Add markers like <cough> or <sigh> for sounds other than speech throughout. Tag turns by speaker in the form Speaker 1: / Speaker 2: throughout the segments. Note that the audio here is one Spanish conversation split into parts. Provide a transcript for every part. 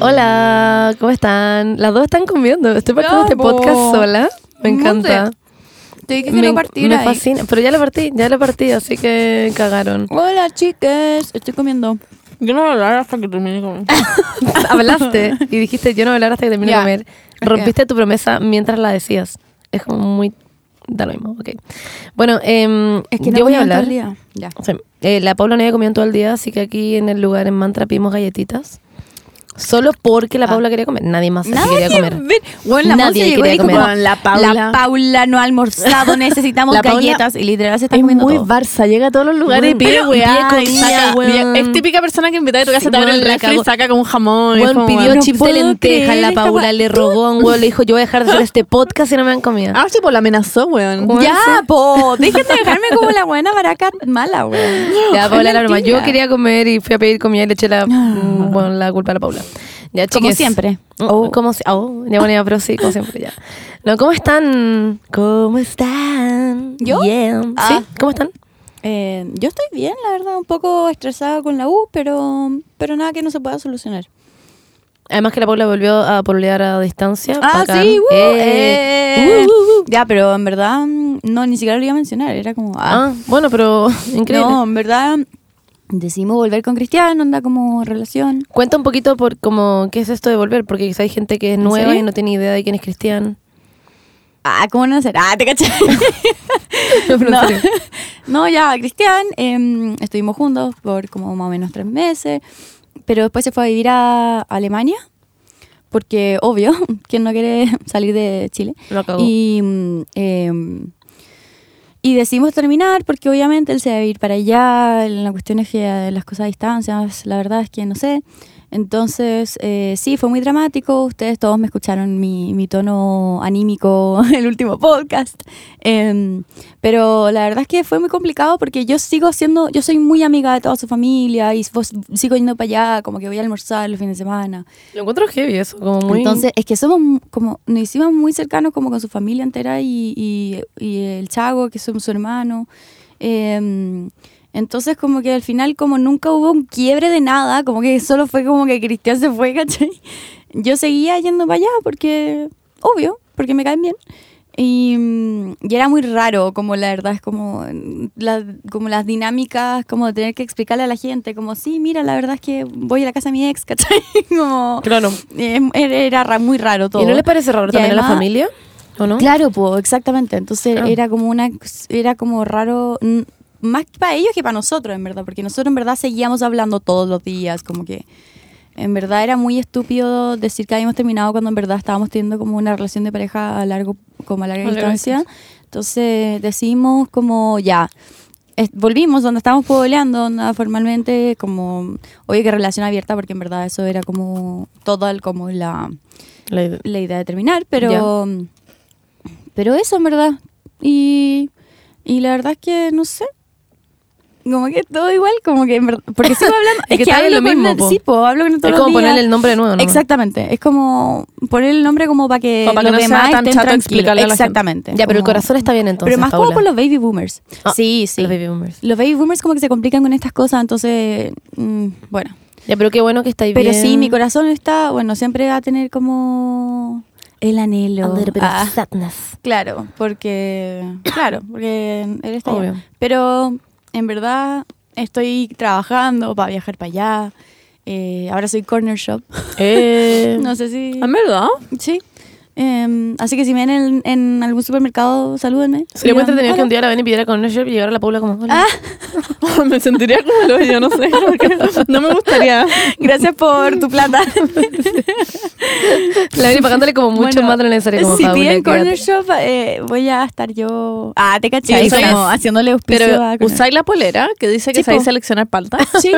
Speaker 1: Hola, ¿cómo están? Las dos están comiendo. Estoy partiendo este
Speaker 2: Ya,
Speaker 1: podcast
Speaker 2: po.
Speaker 1: sola. Me encanta.
Speaker 2: Monse, Te dije que
Speaker 1: me
Speaker 2: no partiera.
Speaker 1: me
Speaker 2: ahí.
Speaker 1: fascina. Pero ya lo partí, ya lo partí, así que
Speaker 2: <laughs>
Speaker 1: cagaron.
Speaker 2: Hola, chicas. Estoy comiendo.
Speaker 3: Yo no voy a hablar hasta que termine <laughs> con
Speaker 1: Hablaste y dijiste, yo no voy a hablar hasta que termine
Speaker 2: Ya.
Speaker 1: de comer.
Speaker 2: Ok.
Speaker 1: Rompiste tu promesa mientras la decías. Es como muy... Da lo mismo, ok. Bueno, em, yo voy a hablar.
Speaker 2: Ya.
Speaker 1: Sí. Eh, la Paula no había comido todo el día, así que aquí en el lugar en Mantra pedimos galletitas. Solo porque
Speaker 2: Ah.
Speaker 1: la Paula quería comer. Nadie más así
Speaker 2: Nada
Speaker 1: quería
Speaker 2: que
Speaker 1: comer.
Speaker 2: ver. Bueno, la
Speaker 1: Nadie
Speaker 2: Monse llegó y
Speaker 1: quería
Speaker 2: dijo,
Speaker 1: comer.
Speaker 2: como,
Speaker 3: La Paula.
Speaker 2: la Paula no ha
Speaker 1: <laughs>
Speaker 2: almorzado, necesitamos
Speaker 1: La Paula
Speaker 2: galletas. Y literal se está
Speaker 1: Es
Speaker 2: comiendo
Speaker 1: muy
Speaker 2: todo.
Speaker 1: barça, llega a todos los lugares
Speaker 3: Weón,
Speaker 1: y pide
Speaker 3: pero-
Speaker 1: weá,
Speaker 3: y pide
Speaker 1: y
Speaker 3: comida,
Speaker 1: saca, weón.
Speaker 3: Es típica persona que invita a tu casa
Speaker 1: Sí,
Speaker 3: te abre
Speaker 1: weón,
Speaker 3: el
Speaker 1: la
Speaker 3: refri
Speaker 1: cago.
Speaker 3: y saca con un jamón. es
Speaker 1: Weón,
Speaker 3: como,
Speaker 1: pidió
Speaker 3: weón.
Speaker 1: chips de
Speaker 2: puedo
Speaker 1: lenteja,
Speaker 2: creer
Speaker 1: la
Speaker 2: esta
Speaker 1: Paula
Speaker 2: weá.
Speaker 1: le rogó a
Speaker 2: <laughs>
Speaker 1: un weón, le dijo, yo voy a dejar de hacer este podcast si no me dan comida.
Speaker 3: Ah, sí, pues la amenazó, weón.
Speaker 1: Weón,
Speaker 2: Ya,
Speaker 1: sí.
Speaker 2: <laughs> po. Dejen de dejarme como la buena baraca mala, <laughs> weón.
Speaker 1: Ya,
Speaker 2: Es
Speaker 1: Paula, la broma.
Speaker 2: mentira. Ah.
Speaker 1: Yo quería comer y fui a pedir comida y le eché la, mm, bueno, la culpa a la Paula. Ya,
Speaker 2: Como
Speaker 1: chiques.
Speaker 2: siempre.
Speaker 1: Mm, Como si- oh, ya, bueno, ya, pero sí, como siempre, ya. No, ¿cómo están? ¿Cómo están?
Speaker 2: ¿Yo?
Speaker 1: Bien.
Speaker 2: Ah.
Speaker 1: ¿Sí? ¿Cómo están?
Speaker 2: Eh, yo estoy bien, la verdad, un poco estresada con la U, pero, pero nada que no se pueda solucionar.
Speaker 1: Además que la Paula volvió a pololear a distancia.
Speaker 2: Ah,
Speaker 1: bacán.
Speaker 2: sí, uh,
Speaker 1: Eh.
Speaker 2: eh.
Speaker 1: Uh, uh, uh.
Speaker 2: Ya, pero en verdad, mm, no, ni siquiera lo iba a mencionar. Era como, ah,
Speaker 1: Ah, bueno, pero <laughs> increíble.
Speaker 2: no, en verdad, decidimos volver con Cristiano, anda como relación.
Speaker 1: Cuenta un poquito por como qué es esto de volver, porque quizá hay gente que es
Speaker 2: ¿En
Speaker 1: nueva
Speaker 2: serio?
Speaker 1: y no tiene idea de quién es Cristian.
Speaker 2: Ah, ¿cómo no será? Ah, te caché.
Speaker 1: <laughs> No, pero en
Speaker 2: no.
Speaker 1: serio.
Speaker 2: <laughs> No, ya, Cristian, em, estuvimos juntos por como más o menos tres meses, pero después se fue a vivir a Alemania, porque obvio, <laughs> ¿quién no quiere salir de Chile?
Speaker 1: Lo cagó.
Speaker 2: Y, mm, em, y decidimos terminar porque obviamente él se va a ir para allá, la cuestión es que eh, las cosas a distancias, la verdad es que no sé. Entonces, eh, sí, fue muy dramático. Ustedes todos me escucharon mi, mi tono anímico <laughs> en el último podcast. Em, pero la verdad es que fue muy complicado porque yo sigo siendo, yo soy muy amiga de toda su familia y vos- sigo yendo para allá, como que voy a almorzar los fines de semana.
Speaker 1: Lo encuentro heavy eso, como muy...
Speaker 2: Entonces, es que somos m- como, nos hicimos muy cercanos como con su familia entera y, y- y el Chago, que somos su hermano. Em, entonces, como que al final, como nunca hubo un quiebre de nada, como que solo fue como que Cristian se fue, <laughs> ¿cachai? Yo seguía yendo para allá porque, obvio, porque me caen bien. Y, mm, y era muy raro, como la verdad, es como, mm, la- como las dinámicas, como de tener que explicarle a la gente, como, sí, mira, la verdad es que voy a la casa de mi ex, <laughs> ¿cachai? Como,
Speaker 1: Claro.
Speaker 2: eh, era, era ra- muy raro todo.
Speaker 1: ¿Y no les parece raro
Speaker 2: Y
Speaker 1: también a la
Speaker 2: además-
Speaker 1: familia? ¿O no?
Speaker 2: Claro, po, exactamente. Entonces
Speaker 1: Ah.
Speaker 2: era como una era como raro mm, más para ellos que para nosotros, en verdad, porque nosotros en verdad seguíamos hablando todos los días, como que en verdad era muy estúpido decir que habíamos terminado cuando en verdad estábamos teniendo como una relación de pareja a largo como a larga
Speaker 1: A larga
Speaker 2: distancia. Entonces decidimos como ya es- volvimos donde estábamos poboleando onda, formalmente como oye que relación abierta porque en verdad eso era como todo el como la
Speaker 1: La idea.
Speaker 2: la idea de terminar, pero. Pero eso, en verdad. Y, y la verdad es que no sé. Como que todo igual, como que en verdad. Porque
Speaker 1: <laughs>
Speaker 2: sigo hablando.
Speaker 1: Es
Speaker 2: es
Speaker 1: que
Speaker 2: que,
Speaker 1: está
Speaker 2: hablo
Speaker 1: bien lo
Speaker 2: con
Speaker 1: mismo,
Speaker 2: él-
Speaker 1: po.
Speaker 2: sí, po, hablo con él todos
Speaker 1: Es
Speaker 2: los
Speaker 1: como
Speaker 2: días.
Speaker 1: ponerle el nombre de nuevo, ¿no?
Speaker 2: Exactamente. Es como poner el nombre como para que
Speaker 3: Como para que
Speaker 2: los
Speaker 3: no sea
Speaker 2: demás
Speaker 3: tan
Speaker 2: estén
Speaker 3: chato
Speaker 2: tranquilos.
Speaker 3: explicarle a la gente.
Speaker 2: Exactamente.
Speaker 1: Ya, pero el
Speaker 2: Como-
Speaker 1: corazón está bien entonces,
Speaker 2: Pero más
Speaker 1: Paula.
Speaker 2: como por los baby boomers.
Speaker 1: Ah,
Speaker 2: sí, sí.
Speaker 1: Los baby boomers.
Speaker 2: Los baby boomers como que se complican con estas cosas, entonces. mm, bueno.
Speaker 1: Ya, pero qué bueno que estáis
Speaker 2: Pero
Speaker 1: bien.
Speaker 2: sí, mi corazón está, bueno, siempre va a tener como el
Speaker 1: A
Speaker 2: anhelo.
Speaker 1: little bit of
Speaker 2: Ah,
Speaker 1: sadness.
Speaker 2: claro, porque claro, porque él está
Speaker 1: Obvio.
Speaker 2: allá. Pero en verdad estoy trabajando para viajar para allá. Eh, ahora soy corner shop.
Speaker 3: Eh,
Speaker 2: <laughs> no sé si.
Speaker 3: ¿En verdad? <laughs>
Speaker 2: Sí. Em, así que si me ven en, en algún supermercado, salúdenme.
Speaker 1: Sería
Speaker 2: Digan,
Speaker 1: muy entretenido que
Speaker 2: "Hola".
Speaker 1: un día la ven y pidiera con un shop y llegara la Paula como... Hola.
Speaker 3: me sentiría como lo yo no sé. <laughs> como que No me gustaría.
Speaker 2: <laughs> Gracias por tu plata.
Speaker 1: La ven y pagándole como mucho
Speaker 2: Bueno,
Speaker 1: más de lo necesario. Como
Speaker 2: si
Speaker 1: Paula,
Speaker 2: piden Corner
Speaker 1: quédate.
Speaker 2: Shop, eh, voy a estar yo. Ah, te
Speaker 3: Sí,
Speaker 2: caché.
Speaker 3: soy-
Speaker 2: como haciéndole auspicio
Speaker 3: Pero
Speaker 2: a Corner
Speaker 3: usáis la polera que dice que
Speaker 2: Sí, po.
Speaker 3: sabéis
Speaker 1: <laughs>
Speaker 3: seleccionar palta.
Speaker 2: Shop. Sí,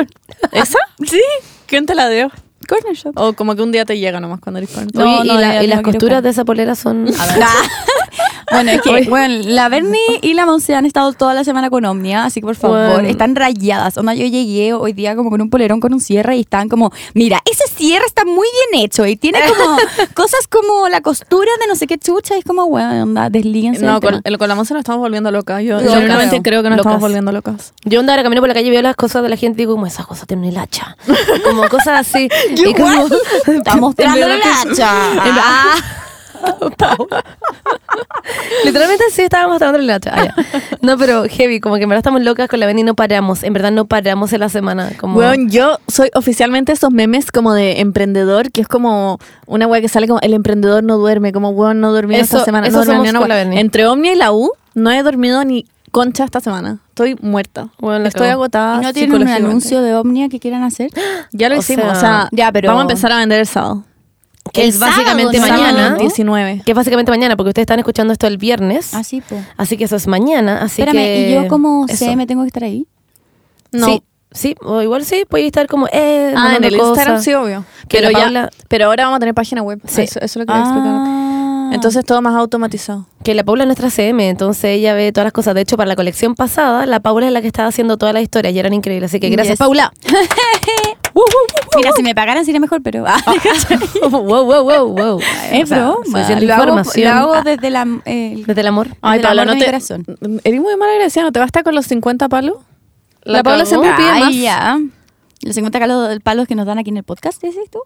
Speaker 3: ¿Esa?
Speaker 2: sí,
Speaker 3: ¿Quién te la dio?
Speaker 2: Corner Shop.
Speaker 3: O como que un día te llega nomás cuando eres corno.
Speaker 2: No,
Speaker 1: Oye,
Speaker 2: no,
Speaker 1: y, la-
Speaker 2: ya
Speaker 1: y
Speaker 2: no
Speaker 1: las
Speaker 2: quiero
Speaker 1: <laughs> costuras
Speaker 2: jugar.
Speaker 1: de esa polera son...
Speaker 2: Ah. Bueno, es que bueno, la Bernie y la Monse han estado toda la semana con Omnia, así que por favor,
Speaker 1: Bueno.
Speaker 2: están rayadas. Onda, yo llegué hoy día como con un polerón con un cierre y estaban como, mira, ese cierre está muy bien hecho y tiene como cosas como la costura de no sé qué chucha y es como, bueno, onda, deslíguense.
Speaker 3: No,
Speaker 2: del
Speaker 3: con,
Speaker 2: tema.
Speaker 3: el- con la Monse nos estamos volviendo locas. Yo
Speaker 2: Locas.
Speaker 3: genuinamente creo que nos
Speaker 1: Locas.
Speaker 3: estamos volviendo locas.
Speaker 1: Yo andaba caminando por la calle y veo las cosas de la gente y digo, como esas cosas tienen el
Speaker 3: <laughs>
Speaker 1: hacha. Como cosas así. y como, <laughs>
Speaker 2: Está mostrando la hacha. Ah.
Speaker 1: Literalmente sí estábamos mostrando el hacha. Ah,
Speaker 3: <laughs>
Speaker 1: ya. No, pero heavy, como que en verdad estamos locas con la venda y no paramos. En verdad no paramos en la semana. Como,
Speaker 3: Weón, yo soy oficialmente esos memes como de emprendedor, que es como una weá que sale como el emprendedor no duerme, como weón no dormí
Speaker 1: Eso-
Speaker 3: esta semana.
Speaker 1: eso
Speaker 3: no dormí
Speaker 1: somos
Speaker 3: ni una
Speaker 1: con la
Speaker 3: weá.
Speaker 1: Berni.
Speaker 3: Entre Omnia y la U no he dormido ni concha esta semana. Estoy muerta.
Speaker 1: Weón, la
Speaker 3: Estoy
Speaker 1: cagó.
Speaker 3: agotada.
Speaker 2: ¿Y no tienen un
Speaker 3: psicológicamente.
Speaker 2: anuncio de Omnia que quieran hacer?
Speaker 3: Ya lo
Speaker 1: O
Speaker 3: hicimos,
Speaker 1: sea,
Speaker 3: o sea,
Speaker 2: ya, pero-
Speaker 3: vamos a empezar a vender el sábado.
Speaker 1: que es
Speaker 2: el
Speaker 1: básicamente
Speaker 2: sábado,
Speaker 1: mañana.
Speaker 3: Sábado 19.
Speaker 1: Que es básicamente mañana, porque ustedes están escuchando esto el viernes.
Speaker 3: Ah,
Speaker 1: Así,
Speaker 2: Así, pues.
Speaker 1: que eso es mañana. Así
Speaker 2: Espérame,
Speaker 1: que,
Speaker 2: ¿y yo como
Speaker 1: eso.
Speaker 2: CM tengo que estar ahí?
Speaker 3: No.
Speaker 1: Sí, sí, o igual sí, puede estar como, eh,
Speaker 3: Ah, en
Speaker 1: mandando
Speaker 3: el
Speaker 1: cosas.
Speaker 3: Instagram sí, obvio.
Speaker 1: Que
Speaker 3: Pero,
Speaker 1: la
Speaker 3: ya-
Speaker 1: Paula-
Speaker 3: pero ahora vamos a tener página web.
Speaker 1: Sí.
Speaker 3: Eso, eso es lo que voy a explicar.
Speaker 2: Ah.
Speaker 3: Entonces todo más automatizado.
Speaker 1: Que la Paula es nuestra CM, entonces ella ve todas las cosas. De hecho, para la colección pasada, la Paula es la que estaba haciendo todas las historias y eran increíbles. Así que gracias,
Speaker 2: Yes. <laughs>
Speaker 1: Paula. <laughs>
Speaker 2: Mira, si me pagaran sería mejor, pero... <laughs>
Speaker 1: wow, wow, wow, wow. O
Speaker 2: Es
Speaker 1: sea,
Speaker 2: broma.
Speaker 1: suficiente
Speaker 2: Lo hago,
Speaker 1: información.
Speaker 2: lo hago
Speaker 1: Ah,
Speaker 2: desde la... eh,
Speaker 1: desde el amor.
Speaker 2: Ay, Paula, no te- corazón.
Speaker 3: Eres muy mal agradecida, ¿no te basta con los 50 palos? La,
Speaker 1: La
Speaker 3: Paula
Speaker 1: cagó.
Speaker 3: siempre pide
Speaker 2: Ay,
Speaker 3: más.
Speaker 2: ya. Los 50 calos- palos que nos dan aquí en el podcast, ¿dices tú?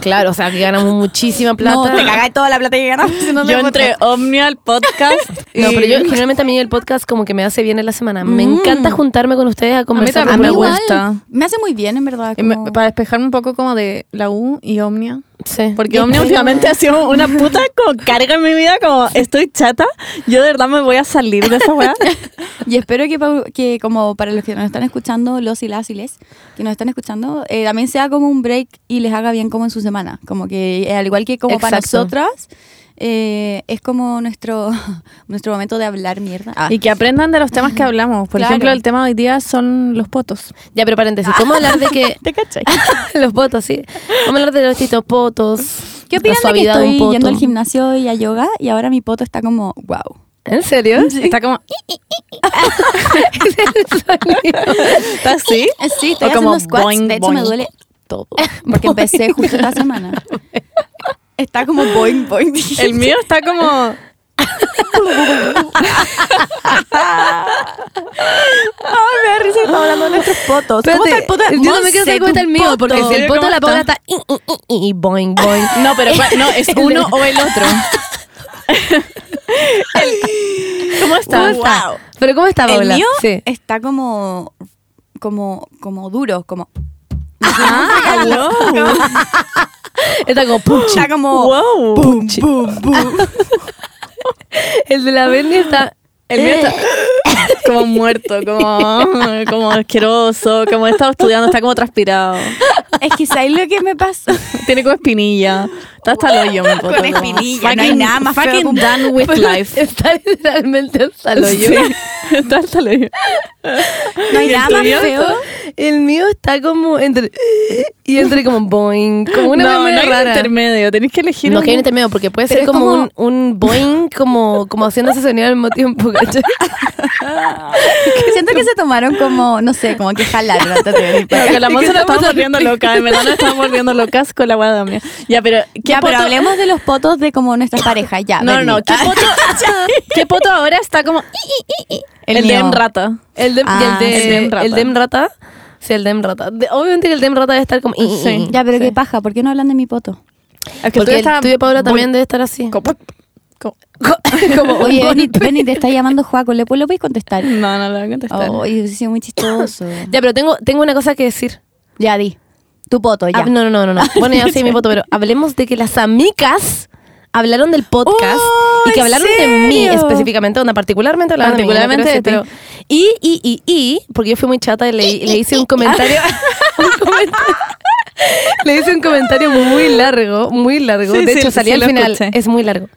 Speaker 1: Claro, o sea, que ganamos muchísima plata.
Speaker 2: <laughs> No, te cagáis toda la plata que ganamos. si no te
Speaker 3: Yo
Speaker 2: votas.
Speaker 3: entre Omnia al podcast. <laughs>
Speaker 1: No, pero
Speaker 2: <laughs>
Speaker 1: yo
Speaker 3: y-
Speaker 1: generalmente a mí el podcast como que me hace bien en la semana. Me
Speaker 2: Mm.
Speaker 1: encanta juntarme con ustedes a conversar.
Speaker 3: también.
Speaker 1: porque
Speaker 3: me
Speaker 2: igual.
Speaker 3: gusta.
Speaker 2: Me hace muy bien, en verdad.
Speaker 3: y me-
Speaker 2: como-
Speaker 3: Para despejarme un poco como de la U y Omnia.
Speaker 1: Sí.
Speaker 3: Porque Omnia
Speaker 2: Después-
Speaker 3: últimamente ha sido una puta como carga en mi vida, como estoy chata. Yo de verdad me voy a salir de esa weá.
Speaker 2: Y espero que, pa- que como para los que nos están escuchando, los y las y les, que nos están escuchando, eh, también sea como un break y les haga bien como en su semana. Como que eh, al igual que como para
Speaker 1: Exacto.
Speaker 2: nosotras, eh, es como nuestro, <laughs> nuestro momento de hablar mierda. Ah.
Speaker 3: Y que aprendan de <laughs> los temas que hablamos. Por
Speaker 2: Claro.
Speaker 3: ejemplo, el tema de hoy día son los potos.
Speaker 1: Ya,
Speaker 2: <laughs>
Speaker 1: pero paréntesis, ¿cómo hablar de que
Speaker 2: ¿Te cachai?
Speaker 1: <laughs> los potos, sí? Vamos a hablar de los distintos potos.
Speaker 2: ¿Qué
Speaker 1: la
Speaker 2: opinas de que
Speaker 1: suavidad de un
Speaker 2: estoy
Speaker 1: poto?
Speaker 2: yendo al gimnasio y a yoga y ahora mi poto está como, wow.
Speaker 1: ¿En serio?
Speaker 3: Está como. Está así.
Speaker 2: Eh, Sí,
Speaker 3: estoy
Speaker 2: estoy
Speaker 3: O como
Speaker 2: como
Speaker 3: haciendo squats,
Speaker 2: squats,
Speaker 3: boing,
Speaker 2: de hecho
Speaker 3: boing.
Speaker 2: me <laughs> duele todo, porque empecé justo esta semana. <laughs> Está como boing, boing.
Speaker 3: El mío está como.
Speaker 2: me da risa que estamos hablando de nuestros potos.
Speaker 1: Espérate,
Speaker 2: ¿Cómo está el poto?
Speaker 1: Yo no me quiero
Speaker 2: Monse,
Speaker 1: dar
Speaker 2: tu
Speaker 1: cuenta el mío,
Speaker 2: poto.
Speaker 1: porque si el
Speaker 3: ¿Cómo
Speaker 1: poto de la
Speaker 3: está?
Speaker 1: Paula está y, y, y, y, boing, boing.
Speaker 3: No, pero ¿cuál-
Speaker 1: <laughs>
Speaker 3: no, es uno o el otro. El- ¿Cómo está?
Speaker 1: ¿Cómo está?
Speaker 2: Wow.
Speaker 1: ¿Pero cómo está,
Speaker 2: El
Speaker 1: Paula?
Speaker 2: mío
Speaker 1: sí.
Speaker 2: está como, como, como duro, como... <laughs>
Speaker 3: Ah, wow.
Speaker 1: Está como
Speaker 3: <laughs>
Speaker 1: puchi.
Speaker 2: Está como...
Speaker 3: Wow.
Speaker 2: Boom, boom, boom.
Speaker 1: El de la Bendy está...
Speaker 3: El mío
Speaker 2: <laughs>
Speaker 3: está como muerto, como, como asqueroso, como he estado estudiando, está como transpirado.
Speaker 2: Es que ¿sabes lo que me pasa?
Speaker 3: Tiene como espinilla. Está hasta el hoyo, mi poto.
Speaker 2: <laughs> Con
Speaker 3: como
Speaker 2: espinilla, no hay nada más feo
Speaker 3: Fucking
Speaker 2: como-
Speaker 3: done with life.
Speaker 1: Está literalmente hasta lo yo.
Speaker 3: Sí, está hasta el hoyo.
Speaker 2: No hay nada más
Speaker 3: tuyo?
Speaker 2: feo. <laughs>
Speaker 1: El mío está como entre... Y entre como boing. Como una
Speaker 3: no,
Speaker 1: memoria
Speaker 3: no hay un
Speaker 1: rara.
Speaker 3: intermedio, tenés que elegir
Speaker 1: No,
Speaker 3: un-
Speaker 1: que
Speaker 2: <laughs>
Speaker 1: hay un intermedio, porque puede
Speaker 2: Pero
Speaker 1: ser
Speaker 2: es
Speaker 1: como,
Speaker 2: como-
Speaker 1: un, un boing,
Speaker 3: <laughs>
Speaker 1: como, como haciéndose sonido al mismo tiempo, ¿cachai?
Speaker 2: Siento que se tomaron como, no sé, como que jalaron antes de
Speaker 3: <laughs>
Speaker 2: venir para acá.
Speaker 3: No, que la
Speaker 1: Y
Speaker 3: Monse
Speaker 1: que
Speaker 3: nos estamos
Speaker 1: estamos
Speaker 3: volviendo loca,
Speaker 2: <laughs>
Speaker 3: en verdad nos estamos volviendo locas con la guada de Omnia. Ya, pero ¿qué
Speaker 2: Ya, pero
Speaker 3: poto-
Speaker 2: hablemos de los potos de como nuestras parejas, ya.
Speaker 3: No, no,
Speaker 2: Berni.
Speaker 3: no, ¿qué
Speaker 2: Ah,
Speaker 3: <laughs> poto, qué poto ahora está como el,
Speaker 2: El
Speaker 3: de
Speaker 2: mío.
Speaker 3: Enrata?
Speaker 1: El dem,
Speaker 2: Ah,
Speaker 1: y el, de,
Speaker 3: el
Speaker 1: el,
Speaker 3: dem rata.
Speaker 1: dem rata. Sí, el dem rata. De- obviamente que el dem rata debe estar como...
Speaker 3: Sí.
Speaker 2: Mm, Ya, pero qué paja, ¿por qué no hablan de mi
Speaker 3: <laughs>
Speaker 2: poto?
Speaker 3: Es
Speaker 1: Porque el tuyo, Paula, también debe estar así.
Speaker 2: Como Oye, Benny, Benny, te está llamando Juaco, ¿le puedes
Speaker 3: <laughs>
Speaker 2: contestar?
Speaker 3: No, no lo voy a contestar.
Speaker 1: Oh.
Speaker 2: Oye, eso ha sido muy chistoso.
Speaker 1: Ya, pero tengo, tengo una cosa que decir.
Speaker 2: ya, di. Tu poto, ya.
Speaker 1: Ah, no, no, no,
Speaker 3: <laughs>
Speaker 1: no, no. Bueno, ya sí, mi voto, pero hablemos de que las amigas hablaron del podcast
Speaker 3: Oh,
Speaker 1: y que
Speaker 3: ¿en
Speaker 1: hablaron de mí
Speaker 3: serio?
Speaker 1: específicamente, onda, particularmente hablaron de mí.
Speaker 3: Particularmente
Speaker 1: no quiero decir, pero- y, y, y, y, porque yo fui muy chata y le, le hice un comentario.
Speaker 3: ah.
Speaker 1: <laughs> un comentario- Le hice un comentario muy largo, muy largo.
Speaker 3: Sí,
Speaker 1: de
Speaker 3: sí,
Speaker 1: hecho, salí
Speaker 3: sí
Speaker 1: al
Speaker 3: lo
Speaker 1: final.
Speaker 3: escuché.
Speaker 1: Es muy largo.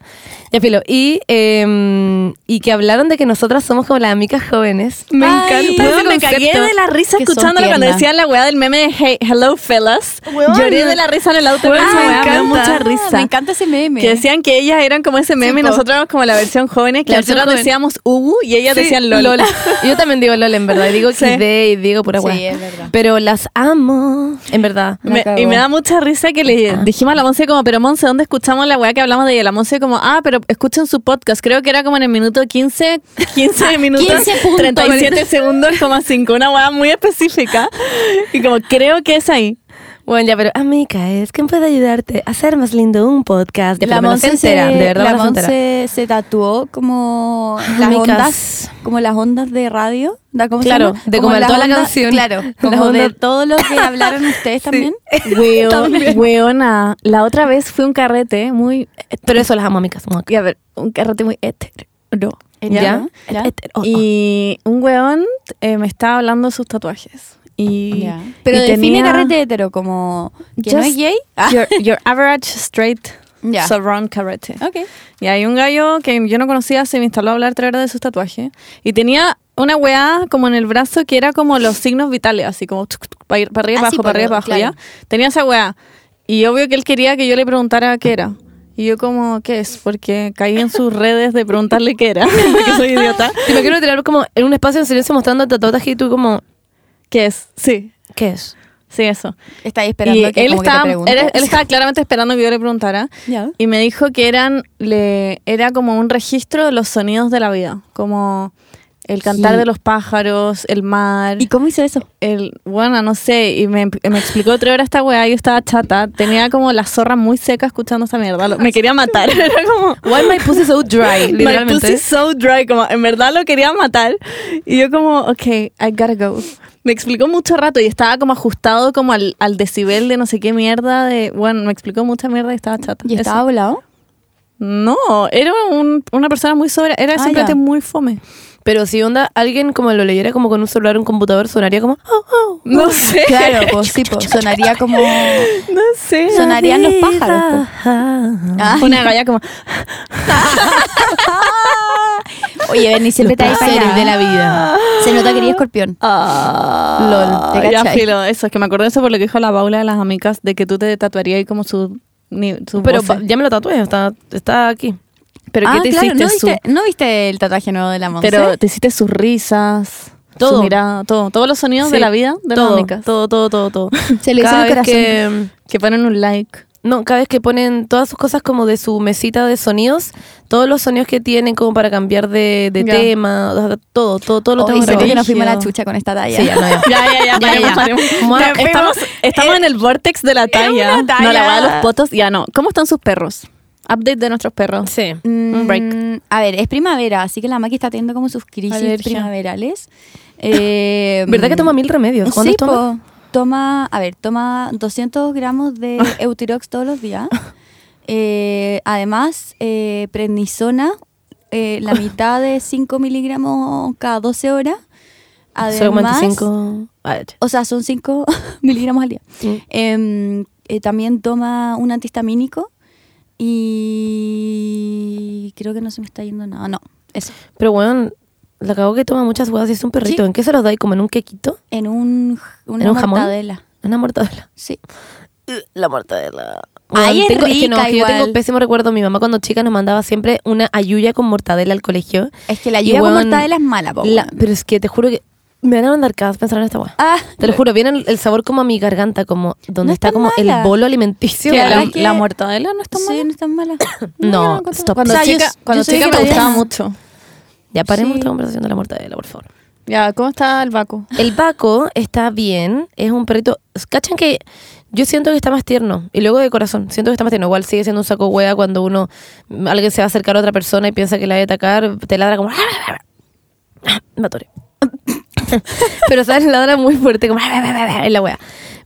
Speaker 1: Ya filo. Y, eh, y que hablaron de que nosotras somos como las amigas jóvenes.
Speaker 3: Me
Speaker 2: Ay,
Speaker 3: encanta.
Speaker 1: weón,
Speaker 3: ese
Speaker 1: me
Speaker 3: concepto.
Speaker 1: cagué de
Speaker 3: la risa
Speaker 2: Que son
Speaker 3: escuchándolo cuando
Speaker 2: tiernas.
Speaker 3: decían la weá del meme de Hey, Hello Fellas.
Speaker 1: Weón.
Speaker 3: Lloré de la risa en el auto.
Speaker 1: Weón,
Speaker 3: con esa
Speaker 1: me
Speaker 3: weá, me dio
Speaker 1: encanta.
Speaker 3: mucha
Speaker 2: Ah, Me
Speaker 3: risa.
Speaker 2: encanta ese meme.
Speaker 3: Que decían que ellas eran como ese meme y
Speaker 1: po.
Speaker 3: nosotros éramos como la versión jóvenes, que
Speaker 1: La versión
Speaker 3: nosotros
Speaker 1: joven.
Speaker 3: decíamos Ubu y ellas
Speaker 1: Sí,
Speaker 3: decían
Speaker 1: <laughs>
Speaker 3: LOL.
Speaker 1: Lola. Yo también digo LOL, en verdad. Digo
Speaker 3: Sí.
Speaker 1: XD y digo pura
Speaker 2: Sí,
Speaker 1: guay.
Speaker 2: es verdad.
Speaker 1: Pero las amo, en verdad.
Speaker 2: La
Speaker 3: Me- y
Speaker 2: cagó.
Speaker 3: me da mucha risa que le dijimos a la Monse como, pero Monse, ¿dónde escuchamos la weá que hablamos de ella? La Monse como, ah, pero escuchen su podcast. Creo que era como en el minuto 15, <laughs> 15 minutos, 37 segundos, como 5, una weá muy específica. Y como, creo que es <laughs> ahí.
Speaker 1: Bueno, ya, pero amiga, es quien puede ayudarte a hacer más lindo un podcast. Ya,
Speaker 2: la
Speaker 1: pero me
Speaker 2: Monse se,
Speaker 1: entera, de verdad
Speaker 2: la
Speaker 1: me se entera.
Speaker 2: Monse se tatuó como
Speaker 1: Ah,
Speaker 2: las
Speaker 1: amigas.
Speaker 2: ondas, como las ondas de radio, ¿da? ¿Cómo se
Speaker 1: Claro,
Speaker 2: llama?
Speaker 1: de como
Speaker 2: las
Speaker 1: toda la
Speaker 2: ondas-
Speaker 1: canción.
Speaker 2: Claro,
Speaker 1: Las
Speaker 2: como de
Speaker 1: ondas-
Speaker 2: todo lo que hablaron ustedes también.
Speaker 3: Weo- weona, la otra vez fue un carrete muy...
Speaker 1: Pero eso las amo, amigas. como-
Speaker 3: Y a ver, un carrete muy hetero.
Speaker 1: ¿Ya?
Speaker 2: ¿Ya?
Speaker 3: Este,
Speaker 1: Etcétera. Oh, oh.
Speaker 3: Y un weón eh, me estaba hablando de sus tatuajes. Y,
Speaker 2: Pero
Speaker 3: y
Speaker 2: define
Speaker 3: tenía-
Speaker 2: carrete hetero como que no
Speaker 3: Just
Speaker 2: es gay. Ah,
Speaker 3: Your, your average straight
Speaker 2: <laughs> Ya.
Speaker 3: surround carrete.
Speaker 2: ok.
Speaker 3: Y hay un gallo que yo no conocía, se me instaló a hablar tres horas de sus tatuajes. Y tenía una weá como en el brazo que era como los signos vitales, así como tuc, tuc, pa' ir- para arriba,
Speaker 2: Ah, sí,
Speaker 3: abajo, para arriba,
Speaker 2: por-
Speaker 3: abajo,
Speaker 2: claro.
Speaker 3: ya. Tenía esa weá. Y obvio que él quería que yo le preguntara qué era. Y yo como, ¿qué es? Porque caí en sus redes de preguntarle qué era, <laughs> porque soy idiota.
Speaker 1: <laughs> Te imagino tener como en un espacio en silencio mostrando tatuajes y tú como,
Speaker 3: ¿Qué es? Sí,
Speaker 1: ¿qué es?
Speaker 3: sí, eso.
Speaker 2: Está ahí esperando
Speaker 3: y
Speaker 2: que
Speaker 3: él,
Speaker 2: como
Speaker 3: estaba,
Speaker 2: que te
Speaker 3: era-
Speaker 2: pregunte.
Speaker 3: él estaba claramente esperando que yo le preguntara.
Speaker 2: Ya.
Speaker 3: Y me dijo que eran le, era como un registro de los sonidos de la vida, como el cantar
Speaker 2: Sí.
Speaker 3: de los pájaros, el mar,
Speaker 2: ¿Y cómo hizo eso?
Speaker 3: el bueno, no sé, y me, me explicó tres horas esta weá, yo estaba chata, tenía como la zorra muy seca escuchando esa mierda, lo- me quería matar, <laughs> era como
Speaker 1: Why my pussy so dry,
Speaker 3: <laughs> My
Speaker 1: literalmente.
Speaker 3: pussy's so dry, como en verdad lo quería matar. Y yo como, ok, I gotta go. Me explicó mucho rato y estaba como ajustado como al, al decibel de no sé qué mierda de... Bueno, me explicó mucha mierda y estaba chata.
Speaker 2: ¿Y
Speaker 3: Eso.
Speaker 2: estaba volado?
Speaker 3: No, era un- una persona muy sobra, era
Speaker 2: Ah,
Speaker 3: simplemente
Speaker 2: ya.
Speaker 3: muy fome.
Speaker 1: Pero si onda, alguien como lo leyera como con un celular, un computador, sonaría como, oh, oh.
Speaker 3: <laughs> No sé.
Speaker 2: Claro, pues sí, pues sonaría como.
Speaker 3: No sé.
Speaker 2: Sonarían los
Speaker 1: Vida.
Speaker 2: pájaros, Ah.
Speaker 3: Una galla como.
Speaker 2: <laughs> Oye, Bernie, siempre traes
Speaker 1: Los
Speaker 2: para
Speaker 1: placeres
Speaker 2: allá.
Speaker 1: de la vida.
Speaker 2: Se nota que eres escorpión.
Speaker 3: ah,
Speaker 2: Lol, ¿te
Speaker 3: ya
Speaker 2: cachai?
Speaker 3: filo, eso, es que me acordé de eso por lo que dijo la Paula de las amigas, de que tú te tatuarías ahí como su. ni- su
Speaker 1: Pero
Speaker 3: voz.
Speaker 1: pa- ya me lo tatué, está, está aquí.
Speaker 3: pero
Speaker 2: Ah,
Speaker 3: ¿qué te
Speaker 2: claro,
Speaker 3: hiciste?
Speaker 2: ¿no
Speaker 3: su-
Speaker 2: viste, no viste el tatuaje nuevo de la Monse?
Speaker 3: pero te hiciste sus risas, todo.
Speaker 1: Todo.
Speaker 3: su mirada, todo. Todos los sonidos
Speaker 1: Sí,
Speaker 3: de la vida de las
Speaker 1: todo,
Speaker 3: amigas.
Speaker 1: todo, todo, todo, todo.
Speaker 2: Se le hizo
Speaker 1: Cada
Speaker 2: en el
Speaker 1: vez que-
Speaker 3: Que ponen un like.
Speaker 1: <laughs> No, cada vez que ponen todas sus cosas como de su mesita de sonidos, todos los sonidos que tienen como para cambiar de, de
Speaker 3: Ya.
Speaker 1: tema, o sea, todo, todo, todo lo
Speaker 2: Oh,
Speaker 1: tengo
Speaker 2: y siento
Speaker 1: grabado.
Speaker 2: que nos fuimos a la
Speaker 3: Brígido.
Speaker 2: chucha con esta talla.
Speaker 1: Sí, ya, no, ya.
Speaker 3: Ya, ya,
Speaker 1: Ya,
Speaker 3: <laughs> ya, paremos,
Speaker 1: ya.
Speaker 3: paremos.
Speaker 1: Mua,
Speaker 3: Ya,
Speaker 1: fuimos.
Speaker 3: Estamos, estamos en el vortex de la talla.
Speaker 2: una talla.
Speaker 3: No, la verdad, los potos, ya no. ¿Cómo están sus perros? Update de nuestros perros.
Speaker 1: Sí.
Speaker 3: Un break.
Speaker 2: <laughs> Mm, A ver, es primavera, así que la Maki está teniendo como sus crisis
Speaker 3: Alergia.
Speaker 2: primaverales. Eh,
Speaker 1: ¿Verdad
Speaker 3: Mm.
Speaker 1: que toma mil remedios? ¿Cuándo
Speaker 2: sí,
Speaker 1: toma?
Speaker 2: po. toma? A ver, toma 200 gramos
Speaker 1: <laughs>
Speaker 2: de Eutirox todos los días. Eh, además, eh, prednisona, eh, la mitad de 5 miligramos cada 12 horas. Además,
Speaker 1: 0,25. Ah, ya.
Speaker 2: o sea, son 5 <laughs> miligramos al día. Em, eh, también toma un antihistamínico y creo que no se me está yendo nada. No, eso.
Speaker 1: Pero bueno, la cago que toma muchas huevas y es un perrito.
Speaker 2: Sí.
Speaker 1: ¿En qué se los dais? ¿Como en un quequito?
Speaker 2: En un, una
Speaker 1: ¿En un jamón?
Speaker 2: mortadela.
Speaker 1: Una
Speaker 2: <laughs>
Speaker 1: mortadela.
Speaker 2: Sí.
Speaker 1: La mortadela.
Speaker 2: Ay, es
Speaker 1: tengo, que no,
Speaker 2: rica
Speaker 1: que yo tengo
Speaker 2: igual.
Speaker 1: pésimo recuerdo. Mi mamá cuando chica nos mandaba siempre una ayuya con mortadela al colegio.
Speaker 2: Es que la
Speaker 1: Y,
Speaker 2: lluvia con
Speaker 1: weón,
Speaker 2: mortadela es mala, po,
Speaker 1: la-
Speaker 2: weón.
Speaker 1: pero es que te juro que me van a mandar cada vez pensar en esta hueá.
Speaker 2: Ah,
Speaker 1: Te lo juro, viene el- el sabor como a mi garganta, como donde
Speaker 2: No
Speaker 1: está
Speaker 2: está
Speaker 1: como
Speaker 2: mala.
Speaker 1: el bolo alimenticio.
Speaker 2: Sí,
Speaker 1: de
Speaker 3: ¿Qué,
Speaker 1: la-
Speaker 3: la,
Speaker 2: verdad que-
Speaker 3: la mortadela no está
Speaker 2: sí,
Speaker 3: mal.
Speaker 2: no es tan mala. <clears throat>
Speaker 1: No,
Speaker 3: yo encuentro-
Speaker 1: stop.
Speaker 3: Cuando
Speaker 2: O sea, yo-
Speaker 3: chica,
Speaker 2: yo
Speaker 3: cuando
Speaker 2: soy
Speaker 3: chica me
Speaker 2: vegetariana.
Speaker 3: gustaba mucho.
Speaker 1: Ya paremos
Speaker 2: Sí.
Speaker 1: esta conversación de la mortadela, por favor.
Speaker 3: Ya, ¿cómo está el vaco?
Speaker 1: El Baco está bien, es un perrito. ¿Cachan que yo siento que está más tierno? Y luego de corazón, siento que está más tierno. Igual sigue siendo un saco hueá cuando uno, alguien se va a acercar a otra persona y piensa que la va a atacar, te ladra como. <laughs> <laughs> Me atoré. Pero, ¿sabes? Ladra muy fuerte, como. En la hueá.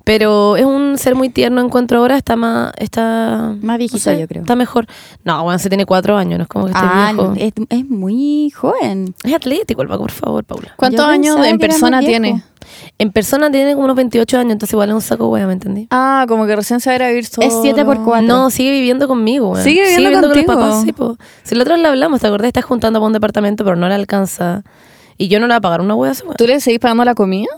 Speaker 1: Pero es un ser muy tierno, encuentro ahora, está más... Está,
Speaker 2: Más viejito,
Speaker 1: no sé,
Speaker 2: yo creo.
Speaker 1: Está mejor. No, bueno, se tiene cuatro años, no es como
Speaker 3: este
Speaker 1: que esté
Speaker 2: Ah,
Speaker 1: viejo.
Speaker 2: no, es, es muy joven.
Speaker 1: Es atlético el Paco, por favor, Paula.
Speaker 3: ¿Cuántos
Speaker 2: Yo
Speaker 3: años
Speaker 2: pensaba
Speaker 3: en
Speaker 2: que era más
Speaker 3: persona
Speaker 2: viejo.
Speaker 3: tiene?
Speaker 1: En persona tiene como unos 28 años, entonces igual es un saco hueá, ¿me entendí?
Speaker 3: Ah, como que recién se va a ir a vivir solo.
Speaker 2: Es siete por cuatro.
Speaker 1: No, sigue viviendo conmigo, weón.
Speaker 3: Sigue viviendo
Speaker 1: con
Speaker 3: contigo.
Speaker 1: los papás, sí, po. Si la otra vez la hablamos, ¿te acordás? Estás juntando para un departamento, pero no le alcanza. Y yo no le voy a pagar una hueá a esa weá.
Speaker 3: ¿Tú le seguís pagando la comida?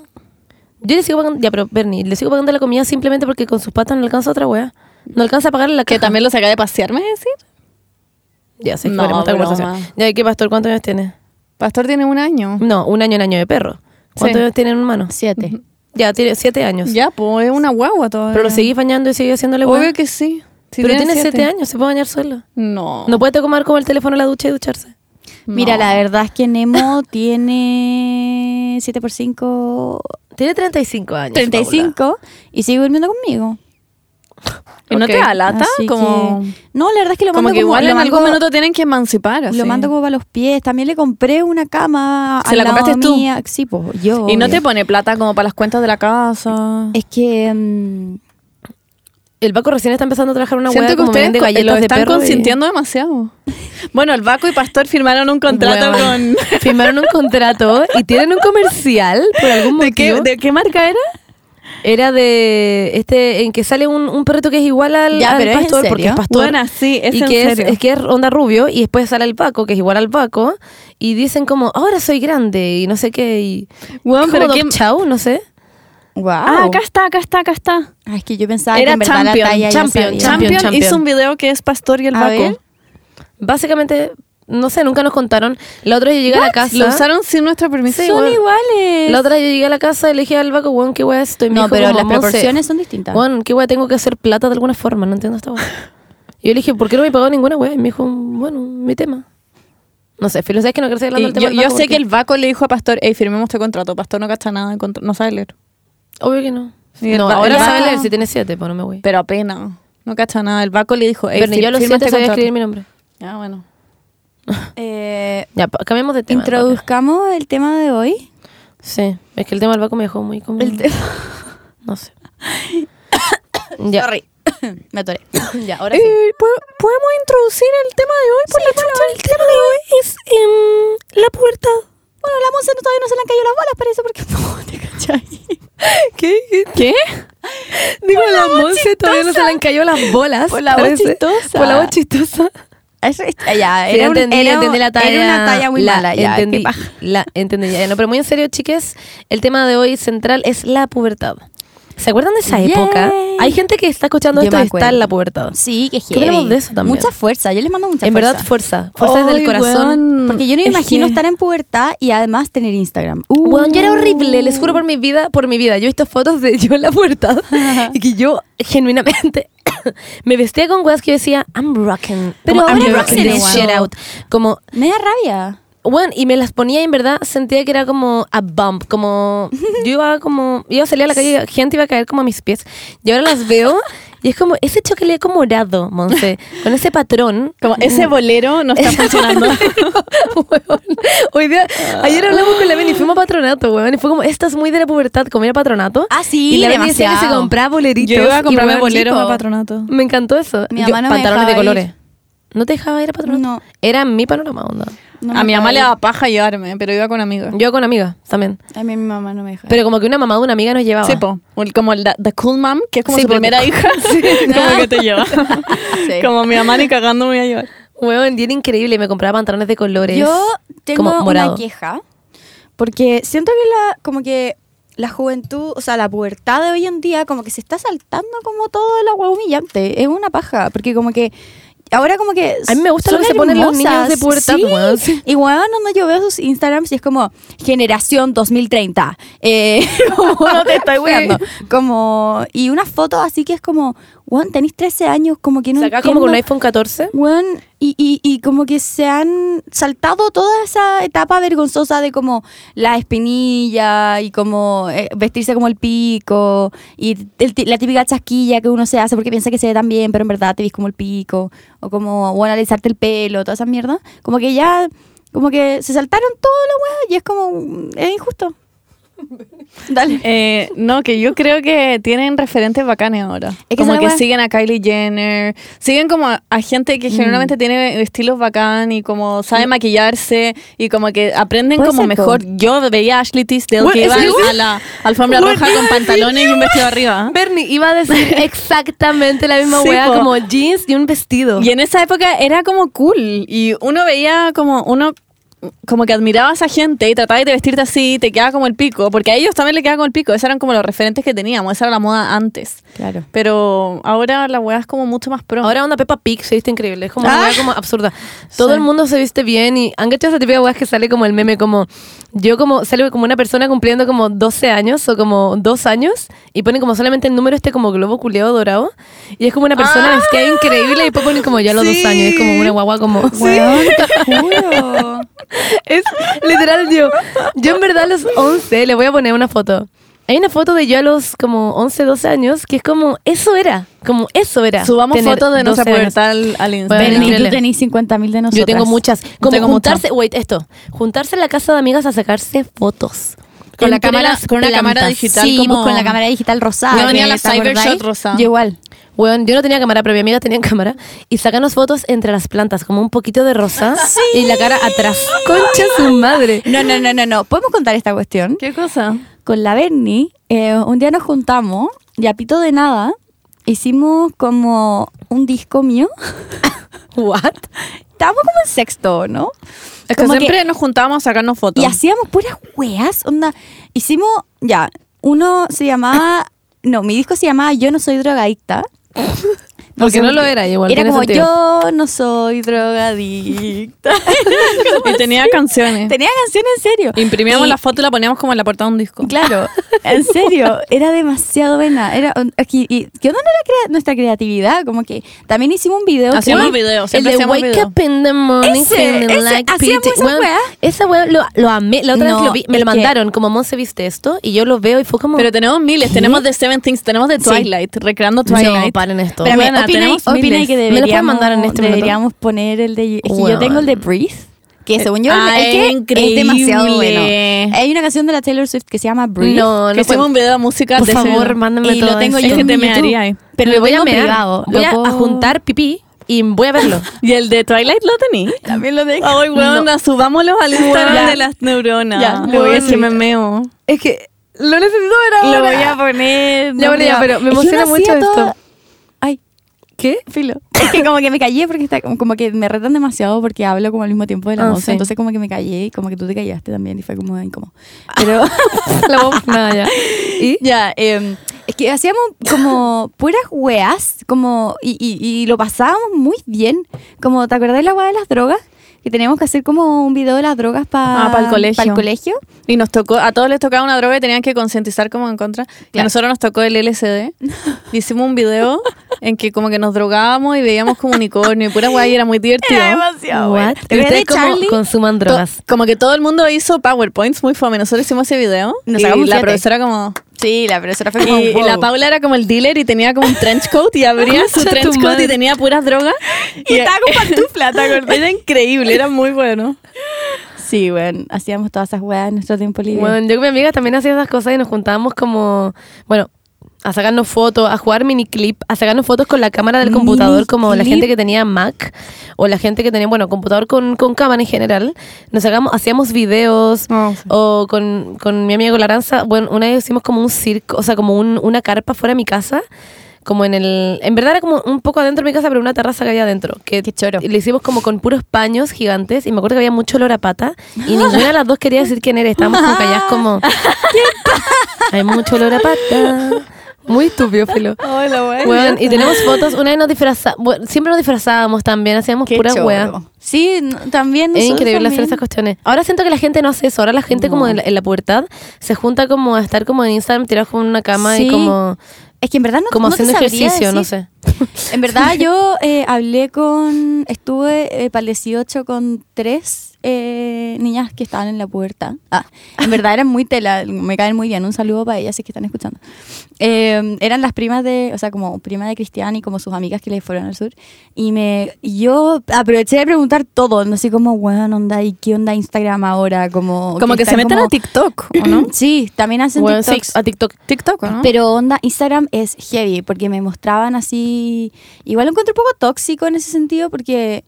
Speaker 1: Yo le sigo pagando, ya, pero Bernie, le sigo pagando la comida simplemente porque con sus patas no alcanza otra hueá. No alcanza a pagarle la
Speaker 3: Que
Speaker 1: caja.
Speaker 3: también lo saca de pasear, ¿me vas a decir?
Speaker 1: Ya sé que
Speaker 3: No,
Speaker 1: veremos esta
Speaker 3: broma.
Speaker 1: conversación. Ya, ¿y ¿qué pastor? ¿Cuántos años tiene?
Speaker 3: Pastor tiene un año.
Speaker 1: No, un año, un año de perro. ¿Cuántos
Speaker 3: Mm. Sí.
Speaker 1: años tiene en mano?
Speaker 2: Siete.
Speaker 1: Ya, tiene siete años.
Speaker 3: Ya, pues es una guagua todavía.
Speaker 1: Pero lo seguís bañando y sigue haciéndole hueá.
Speaker 3: Obvio que sí. Si
Speaker 1: pero tiene siete años, se puede bañar solo.
Speaker 3: No.
Speaker 1: No puede tomar como el teléfono en la ducha y ducharse.
Speaker 2: Mira, la verdad es que Nemo <laughs> tiene 7 por 5,
Speaker 1: Tiene 35 años.
Speaker 2: 35 y sigue durmiendo conmigo.
Speaker 3: ¿Y ¿No te
Speaker 1: Ok.
Speaker 3: da lata?
Speaker 2: Así
Speaker 3: Como,
Speaker 2: que- No, la verdad es que lo
Speaker 3: como
Speaker 2: mando
Speaker 3: que igual
Speaker 2: lo
Speaker 3: en algún
Speaker 2: mando-
Speaker 3: minuto tienen que emancipar. así.
Speaker 2: Lo mando como para los pies. También le compré una cama.
Speaker 3: ¿Se
Speaker 2: al
Speaker 3: la
Speaker 2: lado
Speaker 3: compraste tú?
Speaker 2: mía. Sí, pues yo.
Speaker 3: Y no
Speaker 2: obvio.
Speaker 3: te pone plata como para las cuentas de la casa.
Speaker 2: Es que. mm,
Speaker 1: El Paco recién está empezando a trabajar una hueá
Speaker 3: Siento que
Speaker 1: como
Speaker 3: ustedes
Speaker 1: vende
Speaker 3: co- lo
Speaker 1: galletas de
Speaker 3: están
Speaker 1: perro. y-
Speaker 3: consintiendo demasiado. <laughs> Bueno, el Baco y Pastor firmaron un contrato
Speaker 1: Hueón. <laughs>
Speaker 3: con...
Speaker 1: Firmaron un contrato y tienen un comercial por algún
Speaker 3: <laughs> ¿De
Speaker 1: motivo.
Speaker 3: qué, ¿De qué marca era?
Speaker 1: Era de este en que sale un, un perrito que es igual al,
Speaker 2: Ya,
Speaker 1: al
Speaker 2: pero ¿es en
Speaker 1: pastor
Speaker 2: serio?
Speaker 1: porque es pastor.
Speaker 3: Buena, sí, es
Speaker 1: y
Speaker 3: en
Speaker 1: que
Speaker 3: serio.
Speaker 1: Es, es que es onda rubio y después sale el Paco que es igual al Paco y dicen como ahora soy grande y no sé qué y
Speaker 3: Hueón,
Speaker 1: como
Speaker 3: pero
Speaker 1: Doc
Speaker 3: qué-
Speaker 1: Chau, no sé.
Speaker 2: ¡Wow!
Speaker 3: Ah, acá está, acá está, acá está.
Speaker 2: Ah, es que yo pensaba que
Speaker 3: era
Speaker 2: en verdad
Speaker 3: Champion,
Speaker 2: la talla ya
Speaker 3: Champion,
Speaker 2: sabía.
Speaker 3: Champion,
Speaker 1: Champion.
Speaker 3: Hizo un video que es Pastor y el
Speaker 2: A
Speaker 3: Baco.
Speaker 2: ver.
Speaker 1: Básicamente no sé, nunca nos contaron. La otra yo llegué a la casa.
Speaker 3: Lo usaron sin nuestra permisión.
Speaker 1: Sí,
Speaker 2: Son
Speaker 1: bueno.
Speaker 2: iguales.
Speaker 1: La otra yo llegué a la casa y le dije al Paco, weón, qué weá es esto. Y me
Speaker 2: no,
Speaker 1: dijo
Speaker 2: pero
Speaker 1: como,
Speaker 2: las
Speaker 1: "Monse,
Speaker 2: proporciones son distintas.
Speaker 1: Bueno, qué weá, tengo que hacer plata de alguna forma, no entiendo
Speaker 3: <laughs>
Speaker 1: esta weá. Y yo le dije, ¿por qué no me pagó ninguna weá? Y me dijo, bueno, mi tema. No sé, Filo, ¿sabes que no quiero seguir hablando
Speaker 3: Y
Speaker 1: del tema?
Speaker 3: yo,
Speaker 1: del
Speaker 3: yo
Speaker 1: Paco
Speaker 3: sé
Speaker 1: porque-
Speaker 3: que el Baco le dijo a Pastor, hey, firmemos este contrato. Pastor no cacha nada, de contra- no sabe leer.
Speaker 1: Obvio que no.
Speaker 3: Y el
Speaker 1: No,
Speaker 3: ba-
Speaker 1: ahora
Speaker 3: el
Speaker 1: sabe
Speaker 3: ba-
Speaker 1: leer si tiene siete, pues no me voy.
Speaker 3: Pero apenas, no cacha nada. El Baco le dijo, hey,
Speaker 1: Pero ni yo a los
Speaker 3: firma
Speaker 1: siete
Speaker 3: este
Speaker 1: sabía
Speaker 3: contrato.
Speaker 1: escribir mi nombre.
Speaker 3: Ah, bueno.
Speaker 2: Eh,
Speaker 1: Ya, pa- cambiemos de tema. Paula.
Speaker 2: Introduzcamos el tema de hoy.
Speaker 1: Sí, es que el tema del Paco me dejó muy como...
Speaker 2: El tema-
Speaker 1: No
Speaker 3: <laughs>
Speaker 1: sé. ya.
Speaker 2: Sorry. <coughs> Me atoré. <coughs> ya, ahora sí.
Speaker 3: Eh, ¿po- ¿Podemos introducir el tema de hoy? Por la chucha?
Speaker 1: El tema de hoy es la pubertad.
Speaker 2: Bueno, la Monse no- todavía no se le han caído las bolas, parece, porque <laughs> no, te <laughs> cachai.
Speaker 1: ¿Qué? ¿Qué? Digo, la Monse todavía no se le han caído las bolas.
Speaker 2: Por la voz
Speaker 1: parece.
Speaker 2: chistosa.
Speaker 1: Por la voz chistosa.
Speaker 2: Eso es- Ya,
Speaker 1: Sí,
Speaker 2: era, un-
Speaker 1: entendí,
Speaker 2: era-
Speaker 1: entendí la talla.
Speaker 2: era una talla muy
Speaker 1: la
Speaker 2: mala. Ya, qué
Speaker 1: entendí,
Speaker 2: paja.
Speaker 1: La, entendí. ya, no, pero muy en serio, chiques, el tema de hoy central es la pubertad. ¿Se acuerdan de esa
Speaker 2: Yay.
Speaker 1: época? Hay gente que está escuchando
Speaker 2: Yo
Speaker 1: esto
Speaker 2: me
Speaker 1: y está
Speaker 2: acuerdo.
Speaker 1: en la pubertad.
Speaker 2: Sí, que
Speaker 1: ¿Qué opinamos de eso también?
Speaker 2: Mucha fuerza, yo les mando mucha
Speaker 1: en
Speaker 2: fuerza.
Speaker 1: verdad, fuerza. Fuerza desde el
Speaker 3: Ay,
Speaker 1: corazón.
Speaker 3: weón.
Speaker 2: Porque yo no me
Speaker 3: Es
Speaker 2: imagino
Speaker 3: que-
Speaker 2: estar en pubertad y además tener Instagram. Uh.
Speaker 1: Weón, yo era horrible, les juro por mi vida, por mi vida. Yo he visto fotos de <laughs> yo en la pubertad y que yo genuinamente <coughs> me vestía con weas que yo decía, I'm rocking.
Speaker 2: Pero
Speaker 1: I'm
Speaker 2: ahora no
Speaker 1: rocking
Speaker 2: hacen
Speaker 1: this
Speaker 2: eso.
Speaker 1: shit out. Como,
Speaker 2: Me da rabia.
Speaker 1: Bueno, y me las ponía y en verdad sentía que era como a bump, como yo iba como, iba a salir a la calle y gente iba a caer como a mis pies. Y ahora las veo y es como ese chocolate morado, Monse, con ese patrón.
Speaker 3: Como ese
Speaker 1: Mm.
Speaker 3: bolero no está funcionando.
Speaker 1: Huevón. Hoy día, ayer hablamos con la Beni, fuimos a patronato, weón, y fue como, esta es muy de la pubertad, como ir a patronato.
Speaker 2: Ah, sí,
Speaker 1: y la Beni decía que se
Speaker 2: demasiado.
Speaker 1: compraba boleritos.
Speaker 3: yo iba a
Speaker 1: y,
Speaker 3: comprarme
Speaker 1: weón,
Speaker 3: boleros
Speaker 2: chico.
Speaker 3: a patronato.
Speaker 1: Me encantó eso.
Speaker 2: Mi
Speaker 1: Yo-
Speaker 2: mamá no me
Speaker 1: pantalones de
Speaker 2: dejaba ir.
Speaker 1: colores. ¿No te dejaba ir a patronato?
Speaker 2: No.
Speaker 1: Era mi panorama, onda.
Speaker 2: No me
Speaker 3: a mi mamá
Speaker 2: deja
Speaker 3: le
Speaker 2: ir.
Speaker 3: daba paja llevarme, pero iba con amigas.
Speaker 1: Yo con amigas también.
Speaker 2: A mí mi mamá no me deja.
Speaker 1: Pero como que una mamá de una amiga nos llevaba.
Speaker 3: Sí, po. O el- Como la, The Cool Mom, que es como
Speaker 1: Ah. Sí,
Speaker 3: su
Speaker 1: po,
Speaker 3: primera
Speaker 1: the-
Speaker 3: hija. <laughs> como que te lleva.
Speaker 2: Sí.
Speaker 3: Como mi mamá ni cagando me iba a llevar.
Speaker 1: Huevón, y era increíble. Me compraba pantalones de colores.
Speaker 2: Yo tengo
Speaker 1: como morado.
Speaker 2: una queja porque siento que la como que la juventud, o sea, la pubertad de hoy en día como que se está saltando como todo el agua humillante, es una paja, porque como que ahora como que
Speaker 1: A mí me gusta lo
Speaker 2: son
Speaker 1: que se ponen los niños de pubertad,
Speaker 2: sí.
Speaker 1: weón, sí.
Speaker 2: Y weón, no, yo veo sus Instagrams y es como generación 2030. Eh, <laughs> como, no te estoy weando. Como y una foto así que es como, weón, tenéis 13 años, como que no
Speaker 1: Sacaba como con un
Speaker 2: entiendo-
Speaker 1: iPhone 14.
Speaker 2: Weón, y, y, y como que se han saltado toda esa etapa vergonzosa de como la espinilla y como eh, vestirse como el pico y el ti- la típica chasquilla que uno se hace porque piensa que se ve tan bien, pero en verdad te ves como el pico o como bueno, alisarte el pelo, toda esa mierda.
Speaker 1: <laughs>
Speaker 2: Como que ya, como que se saltaron todo la weá y es como, mm, es injusto.
Speaker 3: Dale. Eh, no, que yo creo que tienen referentes bacanes ahora.
Speaker 2: que
Speaker 3: como
Speaker 2: esa
Speaker 3: que
Speaker 2: weá-
Speaker 3: siguen a Kylie Jenner, siguen como a, a gente
Speaker 2: Mm.
Speaker 3: que generalmente tiene estilos bacán y como sabe maquillarse y como que aprenden
Speaker 2: Puede
Speaker 3: como
Speaker 2: ser,
Speaker 3: mejor. Yo veía a Ashley Tisdale
Speaker 1: Bueno,
Speaker 3: que iba
Speaker 1: eso es-
Speaker 3: a la alfombra
Speaker 1: Bueno,
Speaker 3: roja
Speaker 1: iba
Speaker 3: con
Speaker 1: a decir
Speaker 3: pantalones y un vestido
Speaker 2: ¿Ah?
Speaker 3: arriba.
Speaker 1: Bernie iba a
Speaker 2: <laughs>
Speaker 1: decir exactamente la misma
Speaker 3: Sí,
Speaker 1: weá,
Speaker 3: po.
Speaker 1: como jeans y un vestido.
Speaker 3: Y en esa época era como cool y uno veía como uno como que admiraba a esa gente y trataba de vestirte así y te quedaba como el pico, porque a ellos también le quedaba como el pico, esos eran como los referentes que teníamos, esa era la moda antes.
Speaker 2: Claro.
Speaker 3: Pero ahora la weá es como mucho más pro.
Speaker 1: Ahora una Peppa Pig se viste increíble, es como una
Speaker 3: Ah.
Speaker 1: weá como absurda. Todo
Speaker 3: Sí.
Speaker 1: el mundo se viste bien y han hecho esa típica weá que sale como el meme, como yo como salgo como una persona cumpliendo como 12 años o como 2 años y ponen como solamente el número este como globo culeado dorado y es como una persona
Speaker 3: Ah.
Speaker 1: vestida increíble y después ponen como yo a los 2
Speaker 3: Sí.
Speaker 1: años, es como una guagua como...
Speaker 2: Weón, te juro.
Speaker 1: Es literal yo. Yo en verdad a los 11 le voy a poner una foto. Hay una foto de yo a los como 11, 12 años que es como, eso era, como eso era.
Speaker 3: subamos
Speaker 1: tener
Speaker 3: fotos
Speaker 1: 12
Speaker 3: de nuestra
Speaker 1: años.
Speaker 3: pubertad al, al Instagram.
Speaker 2: Berni, tú
Speaker 1: increíble.
Speaker 2: tenés 50.000 de nosotros.
Speaker 1: Yo tengo muchas. Como
Speaker 3: tengo
Speaker 1: juntarse, wait, esto. Juntarse en la casa de amigas a sacarse fotos.
Speaker 3: Con la
Speaker 1: Entre
Speaker 3: cámara-
Speaker 1: las
Speaker 3: con una
Speaker 1: plantas.
Speaker 3: cámara digital.
Speaker 2: Sí,
Speaker 3: como-
Speaker 2: pues, con la cámara digital rosada.
Speaker 3: Yo venía
Speaker 2: que
Speaker 3: la
Speaker 2: ¿te acordáis?
Speaker 3: Cybershot rosa.
Speaker 2: Yo igual.
Speaker 1: Weón, yo no tenía cámara, pero mis amigas tenían cámara. Y sacanos fotos entre las plantas, como un poquito de
Speaker 3: <laughs>
Speaker 1: rosa. Y la cara atrás. Concha su madre.
Speaker 2: No, no, no, no, no. ¿Podemos contar esta cuestión?
Speaker 3: ¿Qué cosa?
Speaker 2: Con la Bernie, eh, un día nos juntamos y a pito de nada hicimos como un disco mío.
Speaker 1: What?
Speaker 2: Estábamos como en sexto, ¿no?
Speaker 3: Es que
Speaker 2: Como que-
Speaker 3: siempre nos juntábamos a sacarnos fotos.
Speaker 2: Y hacíamos puras weas, onda. Hicimos, ya, uno se llamaba, no, mi disco se llamaba Yo no soy drogadicta.
Speaker 1: Porque
Speaker 2: sé
Speaker 1: no
Speaker 2: por
Speaker 1: lo
Speaker 2: qué.
Speaker 1: era, igual,
Speaker 2: Era
Speaker 1: tiene
Speaker 2: como
Speaker 1: sentido.
Speaker 2: yo no soy drogadicta.
Speaker 3: y tenía canciones.
Speaker 2: Tenía canciones en serio.
Speaker 3: Eh. Imprimíamos
Speaker 2: Y-
Speaker 3: la foto y la poníamos como en la portada de un disco.
Speaker 2: Claro, en serio, era demasiado buena. Era un- aquí y ¿qué onda era crea- nuestra creatividad? Como que también hicimos un video.
Speaker 3: Hacíamos
Speaker 2: que-
Speaker 3: videos,
Speaker 1: El
Speaker 3: siempre
Speaker 1: de
Speaker 3: hacíamos
Speaker 1: Wake
Speaker 3: videos.
Speaker 1: Up in the Morning
Speaker 2: Ese,
Speaker 1: feeling
Speaker 2: ese,
Speaker 1: like
Speaker 2: hacíamos
Speaker 1: PT.
Speaker 2: esa
Speaker 1: Weón,
Speaker 2: weá.
Speaker 1: Esa weá lo, lo amé. La otra vez
Speaker 2: No,
Speaker 1: lo vi, me
Speaker 2: es
Speaker 1: lo
Speaker 2: que-
Speaker 1: mandaron. Como Monse viste esto. Y yo lo veo y fue como.
Speaker 3: Pero tenemos miles,
Speaker 1: ¿Qué?
Speaker 3: tenemos de Seven Things, tenemos de Twilight, recreando Twilight.
Speaker 1: no, paren esto.
Speaker 2: Espérame,
Speaker 3: Buena,
Speaker 2: opina,
Speaker 3: tenemos
Speaker 2: opina
Speaker 3: miles.
Speaker 2: que
Speaker 1: ¿Me lo pueden
Speaker 2: deberíamos,
Speaker 1: mandar en este minuto?
Speaker 2: deberíamos poner el de... Es que
Speaker 1: Weón.
Speaker 2: yo tengo el de Breathe, que según yo
Speaker 3: Ah,
Speaker 2: el que
Speaker 3: es increíble.
Speaker 2: es demasiado bueno. Hay una canción de la Taylor Swift que se llama Breathe.
Speaker 1: No,
Speaker 3: que hicimos un video de música
Speaker 1: Por
Speaker 3: de ese
Speaker 1: favor,
Speaker 3: video.
Speaker 1: mándenme
Speaker 2: y
Speaker 1: todo
Speaker 2: lo tengo yo
Speaker 1: eso.
Speaker 3: Es que
Speaker 2: en
Speaker 3: te
Speaker 2: mi YouTube,
Speaker 3: mearía ahí.
Speaker 2: Pero lo
Speaker 1: voy a
Speaker 2: tengo
Speaker 1: mear,
Speaker 2: privado.
Speaker 1: Voy
Speaker 2: lo
Speaker 1: a,
Speaker 2: puedo-
Speaker 1: a juntar pipí y voy a verlo.
Speaker 3: Y el de Twilight lo tení.
Speaker 2: También lo tengo.
Speaker 3: Ay, weón, subámoslos al Instagram
Speaker 2: Ya.
Speaker 3: de las neuronas.
Speaker 2: Ya,
Speaker 3: le voy a
Speaker 2: weón.
Speaker 3: decir me meo.
Speaker 1: es que lo necesito ver
Speaker 2: Lo voy a poner.
Speaker 1: Ya, bueno, ya, pero me
Speaker 2: Es que uno
Speaker 1: emociona mucho
Speaker 2: hacía
Speaker 1: esto.
Speaker 2: todo- Ay,
Speaker 1: ¿Qué?
Speaker 2: filo. Es que como que me callé porque está como que me retan demasiado porque hablo como al mismo tiempo de la
Speaker 1: Ah,
Speaker 2: voz.
Speaker 1: sí.
Speaker 2: Entonces como que me callé y como que tú te callaste también y fue como incómodo. Pero
Speaker 1: <laughs> La voz, nada, <laughs> ya. <laughs> ¿Y?
Speaker 2: <laughs> ya, em, es que hacíamos como puras weas, como y, y- y lo pasábamos muy bien. Como, ¿te acordás de la wea de las drogas? Que teníamos que hacer como un video de las drogas para
Speaker 3: Ah, pa'l colegio.
Speaker 2: el colegio.
Speaker 3: Y nos tocó, a todos les tocaba una droga y tenían que concientizar como en contra. Y a
Speaker 2: Claro.
Speaker 3: nosotros nos tocó
Speaker 2: <laughs>
Speaker 3: el LSD. Hicimos un video en que como que nos drogábamos y veíamos como unicornio y pura guay, era muy divertido.
Speaker 2: demasiado
Speaker 1: What? ¿Y ustedes cómo consuman
Speaker 3: To-
Speaker 1: drogas?
Speaker 3: Como que todo el mundo hizo PowerPoints muy fome. Nosotros hicimos ese video.
Speaker 2: Nos
Speaker 3: y
Speaker 2: sacamos un
Speaker 3: la
Speaker 2: siete.
Speaker 3: profesora como.
Speaker 2: Sí, la profesora fue
Speaker 3: Y,
Speaker 2: como
Speaker 3: y la
Speaker 2: wow.
Speaker 3: Paula era como el dealer y tenía como un trench coat y abría su
Speaker 1: Concha tu
Speaker 3: trench coat
Speaker 1: madre.
Speaker 3: y tenía
Speaker 2: <laughs>
Speaker 3: puras drogas.
Speaker 2: Y estaba con pantufla, <laughs> ¿te acordás?
Speaker 3: Era increíble, era muy bueno.
Speaker 2: Sí, bueno, hacíamos todas esas weas en nuestro tiempo libre.
Speaker 1: Bueno, yo con mi amiga también hacía esas cosas y nos juntábamos como, bueno, a sacarnos fotos, a jugar miniclip, a sacarnos fotos con la cámara del computador, como la
Speaker 2: Miniclip.
Speaker 1: gente que tenía Mac o la gente que tenía, bueno, computador con, con cámara en general. Nos sacamos, hacíamos videos
Speaker 3: Ah, sí.
Speaker 1: o con, con mi amigo Laranza, bueno, una vez hicimos como un circo, o sea, como un- una carpa fuera de mi casa. Como en el. En verdad era como un poco adentro de mi casa, pero una terraza que había adentro. Que
Speaker 2: Qué choro.
Speaker 1: y lo Eh, hicimos como con puros paños gigantes y me acuerdo que había mucho olor a pata y ninguna de las dos quería decir quién era. Estábamos con callas
Speaker 2: <laughs>
Speaker 1: como... Hay mucho olor a pata. Muy estúpido, Filo.
Speaker 3: Hola,
Speaker 1: Weón, y tenemos fotos. Una vez nos disfrazábamos... siempre nos disfrazábamos también. Hacíamos
Speaker 2: Qué
Speaker 1: pura
Speaker 2: choro.
Speaker 1: wea.
Speaker 2: Sí, no- también.
Speaker 1: Es
Speaker 2: nosotros
Speaker 1: increíble hacer
Speaker 2: también.
Speaker 1: esas cuestiones. Ahora siento que la gente no hace eso. Ahora la gente como en la, en la pubertad se junta como a estar como en Instagram tirados como en una cama y
Speaker 2: Sí.
Speaker 1: como,
Speaker 2: Es que en verdad no,
Speaker 1: como
Speaker 2: no te
Speaker 1: haciendo
Speaker 2: sabría
Speaker 1: ejercicio, no
Speaker 2: decir.
Speaker 1: sé.
Speaker 2: <laughs> En verdad yo eh, hablé con, estuve eh, para el 18 con tres eh, niñas que estaban en la puerta. Ah, en verdad eran muy tela, me caen muy bien, un saludo para ellas si es que están escuchando. Eh, eran las primas de, o sea, como prima de Cristian y como sus amigas que le fueron al sur. Y me, y yo aproveché de preguntar todo, no sé cómo, weón, onda, y qué onda Instagram ahora, como...
Speaker 3: Como que se
Speaker 2: están
Speaker 3: meten
Speaker 2: como-
Speaker 3: a TikTok, ¿o no?
Speaker 2: <clears throat> Sí, también hacen
Speaker 1: Bueno, sí,
Speaker 2: TikToks.
Speaker 1: a TikTok.
Speaker 3: TikTok, ¿o ¿no?
Speaker 2: Pero onda, Instagram es heavy porque me mostraban así. Igual lo encuentro un poco tóxico en ese sentido porque,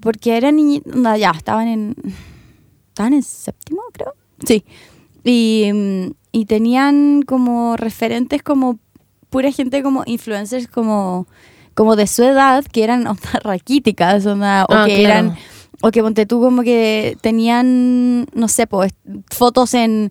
Speaker 2: porque eran niñitos. Onda, ya, estaban en. Estaban en séptimo, creo. Sí. Y, mm, y tenían como referentes como pura gente como influencers como, como de su edad que eran onda <laughs> raquíticas, onda, o
Speaker 1: Ah,
Speaker 2: que
Speaker 1: claro.
Speaker 2: eran. O que ponte tú como que tenían, no sé, pues, fotos en,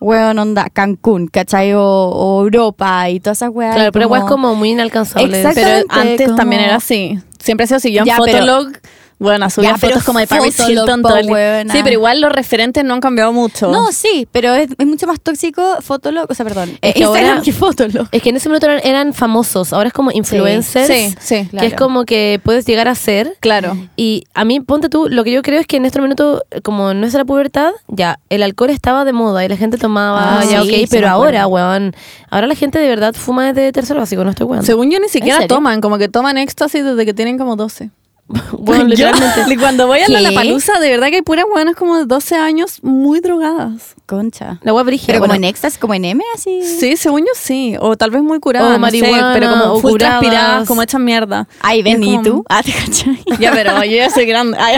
Speaker 2: weón, onda, Cancún, ¿cachai? O, o Europa y todas esas weas.
Speaker 1: Claro, pero igual es como muy inalcanzable.
Speaker 2: Exacto.
Speaker 3: Pero
Speaker 2: Exactamente,
Speaker 3: antes
Speaker 2: como-
Speaker 3: también era así. Siempre ha sido así. Yo en
Speaker 2: Ya, pero-
Speaker 3: Fotolog, bueno, subía
Speaker 2: Ya, pero
Speaker 3: fotos como de Paris
Speaker 2: Fotolog,
Speaker 3: Hilton.
Speaker 2: po,
Speaker 3: todo el día.
Speaker 2: huevona.
Speaker 3: Sí, pero igual los referentes no han cambiado mucho.
Speaker 2: No, sí, pero es, es mucho más tóxico Fotolog, o sea, perdón, eh,
Speaker 1: Es que
Speaker 2: Instagram
Speaker 1: ahora-
Speaker 2: que Fotolog.
Speaker 1: Es que en ese minuto eran, eran famosos, ahora es como influencers,
Speaker 3: Sí, sí, Mm.
Speaker 1: que es
Speaker 2: claro.
Speaker 1: como que puedes llegar a ser.
Speaker 3: claro.
Speaker 1: Y a mí, ponte tú, lo que yo creo es que en este minuto, como no es la pubertad, ya, el alcohol estaba de moda y la gente tomaba,
Speaker 2: Ah,
Speaker 1: ya,
Speaker 2: sí,
Speaker 1: ok,
Speaker 2: sí
Speaker 1: pero
Speaker 2: me acuerdo.
Speaker 1: ahora, weón, ahora la gente de verdad fuma desde tercer básico, no estoy weón.
Speaker 3: Según yo ni siquiera
Speaker 2: serio?
Speaker 3: toman, como que toman éxtasis desde que tienen como <laughs> 12.
Speaker 1: <laughs>
Speaker 2: <laughs>
Speaker 1: Weón, literalmente.
Speaker 3: Yo- <laughs> cuando voy a
Speaker 2: ¿Qué?
Speaker 3: la palusa, de verdad que hay puras buenas como de 12 años muy drogadas.
Speaker 2: Concha.
Speaker 1: La web brígida.
Speaker 2: Pero como
Speaker 1: bueno.
Speaker 2: en éxtasis, como en M, así.
Speaker 3: Sí, según yo sí. Mm. O tal vez muy curadas,
Speaker 1: O
Speaker 3: no sé,
Speaker 1: marihuana,
Speaker 3: pero como
Speaker 1: o
Speaker 3: full
Speaker 1: curadas.
Speaker 3: transpiradas, como hechas mierda.
Speaker 2: Ay, ven,
Speaker 3: Es
Speaker 2: ¿y
Speaker 3: como-
Speaker 2: tú? Ah, te cachai.
Speaker 3: Ya,
Speaker 2: <laughs>
Speaker 3: pero yo ya soy grande. Ay,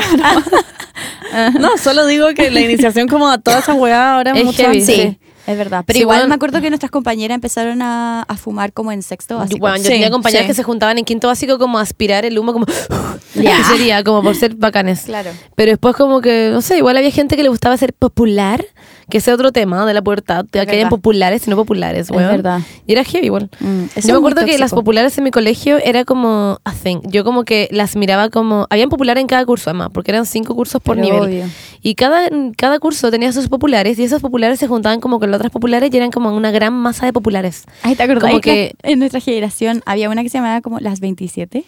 Speaker 3: no. <laughs> No, solo digo que la iniciación como a toda esa weá ahora es
Speaker 1: Es
Speaker 3: mucho
Speaker 1: heavy,
Speaker 2: Sí,
Speaker 3: antes.
Speaker 1: sí.
Speaker 2: es verdad. Pero
Speaker 1: Sí,
Speaker 2: igual
Speaker 1: bueno.
Speaker 2: me acuerdo que nuestras compañeras empezaron a, a fumar como en sexto
Speaker 1: Yo,
Speaker 2: básico.
Speaker 1: bueno, yo
Speaker 3: Sí,
Speaker 1: tenía compañeras
Speaker 3: sí.
Speaker 1: que se juntaban en quinto básico como a aspirar el humo como <laughs>
Speaker 2: Ya.
Speaker 1: que sería como por ser bacanes.
Speaker 2: Claro.
Speaker 1: Pero después como que, no sé, igual había gente que le gustaba ser popular, que ese otro tema de la pubertad, que
Speaker 2: verdad.
Speaker 1: eran populares y no populares,
Speaker 2: Es
Speaker 1: weón.
Speaker 2: verdad.
Speaker 1: Y era heavy igual.
Speaker 2: Mm, eso es muy
Speaker 1: yo me acuerdo que
Speaker 2: tóxico.
Speaker 1: las populares en mi colegio era como a thing. Yo como que las miraba como, habían popular en cada curso además, porque eran cinco cursos por
Speaker 2: Pero
Speaker 1: nivel.
Speaker 2: obvio.
Speaker 1: Y cada, cada curso tenía sus populares y esos populares se juntaban como con las otras populares y eran como una gran masa de populares.
Speaker 2: Ay, ¿te acordás
Speaker 1: Como
Speaker 2: que
Speaker 1: que-
Speaker 2: <laughs> en nuestra generación había una que se llamaba como las 27?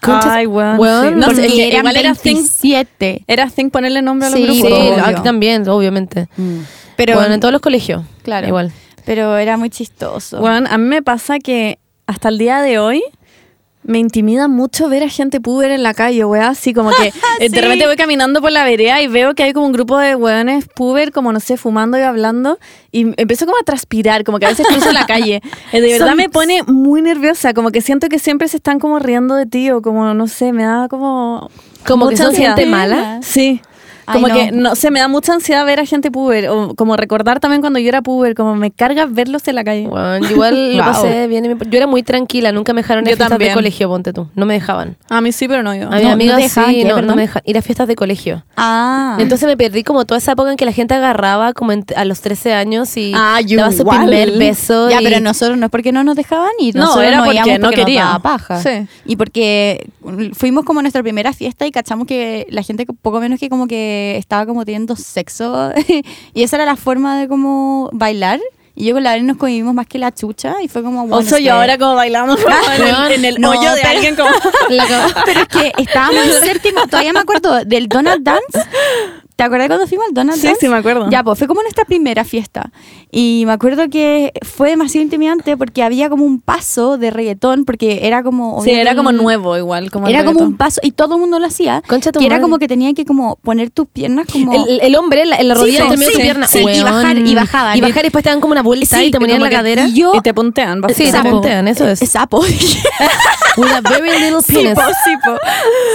Speaker 1: Conchas-
Speaker 3: Ay, weón.
Speaker 1: Weón,
Speaker 3: sí. No,
Speaker 1: porque
Speaker 3: es que
Speaker 2: eran
Speaker 3: igual era think,
Speaker 2: 27.
Speaker 3: era think ponerle nombre a los
Speaker 2: Sí,
Speaker 1: Sí,
Speaker 3: grupos.
Speaker 2: obvio.
Speaker 1: aquí también, obviamente.
Speaker 2: Pero,
Speaker 1: Mm. bueno, en todos los colegios.
Speaker 2: Claro.
Speaker 1: Igual.
Speaker 2: pero era muy chistoso.
Speaker 3: Weón, a mí me pasa que hasta el día de hoy me intimida mucho ver a gente puber en la calle, weá. Así como que eh,
Speaker 2: <laughs> Sí.
Speaker 3: de repente voy caminando por la vereda y veo que hay como un grupo de weones puber, como no sé, fumando y hablando. Y empiezo como a transpirar, como que a veces cruzo
Speaker 2: <laughs>
Speaker 3: la calle. Eh, De verdad
Speaker 2: Son-
Speaker 3: me pone muy nerviosa, como que siento que siempre se están como riendo de ti o como, no sé, me da como...
Speaker 1: Como que
Speaker 3: mucha
Speaker 1: son gente
Speaker 3: ansiedad.
Speaker 1: mala.
Speaker 3: Sí.
Speaker 2: Ay,
Speaker 3: Como
Speaker 2: no.
Speaker 3: que, no sé, me da mucha ansiedad ver a gente puber, o como recordar también cuando yo era puber, como me carga verlos en la calle.
Speaker 1: Bueno, igual
Speaker 2: <laughs>
Speaker 1: lo
Speaker 3: Wow.
Speaker 1: pasé bien. en mi- Yo era muy tranquila, nunca me dejaron ir
Speaker 3: Yo
Speaker 1: a fiestas
Speaker 3: también.
Speaker 1: de colegio, ponte tú. No me dejaban.
Speaker 3: A mí sí, pero no yo.
Speaker 1: A mis
Speaker 2: no te
Speaker 1: amigas
Speaker 2: dejaban
Speaker 1: sí,
Speaker 2: qué,
Speaker 1: no, no
Speaker 2: perdón?
Speaker 1: me dejaban ir a fiestas de colegio.
Speaker 2: Ah.
Speaker 1: Entonces me perdí como toda esa época en que la gente agarraba como en- a los 13 años y
Speaker 3: Ah, yo
Speaker 1: daba su
Speaker 3: igual.
Speaker 1: primer beso.
Speaker 2: ya,
Speaker 1: y-
Speaker 2: pero nosotros no es porque no nos dejaban ir.
Speaker 3: No,
Speaker 2: nosotros
Speaker 3: era
Speaker 2: no
Speaker 3: porque
Speaker 2: íbamos
Speaker 3: no
Speaker 2: nos
Speaker 3: quería.
Speaker 2: daba paja.
Speaker 3: Sí.
Speaker 2: Y porque fuimos como a nuestra primera fiesta y cachamos que la gente poco menos que como que estaba como teniendo sexo. <laughs> y esa era la forma de como bailar. Y yo con la Valen nos convivimos más que la chucha y fue como...
Speaker 3: O
Speaker 2: bueno,
Speaker 3: soy yo
Speaker 2: ustedes-
Speaker 3: ahora como bailamos como en el, en el
Speaker 2: No,
Speaker 3: hoyo de
Speaker 2: pero-
Speaker 3: alguien como...
Speaker 1: La ca-
Speaker 2: <laughs> Pero es que estábamos en séptimo, todavía me acuerdo del Donald Dance. ¿Te acuerdas cuando fuimos al Donald
Speaker 3: Sí,
Speaker 2: Dance?
Speaker 3: sí, me acuerdo.
Speaker 2: Ya, pues fue como nuestra primera fiesta. Y me acuerdo que fue demasiado intimidante porque había como un paso de reggaetón, porque era como...
Speaker 3: Sí, era como
Speaker 2: obviamente,
Speaker 3: nuevo igual. Como el
Speaker 2: Era como
Speaker 3: reggaetón.
Speaker 2: un paso y todo el mundo lo hacía.
Speaker 1: Concha tu
Speaker 2: que era
Speaker 1: madre.
Speaker 2: como que tenían que como poner tus piernas como... eh,
Speaker 1: El, el hombre, la, la
Speaker 2: Sí,
Speaker 1: rodilla,
Speaker 2: sí,
Speaker 1: te ponía
Speaker 2: sí,
Speaker 1: su pierna.
Speaker 2: sí, y
Speaker 1: Weón.
Speaker 2: bajar- y bajaban.
Speaker 1: Y bajar y después te dan como una vuelta
Speaker 2: Sí,
Speaker 1: y te ponían
Speaker 3: como
Speaker 1: la
Speaker 3: que-
Speaker 1: cadera.
Speaker 2: y yo-
Speaker 3: Y te puntean.
Speaker 2: <laughs>
Speaker 1: Sí, te
Speaker 3: bastante.
Speaker 1: puntean, eso es.
Speaker 2: Eh, Sapo. <laughs> dije.
Speaker 1: With a very little
Speaker 2: Sí,
Speaker 1: penis.
Speaker 2: po, sí, po.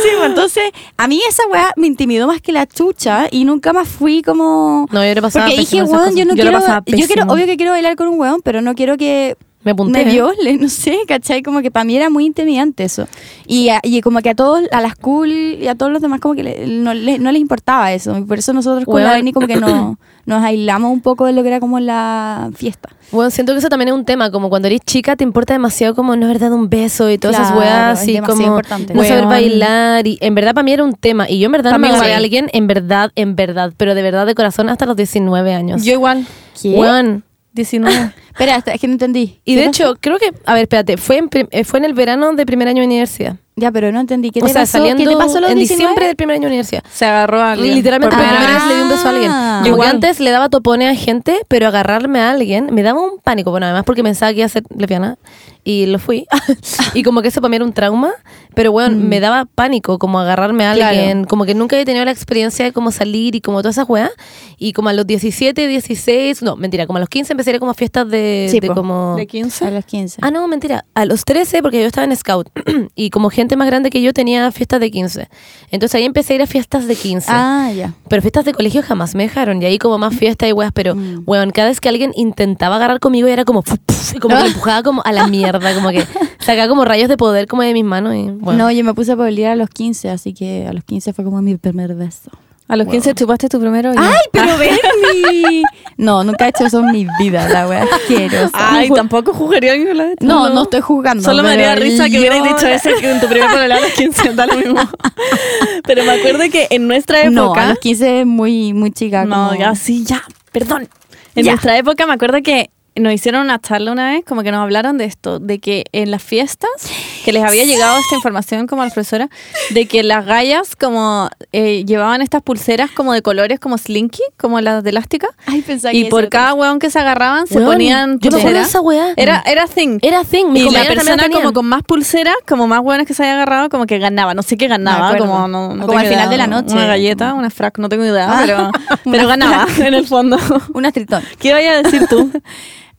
Speaker 2: Sí, po, Entonces, a mí esa weá me intimidó más que la chucha y nunca más fui como...
Speaker 1: No, yo le pasaba
Speaker 2: Porque dije,
Speaker 1: pésimo esas
Speaker 2: weón, yo no
Speaker 3: cosas. Yo la
Speaker 2: quiero.
Speaker 3: pasaba
Speaker 2: Yo quiero,
Speaker 3: pésimo.
Speaker 2: obvio que quiero bailar con un weón, pero no quiero que
Speaker 1: Me apunté. ¿eh?
Speaker 2: me viole, <laughs> no sé, ¿cachai? Como que para mí era muy intimidante eso. Y, a- y como que a todos, a las cool y a todos los demás, como que le- no, le- no les importaba eso. Y por eso nosotros con la
Speaker 1: Weón.
Speaker 2: Beni como que
Speaker 1: <coughs>
Speaker 2: no, nos aislamos un poco de lo que era como la fiesta.
Speaker 1: Bueno, siento que eso también es un tema, como cuando eres chica te importa demasiado como no haber dado un beso y todas esas
Speaker 2: Claro,
Speaker 1: weas
Speaker 2: es
Speaker 1: y
Speaker 2: demasiado
Speaker 1: como
Speaker 2: importante.
Speaker 1: no saber
Speaker 3: Weón.
Speaker 1: bailar y en verdad para mí era un tema y yo en verdad
Speaker 3: Pa'
Speaker 1: no me
Speaker 3: mí
Speaker 1: agarré a
Speaker 3: sí.
Speaker 1: alguien en verdad, en verdad, pero de verdad de corazón hasta los 19 años.
Speaker 3: Yo igual.
Speaker 1: Weón,
Speaker 3: 19.
Speaker 2: Espera, es que no entendí.
Speaker 1: Y de
Speaker 2: ¿Qué
Speaker 1: hecho, creo que, a ver, espérate, fue en, prim- eh, fue en el verano de primer año de universidad.
Speaker 2: pasó? Ya, pero no entendí. ¿Qué
Speaker 1: o
Speaker 2: te
Speaker 1: sea,
Speaker 2: pasó?
Speaker 1: saliendo
Speaker 2: ¿Qué te pasó a los 19?
Speaker 1: en diciembre del primer año de universidad.
Speaker 3: Se agarró a alguien.
Speaker 1: Literalmente,
Speaker 3: por
Speaker 1: por
Speaker 3: primera
Speaker 1: primera
Speaker 2: Ah.
Speaker 1: vez le di un beso a alguien. Yo
Speaker 3: Igual.
Speaker 1: antes le daba topones a gente, pero agarrarme a alguien me daba un pánico. Bueno, además porque pensaba que iba a ser lesbiana y lo fui. <laughs> y como que eso para mí era un trauma, pero bueno, me daba pánico como agarrarme a
Speaker 2: Mm. Claro.
Speaker 1: alguien. Como que nunca había tenido la experiencia de como salir y como todas esas weas. Y como a los 17, 16, no, mentira, como a los 15 empecé a ir como a fiestas de,
Speaker 2: Sí,
Speaker 1: de
Speaker 2: po.
Speaker 1: como...
Speaker 3: ¿De
Speaker 2: A
Speaker 3: 15?
Speaker 2: los 15.
Speaker 1: Ah, no, mentira. A los 13, porque yo estaba en Scout. <clears throat> y como gente más grande que yo tenía fiestas de 15. Entonces ahí empecé a ir a fiestas de 15.
Speaker 2: Ah, ya.
Speaker 1: Pero fiestas de colegio jamás me dejaron. Y ahí como más fiesta y weas. Pero,
Speaker 3: Mm.
Speaker 1: weón, cada vez que alguien intentaba agarrar conmigo era como... puf, puf, y como que
Speaker 3: <laughs>
Speaker 1: me empujaba como a la mierda. Como que sacaba como rayos de poder como de mis manos. Y, bueno.
Speaker 2: No, yo me puse a pelear a los 15, así que a los 15 fue como mi primer beso.
Speaker 3: A los 15 chupaste tu primero. hoyo.
Speaker 2: pero Bernie! no, nunca he hecho eso en mi vida, la wea asquerosa.
Speaker 3: Ah, Ay, tampoco jugaría algo la
Speaker 2: pues. No, no estoy jugando.
Speaker 3: Solo me haría
Speaker 2: pero
Speaker 3: risa que hubieras
Speaker 2: yo-
Speaker 3: dicho ese que en tu primer programa a los 15 da
Speaker 2: <laughs>
Speaker 3: lo mismo. Pero me acuerdo que en nuestra
Speaker 2: No, a
Speaker 3: época.
Speaker 2: los 15 es muy, muy chica.
Speaker 3: No,
Speaker 2: como-
Speaker 3: ya sí, ya, perdón. En
Speaker 2: Ya.
Speaker 3: nuestra época me acuerdo que nos hicieron una charla una vez, como que nos hablaron de esto, de que en las fiestas, que les había llegado esta información como a la profesora, de que las gallas como eh, llevaban estas pulseras como de colores como slinky, como las de elástica,
Speaker 2: Ay, pensaba Ah, que
Speaker 3: y
Speaker 2: eso
Speaker 3: por
Speaker 2: era-
Speaker 3: cada hueón que se agarraban se
Speaker 1: Weón,
Speaker 3: ponían
Speaker 1: yo me acuerdo de
Speaker 3: pulseras.
Speaker 1: esa weá.
Speaker 3: Era, era thing.
Speaker 1: Era thing. Mis
Speaker 3: Y la
Speaker 1: compañeras también
Speaker 3: persona
Speaker 1: la
Speaker 3: como
Speaker 1: tenían.
Speaker 3: con más pulseras, como más buenas que se haya agarrado, como que ganaba. No sé qué ganaba,
Speaker 2: Me acuerdo.
Speaker 3: como, no, no
Speaker 2: Como al
Speaker 3: tengo
Speaker 2: final
Speaker 3: idea.
Speaker 2: de la noche. Mm.
Speaker 3: Una galleta, una frac, no tengo idea,
Speaker 2: Ah. <laughs>
Speaker 3: pero, pero
Speaker 2: Una
Speaker 3: ganaba
Speaker 2: <laughs>
Speaker 3: en el fondo.
Speaker 2: Una tritón.
Speaker 3: ¿Qué vaya a decir
Speaker 2: <laughs>
Speaker 3: tú?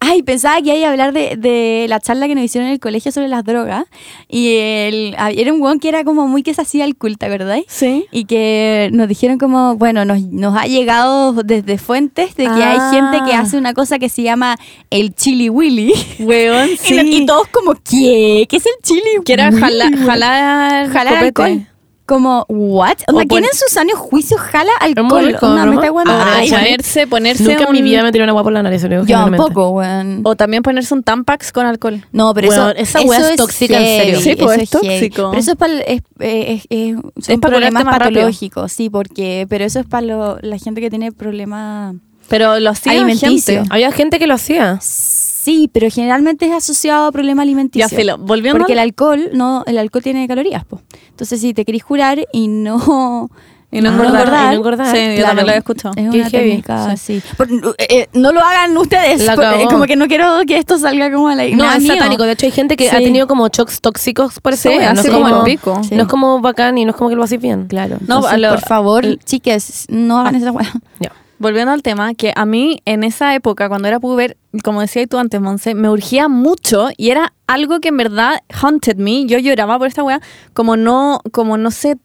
Speaker 2: Ay, pensaba que iba a hablar de, de la charla que nos hicieron en el colegio sobre las drogas. Y el, ah, era un weón que era como muy que se hacía el culto, ¿verdad?
Speaker 3: Sí.
Speaker 2: Y que nos dijeron como, bueno, nos, nos ha llegado desde fuentes de que
Speaker 3: Ah.
Speaker 2: hay gente que hace una cosa que se llama el chili willy.
Speaker 3: Weón,
Speaker 2: Y, nos- y
Speaker 3: sí.
Speaker 2: todos como, ¿qué? ¿Qué es el chili willy?
Speaker 3: Que era jala- jalar,
Speaker 2: jalar
Speaker 3: copete.
Speaker 2: alcohol. Como, ¿what? O
Speaker 3: O pues
Speaker 2: sea,
Speaker 3: pon-
Speaker 2: ¿quién en sus años juicio jala alcohol?
Speaker 1: rico,
Speaker 2: Onda,
Speaker 1: ¿no?
Speaker 2: me está guando-
Speaker 3: Ah,
Speaker 2: Ay,
Speaker 3: ponerse, ponerse
Speaker 1: Nunca en mi
Speaker 3: un-
Speaker 1: vida me tiré una guapa por la nariz. lo único que
Speaker 2: Yo
Speaker 1: realmente.
Speaker 2: tampoco, weón.
Speaker 3: O también ponerse un Tampax con alcohol.
Speaker 2: No, pero
Speaker 1: Weón,
Speaker 2: eso,
Speaker 1: esa
Speaker 2: eso
Speaker 1: weá es tóxica, en serio.
Speaker 3: Sí, pues,
Speaker 2: eso
Speaker 3: es tóxico.
Speaker 2: heavy. Pero eso es para es, eh, es- es- son
Speaker 3: Es pa' curarte
Speaker 2: problemas
Speaker 3: más rápido.
Speaker 2: patológicos, sí, porque pero eso es para la gente que tiene problemas.
Speaker 3: Pero lo hacía
Speaker 2: Alimenticio.
Speaker 3: gente.
Speaker 1: Había gente que lo hacía.
Speaker 2: Sí, pero generalmente es asociado a problemas
Speaker 3: Ya,
Speaker 2: alimenticios.
Speaker 3: filo, volviendo
Speaker 2: porque el
Speaker 3: al-
Speaker 2: alcohol no, el alcohol tiene calorías, po. Entonces si te querís jurar y no
Speaker 3: Y no
Speaker 1: Ah,
Speaker 3: engordar.
Speaker 1: y no engordar.
Speaker 3: Sí, yo
Speaker 2: Claro.
Speaker 3: también lo he escuchado.
Speaker 2: Es
Speaker 1: Qué
Speaker 2: una
Speaker 1: heavy.
Speaker 2: técnica, sí. Por- eh, eh, no lo hagan ustedes.
Speaker 1: La
Speaker 2: por- eh,
Speaker 1: cagó.
Speaker 2: como que no quiero que esto salga como a la
Speaker 1: No, es
Speaker 2: ignorancia.
Speaker 1: satánico. De hecho, hay gente que ha
Speaker 2: Sí.
Speaker 1: tenido como shocks tóxicos por eso.
Speaker 3: Sí,
Speaker 1: no
Speaker 3: así
Speaker 1: es
Speaker 3: como
Speaker 1: como,
Speaker 3: el pico.
Speaker 2: Sí.
Speaker 1: No es como bacán y no es como que lo haces bien. Claro.
Speaker 3: No,
Speaker 2: Entonces,
Speaker 3: a lo-
Speaker 2: por favor, chicas, no hagan esa weá.
Speaker 1: Ya.
Speaker 3: Volviendo al tema, que a mí en esa época, cuando era puber, como decías tú antes, Monse, me urgía mucho y era algo que en verdad haunted me. Yo lloraba por esta weá, como no, como no sé,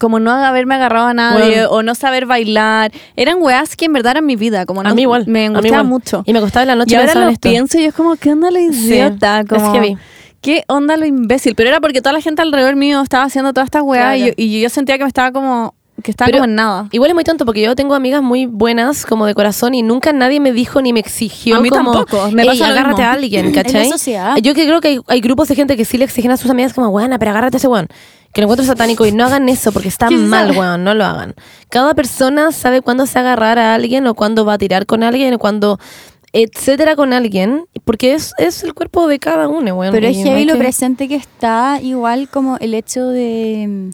Speaker 3: como no haberme agarrado a nadie
Speaker 1: Bueno.
Speaker 3: o no saber bailar. Eran weas que en verdad eran mi vida, como no,
Speaker 1: a mí igual. a
Speaker 3: me
Speaker 1: mí
Speaker 3: angustiaba
Speaker 1: igual.
Speaker 3: mucho.
Speaker 1: Y me costaba en la noche
Speaker 3: Y ahora
Speaker 1: pensar en
Speaker 3: lo
Speaker 1: esto.
Speaker 3: pienso y es como, ¿qué onda la idiota?
Speaker 1: es
Speaker 3: como,
Speaker 1: heavy.
Speaker 3: ¿Qué onda lo imbécil? Pero era porque toda la gente alrededor mío estaba haciendo toda esta weá
Speaker 1: Claro.
Speaker 3: y, yo, y yo sentía que me estaba como, que estaba
Speaker 1: Pero
Speaker 3: como en nada.
Speaker 1: Igual es muy tonto porque yo tengo amigas muy buenas, como de corazón, y nunca nadie me dijo ni me exigió.
Speaker 3: A mí
Speaker 1: como,
Speaker 3: tampoco, me
Speaker 1: "Ey,
Speaker 3: pasa lo
Speaker 1: agárrate
Speaker 3: mismo".
Speaker 1: a alguien,
Speaker 2: la
Speaker 1: ¿cachai?
Speaker 2: sociedad.
Speaker 1: Yo que creo que hay, hay grupos de gente que sí le exigen a sus amigas como, buena, pero agárrate a ese weón. Que lo encuentro satánico y no hagan eso porque está
Speaker 2: ¿Qué se
Speaker 1: mal,
Speaker 2: sabe?
Speaker 1: weón, no lo hagan. Cada persona sabe cuándo se agarrar a alguien o cuándo va a tirar con alguien o cuándo etcétera con alguien porque es, es el cuerpo de cada uno, weón.
Speaker 2: Pero
Speaker 1: y
Speaker 2: es
Speaker 1: no
Speaker 2: heavy
Speaker 1: hay
Speaker 2: lo
Speaker 1: que-
Speaker 2: presente que está, igual como el hecho de,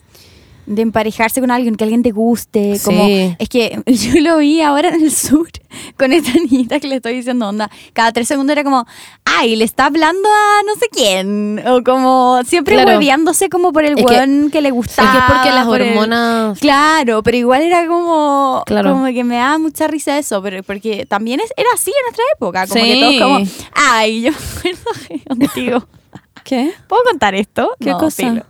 Speaker 2: de emparejarse con alguien, que alguien te guste.
Speaker 1: Sí.
Speaker 2: Como, es que <laughs> yo lo vi ahora en el sur con esta niñita que le estoy diciendo onda. Cada tres segundos era como, ay, le está hablando a no sé quién. O como siempre
Speaker 1: Claro.
Speaker 2: hueveándose como por el
Speaker 1: Es que-
Speaker 2: hueón que, le
Speaker 1: Es que
Speaker 2: gustaba.
Speaker 1: es porque las
Speaker 2: por el-
Speaker 3: Ah.
Speaker 1: hormonas...
Speaker 2: Claro, pero igual era como,
Speaker 1: Claro.
Speaker 2: como que me da mucha risa eso, pero porque también es, era así en nuestra época, como
Speaker 3: Sí.
Speaker 2: que todos como, ay, yo me acuerdo que <laughs> contigo.
Speaker 3: ¿Qué?
Speaker 2: ¿Puedo contar esto?
Speaker 3: ¿Qué cosa?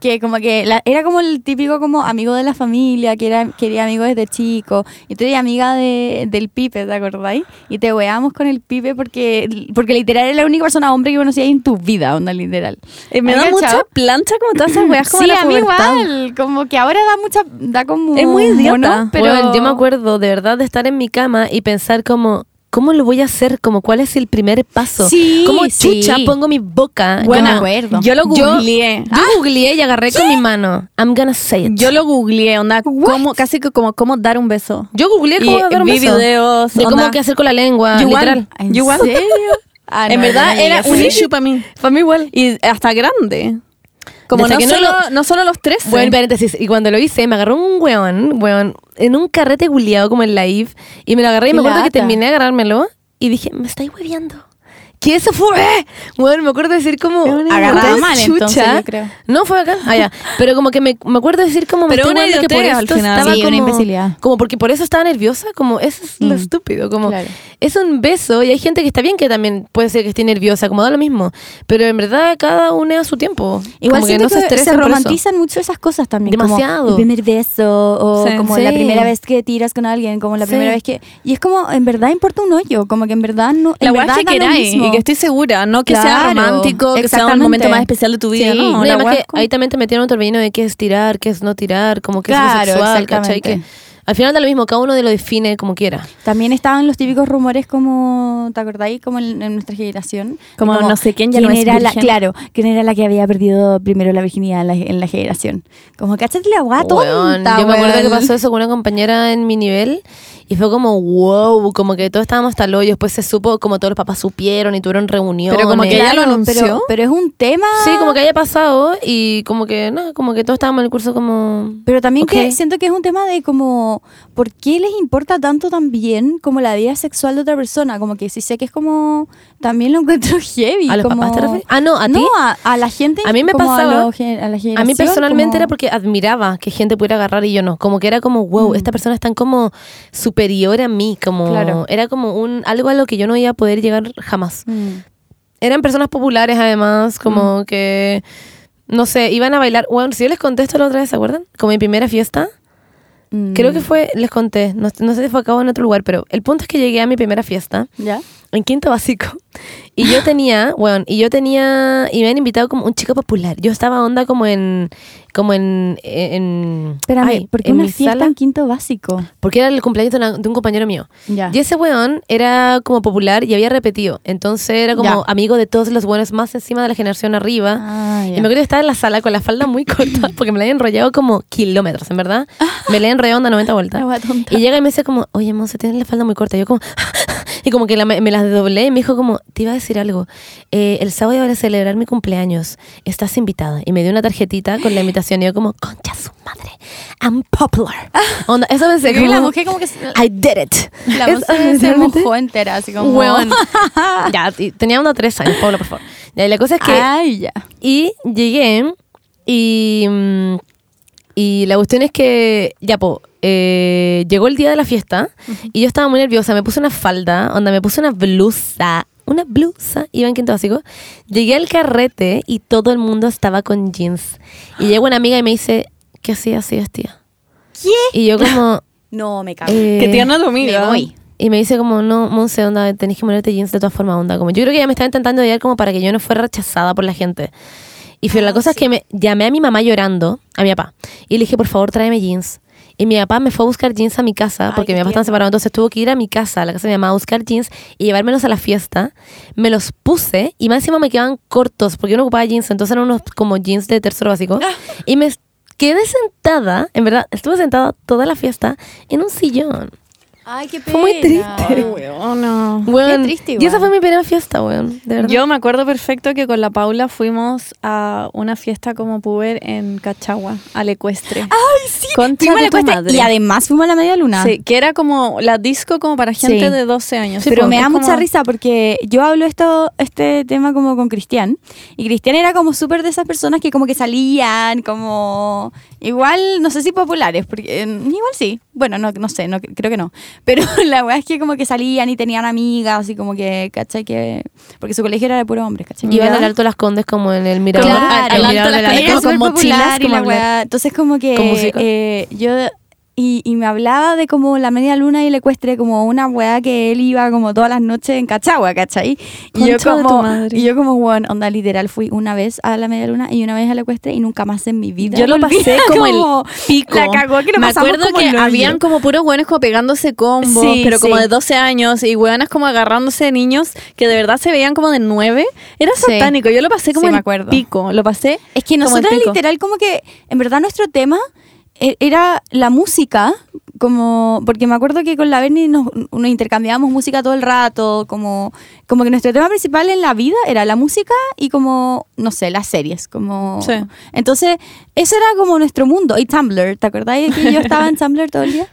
Speaker 2: Que como que la- era como el típico como amigo de la familia, que era quería amigo desde chico. Y tú eres amiga de- del Pipe, ¿te acordáis? Y te weábamos con el Pipe porque, porque literal era la única persona hombre que conocías en tu vida, onda literal.
Speaker 3: Eh, me
Speaker 2: ¿Has
Speaker 3: da mucha
Speaker 2: cachado?
Speaker 3: plancha como todas esas weas como
Speaker 2: sí,
Speaker 3: la
Speaker 2: a mí
Speaker 3: pubertad.
Speaker 2: igual. Como que ahora da mucha. Da como.
Speaker 1: Mm,
Speaker 3: Es muy idiota.
Speaker 2: mono, pero
Speaker 1: Weón, yo me acuerdo de verdad de estar en mi cama y pensar como, ¿cómo lo voy a hacer? Como, ¿cuál es el primer paso?
Speaker 2: Sí,
Speaker 1: ¿Cómo
Speaker 2: sí.
Speaker 1: chucha pongo mi boca? Como-
Speaker 3: Buena.
Speaker 2: acuerdo.
Speaker 3: Yo lo
Speaker 1: Yo-
Speaker 3: googleé.
Speaker 1: Yo googleé y agarré con mi mano. I'm gonna say it.
Speaker 3: Yo lo googleé, onda, cómo, casi que como cómo dar un beso.
Speaker 1: Yo googleé cómo
Speaker 3: Y
Speaker 1: dar un
Speaker 3: vi
Speaker 1: beso.
Speaker 3: videos,
Speaker 1: De
Speaker 3: onda.
Speaker 1: cómo qué hacer con la lengua,
Speaker 3: You
Speaker 1: literal.
Speaker 3: want- you want-
Speaker 2: <laughs> Ah,
Speaker 3: en
Speaker 2: no,
Speaker 3: verdad
Speaker 2: no,
Speaker 3: era
Speaker 2: no,
Speaker 3: un
Speaker 2: sí.
Speaker 3: issue para <laughs> mí.
Speaker 1: Para mí igual.
Speaker 3: Y hasta grande. Como
Speaker 1: Desde
Speaker 3: no,
Speaker 1: que no
Speaker 3: solo,
Speaker 1: lo-
Speaker 3: no solo los 13.
Speaker 1: Bueno, paréntesis. Y cuando lo hice, me agarró un weón, weón, en un carrete guleado como en la IF. Y me lo agarré y
Speaker 2: Qué
Speaker 1: me acuerdo que
Speaker 2: lata.
Speaker 1: terminé de agarrármelo. Y dije, me estáis hueviando. ¿Qué eso fue? Bueno, me acuerdo decir como...
Speaker 3: Es una
Speaker 2: Agarraba
Speaker 1: "Ustedes,
Speaker 2: mal, entonces, yo creo.
Speaker 1: No, fue acá. Allá. Pero como que me, me acuerdo decir como... Me
Speaker 3: Pero
Speaker 1: estoy
Speaker 3: una
Speaker 1: hueviando que por
Speaker 3: idiotez al
Speaker 1: esto
Speaker 3: final.
Speaker 1: estaba
Speaker 2: Sí, una
Speaker 1: como-
Speaker 2: imbecilidad. Mm.
Speaker 1: Como porque por eso estaba nerviosa. Como eso es lo estúpido. Como
Speaker 2: Claro.
Speaker 1: es un beso. Y hay gente que está bien que también puede ser que esté nerviosa. Como da lo mismo. Pero en verdad cada uno a su tiempo.
Speaker 2: Igual
Speaker 1: como
Speaker 2: siento que, se,
Speaker 1: estresen por eso.
Speaker 2: romantizan mucho esas cosas también. como
Speaker 1: Demasiado.
Speaker 2: el primer beso o
Speaker 3: Sí.
Speaker 2: como la
Speaker 1: Sí.
Speaker 2: primera vez que tiras con alguien, como la
Speaker 1: Sí.
Speaker 2: primera vez que... Y es como, en verdad importa un hoyo, como que en verdad no...
Speaker 3: la
Speaker 2: en
Speaker 3: weá
Speaker 2: verdad
Speaker 3: que
Speaker 2: da lo
Speaker 3: queráis
Speaker 2: mismo.
Speaker 3: y que estoy segura, no que sea
Speaker 2: Claro,
Speaker 3: romántico, que sea un
Speaker 2: exactamente.
Speaker 3: momento más especial de tu vida,
Speaker 2: Sí.
Speaker 3: <laughs> no,
Speaker 1: No, y
Speaker 3: la
Speaker 1: además
Speaker 3: weá
Speaker 1: que
Speaker 3: es como-
Speaker 1: ahí también te metieron otro vino de qué es tirar, qué es no tirar, como que
Speaker 2: Claro,
Speaker 1: es homosexual, ¿cachai? Que
Speaker 2: exactamente.
Speaker 1: al final da lo mismo, cada uno de lo define como quiera.
Speaker 2: También estaban los típicos rumores como, ¿te acordáis? Como en, en nuestra generación.
Speaker 3: Como, no sé quién ya no es
Speaker 2: era la,
Speaker 3: virgen.
Speaker 2: Claro, quién era la que había perdido primero la virginidad en la, en la generación. Como, cáchate la
Speaker 3: Ah,
Speaker 2: guata
Speaker 1: Weón, yo me acuerdo que pasó eso con una compañera en mi nivel y fue como wow, como que todos estábamos hasta el hoyo, después se supo como todos los papás supieron y tuvieron reuniones.
Speaker 3: Pero como que ella lo anunció.
Speaker 2: Pero, pero es un tema...
Speaker 1: Sí, como que haya pasado y como que no, como que todos estábamos en el curso como
Speaker 2: Pero también
Speaker 1: Ok.
Speaker 2: que siento que es un tema de como, ¿por qué les importa tanto también como la vida sexual de otra persona? Como que si sé que es como, también lo encuentro heavy.
Speaker 1: ¿A los
Speaker 2: como-
Speaker 1: papás te refieres? Ah, no, ¿a ti?
Speaker 2: No, a, a la gente.
Speaker 1: A mí me
Speaker 2: como
Speaker 1: pasaba-
Speaker 2: A, lo gen- a la
Speaker 1: A mí
Speaker 2: generación,
Speaker 1: personalmente
Speaker 2: como-
Speaker 1: era porque admiraba que gente pudiera agarrar y yo no. Como que era como,
Speaker 2: Mm.
Speaker 1: wow, esta persona es tan como superior a mí. Como
Speaker 2: Claro.
Speaker 1: era como un algo a lo que yo no iba a poder llegar jamás.
Speaker 2: Mm.
Speaker 1: Eran personas populares además, como que no sé, iban a bailar. Bueno, si yo les conté esto la otra vez, ¿se acuerdan? Como mi primera fiesta.
Speaker 2: Mm.
Speaker 1: Creo que fue, les conté, no, no sé si fue acá o en otro lugar, pero el punto es que llegué a mi primera fiesta
Speaker 2: ¿Ya?
Speaker 1: en quinto básico. Y yo tenía, <laughs> bueno, y yo tenía, y me han invitado como un chico popular. Yo estaba onda como en, como en, en,
Speaker 2: Espérame,
Speaker 1: ay,
Speaker 2: ¿por qué
Speaker 1: en
Speaker 2: una
Speaker 1: mi
Speaker 2: fiesta
Speaker 1: sala,
Speaker 2: en quinto básico?
Speaker 1: porque era el cumpleaños de, una- de un compañero mío.
Speaker 2: Ya.
Speaker 1: Y ese weón era como popular y había repetido. Entonces era como
Speaker 2: Ya.
Speaker 1: amigo de todos los buenos más encima de la generación arriba.
Speaker 2: Ah, ya.
Speaker 1: Y me acuerdo que estaba en la sala con la falda
Speaker 2: <laughs>
Speaker 1: muy corta porque me la había enrollado como kilómetros, en verdad. Me la había enrollado onda 90 vueltas.
Speaker 2: Ah. La wea tonta.
Speaker 1: Y llega y me dice como, oye, Monse, tienes la falda muy corta. Y yo como, <laughs> y como que la- me, me las doblé y me dijo como, te iba a decir algo. Eh, el sábado voy a celebrar mi cumpleaños. Estás invitada. Y me dio una tarjetita con la invitación y yo como, concha su madre, I'm popular. Onda, eso pensé
Speaker 2: Ah. Y
Speaker 1: como,
Speaker 2: la mujer como que
Speaker 1: <laughs>
Speaker 2: se-
Speaker 1: I did it.
Speaker 2: la
Speaker 1: Es-
Speaker 2: mujer se
Speaker 1: realmente-
Speaker 2: mojó entera, así como. <laughs>
Speaker 1: Weón. ya, y tenía una tres años, Pablo, por favor. Ya, y la cosa es que...
Speaker 2: Ay, ya.
Speaker 1: Y llegué y, mm, y la cuestión es que, ya, po, eh, llegó el día de la fiesta y yo estaba muy nerviosa, me puse una falda, onda, me puse una blusa, una blusa, iba en quinto básico. Llegué al carrete y todo el mundo estaba con jeans. Y llegó una amiga y me dice, ¿qué hacías, hacías, tía?
Speaker 2: ¿Qué?
Speaker 1: Y yo como...
Speaker 2: No, me cago.
Speaker 1: eh,
Speaker 3: que tierna tu amiga.
Speaker 2: me voy.
Speaker 1: y me dice como, no, Monse, onda, tenés que ponerte jeans de todas formas, onda. Como, yo creo que ella me estaba intentando llegar como para que yo no fuera rechazada por la gente. Y
Speaker 2: Ah,
Speaker 1: pero la cosa es que me llamé a mi mamá llorando, a mi papá, y le dije, por favor, tráeme jeans. Y mi papá me fue a buscar jeans a mi casa,
Speaker 2: Ay,
Speaker 1: Ah, porque
Speaker 2: qué
Speaker 1: mi papá estaba
Speaker 2: tierno.
Speaker 1: separado, entonces tuvo que ir a mi casa, a la casa de mi mamá, a buscar jeans y llevármelos a la fiesta. Me los puse y más encima me quedaban cortos, porque yo no ocupaba jeans, entonces eran unos como jeans de tercero básico. Y me quedé sentada, en verdad, estuve sentada toda la fiesta en un sillón.
Speaker 2: Ay, qué pena.
Speaker 1: Fue muy triste.
Speaker 3: Huevona.
Speaker 1: Weón,
Speaker 2: triste
Speaker 1: Y esa
Speaker 2: igual.
Speaker 1: fue mi primera fiesta, weón. De verdad.
Speaker 3: Yo me acuerdo perfecto que con la Paula fuimos a una fiesta como puber en Cachagua, al ecuestre.
Speaker 2: Ay, sí.
Speaker 3: Concha
Speaker 2: fuimos a
Speaker 3: de
Speaker 2: la
Speaker 3: tu
Speaker 2: cuesta
Speaker 3: madre.
Speaker 2: y además fuimos a la media luna.
Speaker 3: Sí, que era como la disco como para gente
Speaker 2: Ah. Sí.
Speaker 3: de 12 años.
Speaker 2: pero
Speaker 3: Tipo,
Speaker 2: me
Speaker 3: es
Speaker 2: da mucha
Speaker 3: como-
Speaker 2: risa porque yo hablo esto, este tema como con Cristian. Y Cristian era como súper de esas personas que como que salían, como igual, no sé si populares, porque eh, igual sí. Bueno, no, no sé, no, creo que no. Pero <laughs> la verdad es que como que salían y tenían amigas y como que, ¿cachai? Que, porque su colegio era de puro hombres, ¿cachai?
Speaker 1: Iba
Speaker 3: Ya.
Speaker 1: en el Alto Las Condes como en el mirador.
Speaker 3: Claro,
Speaker 1: al- al
Speaker 3: al Alto
Speaker 1: mirador
Speaker 3: Las
Speaker 1: de la-
Speaker 3: Condes,
Speaker 2: Era
Speaker 1: como
Speaker 2: súper
Speaker 1: con mochilas,
Speaker 2: popular y
Speaker 1: como
Speaker 2: la
Speaker 1: hablar.
Speaker 2: weá. Entonces como que
Speaker 1: ¿Con música?
Speaker 2: eh, yo y, y me hablaba de como la media luna y el ecuestre, como una weá que él iba como todas las noches en Cachagua, ¿cachai? Y yo,
Speaker 3: Concha de tu
Speaker 2: como,
Speaker 3: madre.
Speaker 2: y yo como, bueno, onda, literal, fui una vez a la media luna y una vez al ecuestre y nunca más en mi vida.
Speaker 3: Yo lo
Speaker 2: volví. <laughs>
Speaker 3: pasé como el pico.
Speaker 2: La cagó que lo
Speaker 3: Me
Speaker 2: pasamos
Speaker 3: acuerdo
Speaker 2: como
Speaker 3: que
Speaker 2: el hoyo.
Speaker 3: habían como puros hueones como pegándose combos,
Speaker 2: Sí,
Speaker 3: pero como
Speaker 2: sí.
Speaker 3: de 12 años y hueonas como agarrándose de niños que de verdad se veían como de 9. Era
Speaker 2: Sí.
Speaker 3: satánico. Yo lo pasé como
Speaker 2: Sí, me
Speaker 3: el
Speaker 2: acuerdo.
Speaker 3: pico. Lo pasé
Speaker 2: Es que
Speaker 3: como el
Speaker 2: nosotros
Speaker 3: pico.
Speaker 2: literal como que, en verdad nuestro tema e- era la música, como, porque me acuerdo que con la Berni nos, nos intercambiábamos música todo el rato, como, como que nuestro tema principal en la vida era la música y como, no sé, las series, como...
Speaker 3: Sí.
Speaker 2: Entonces, eso era como nuestro mundo. Y Tumblr, ¿te acordás que yo estaba en Tumblr todo el día?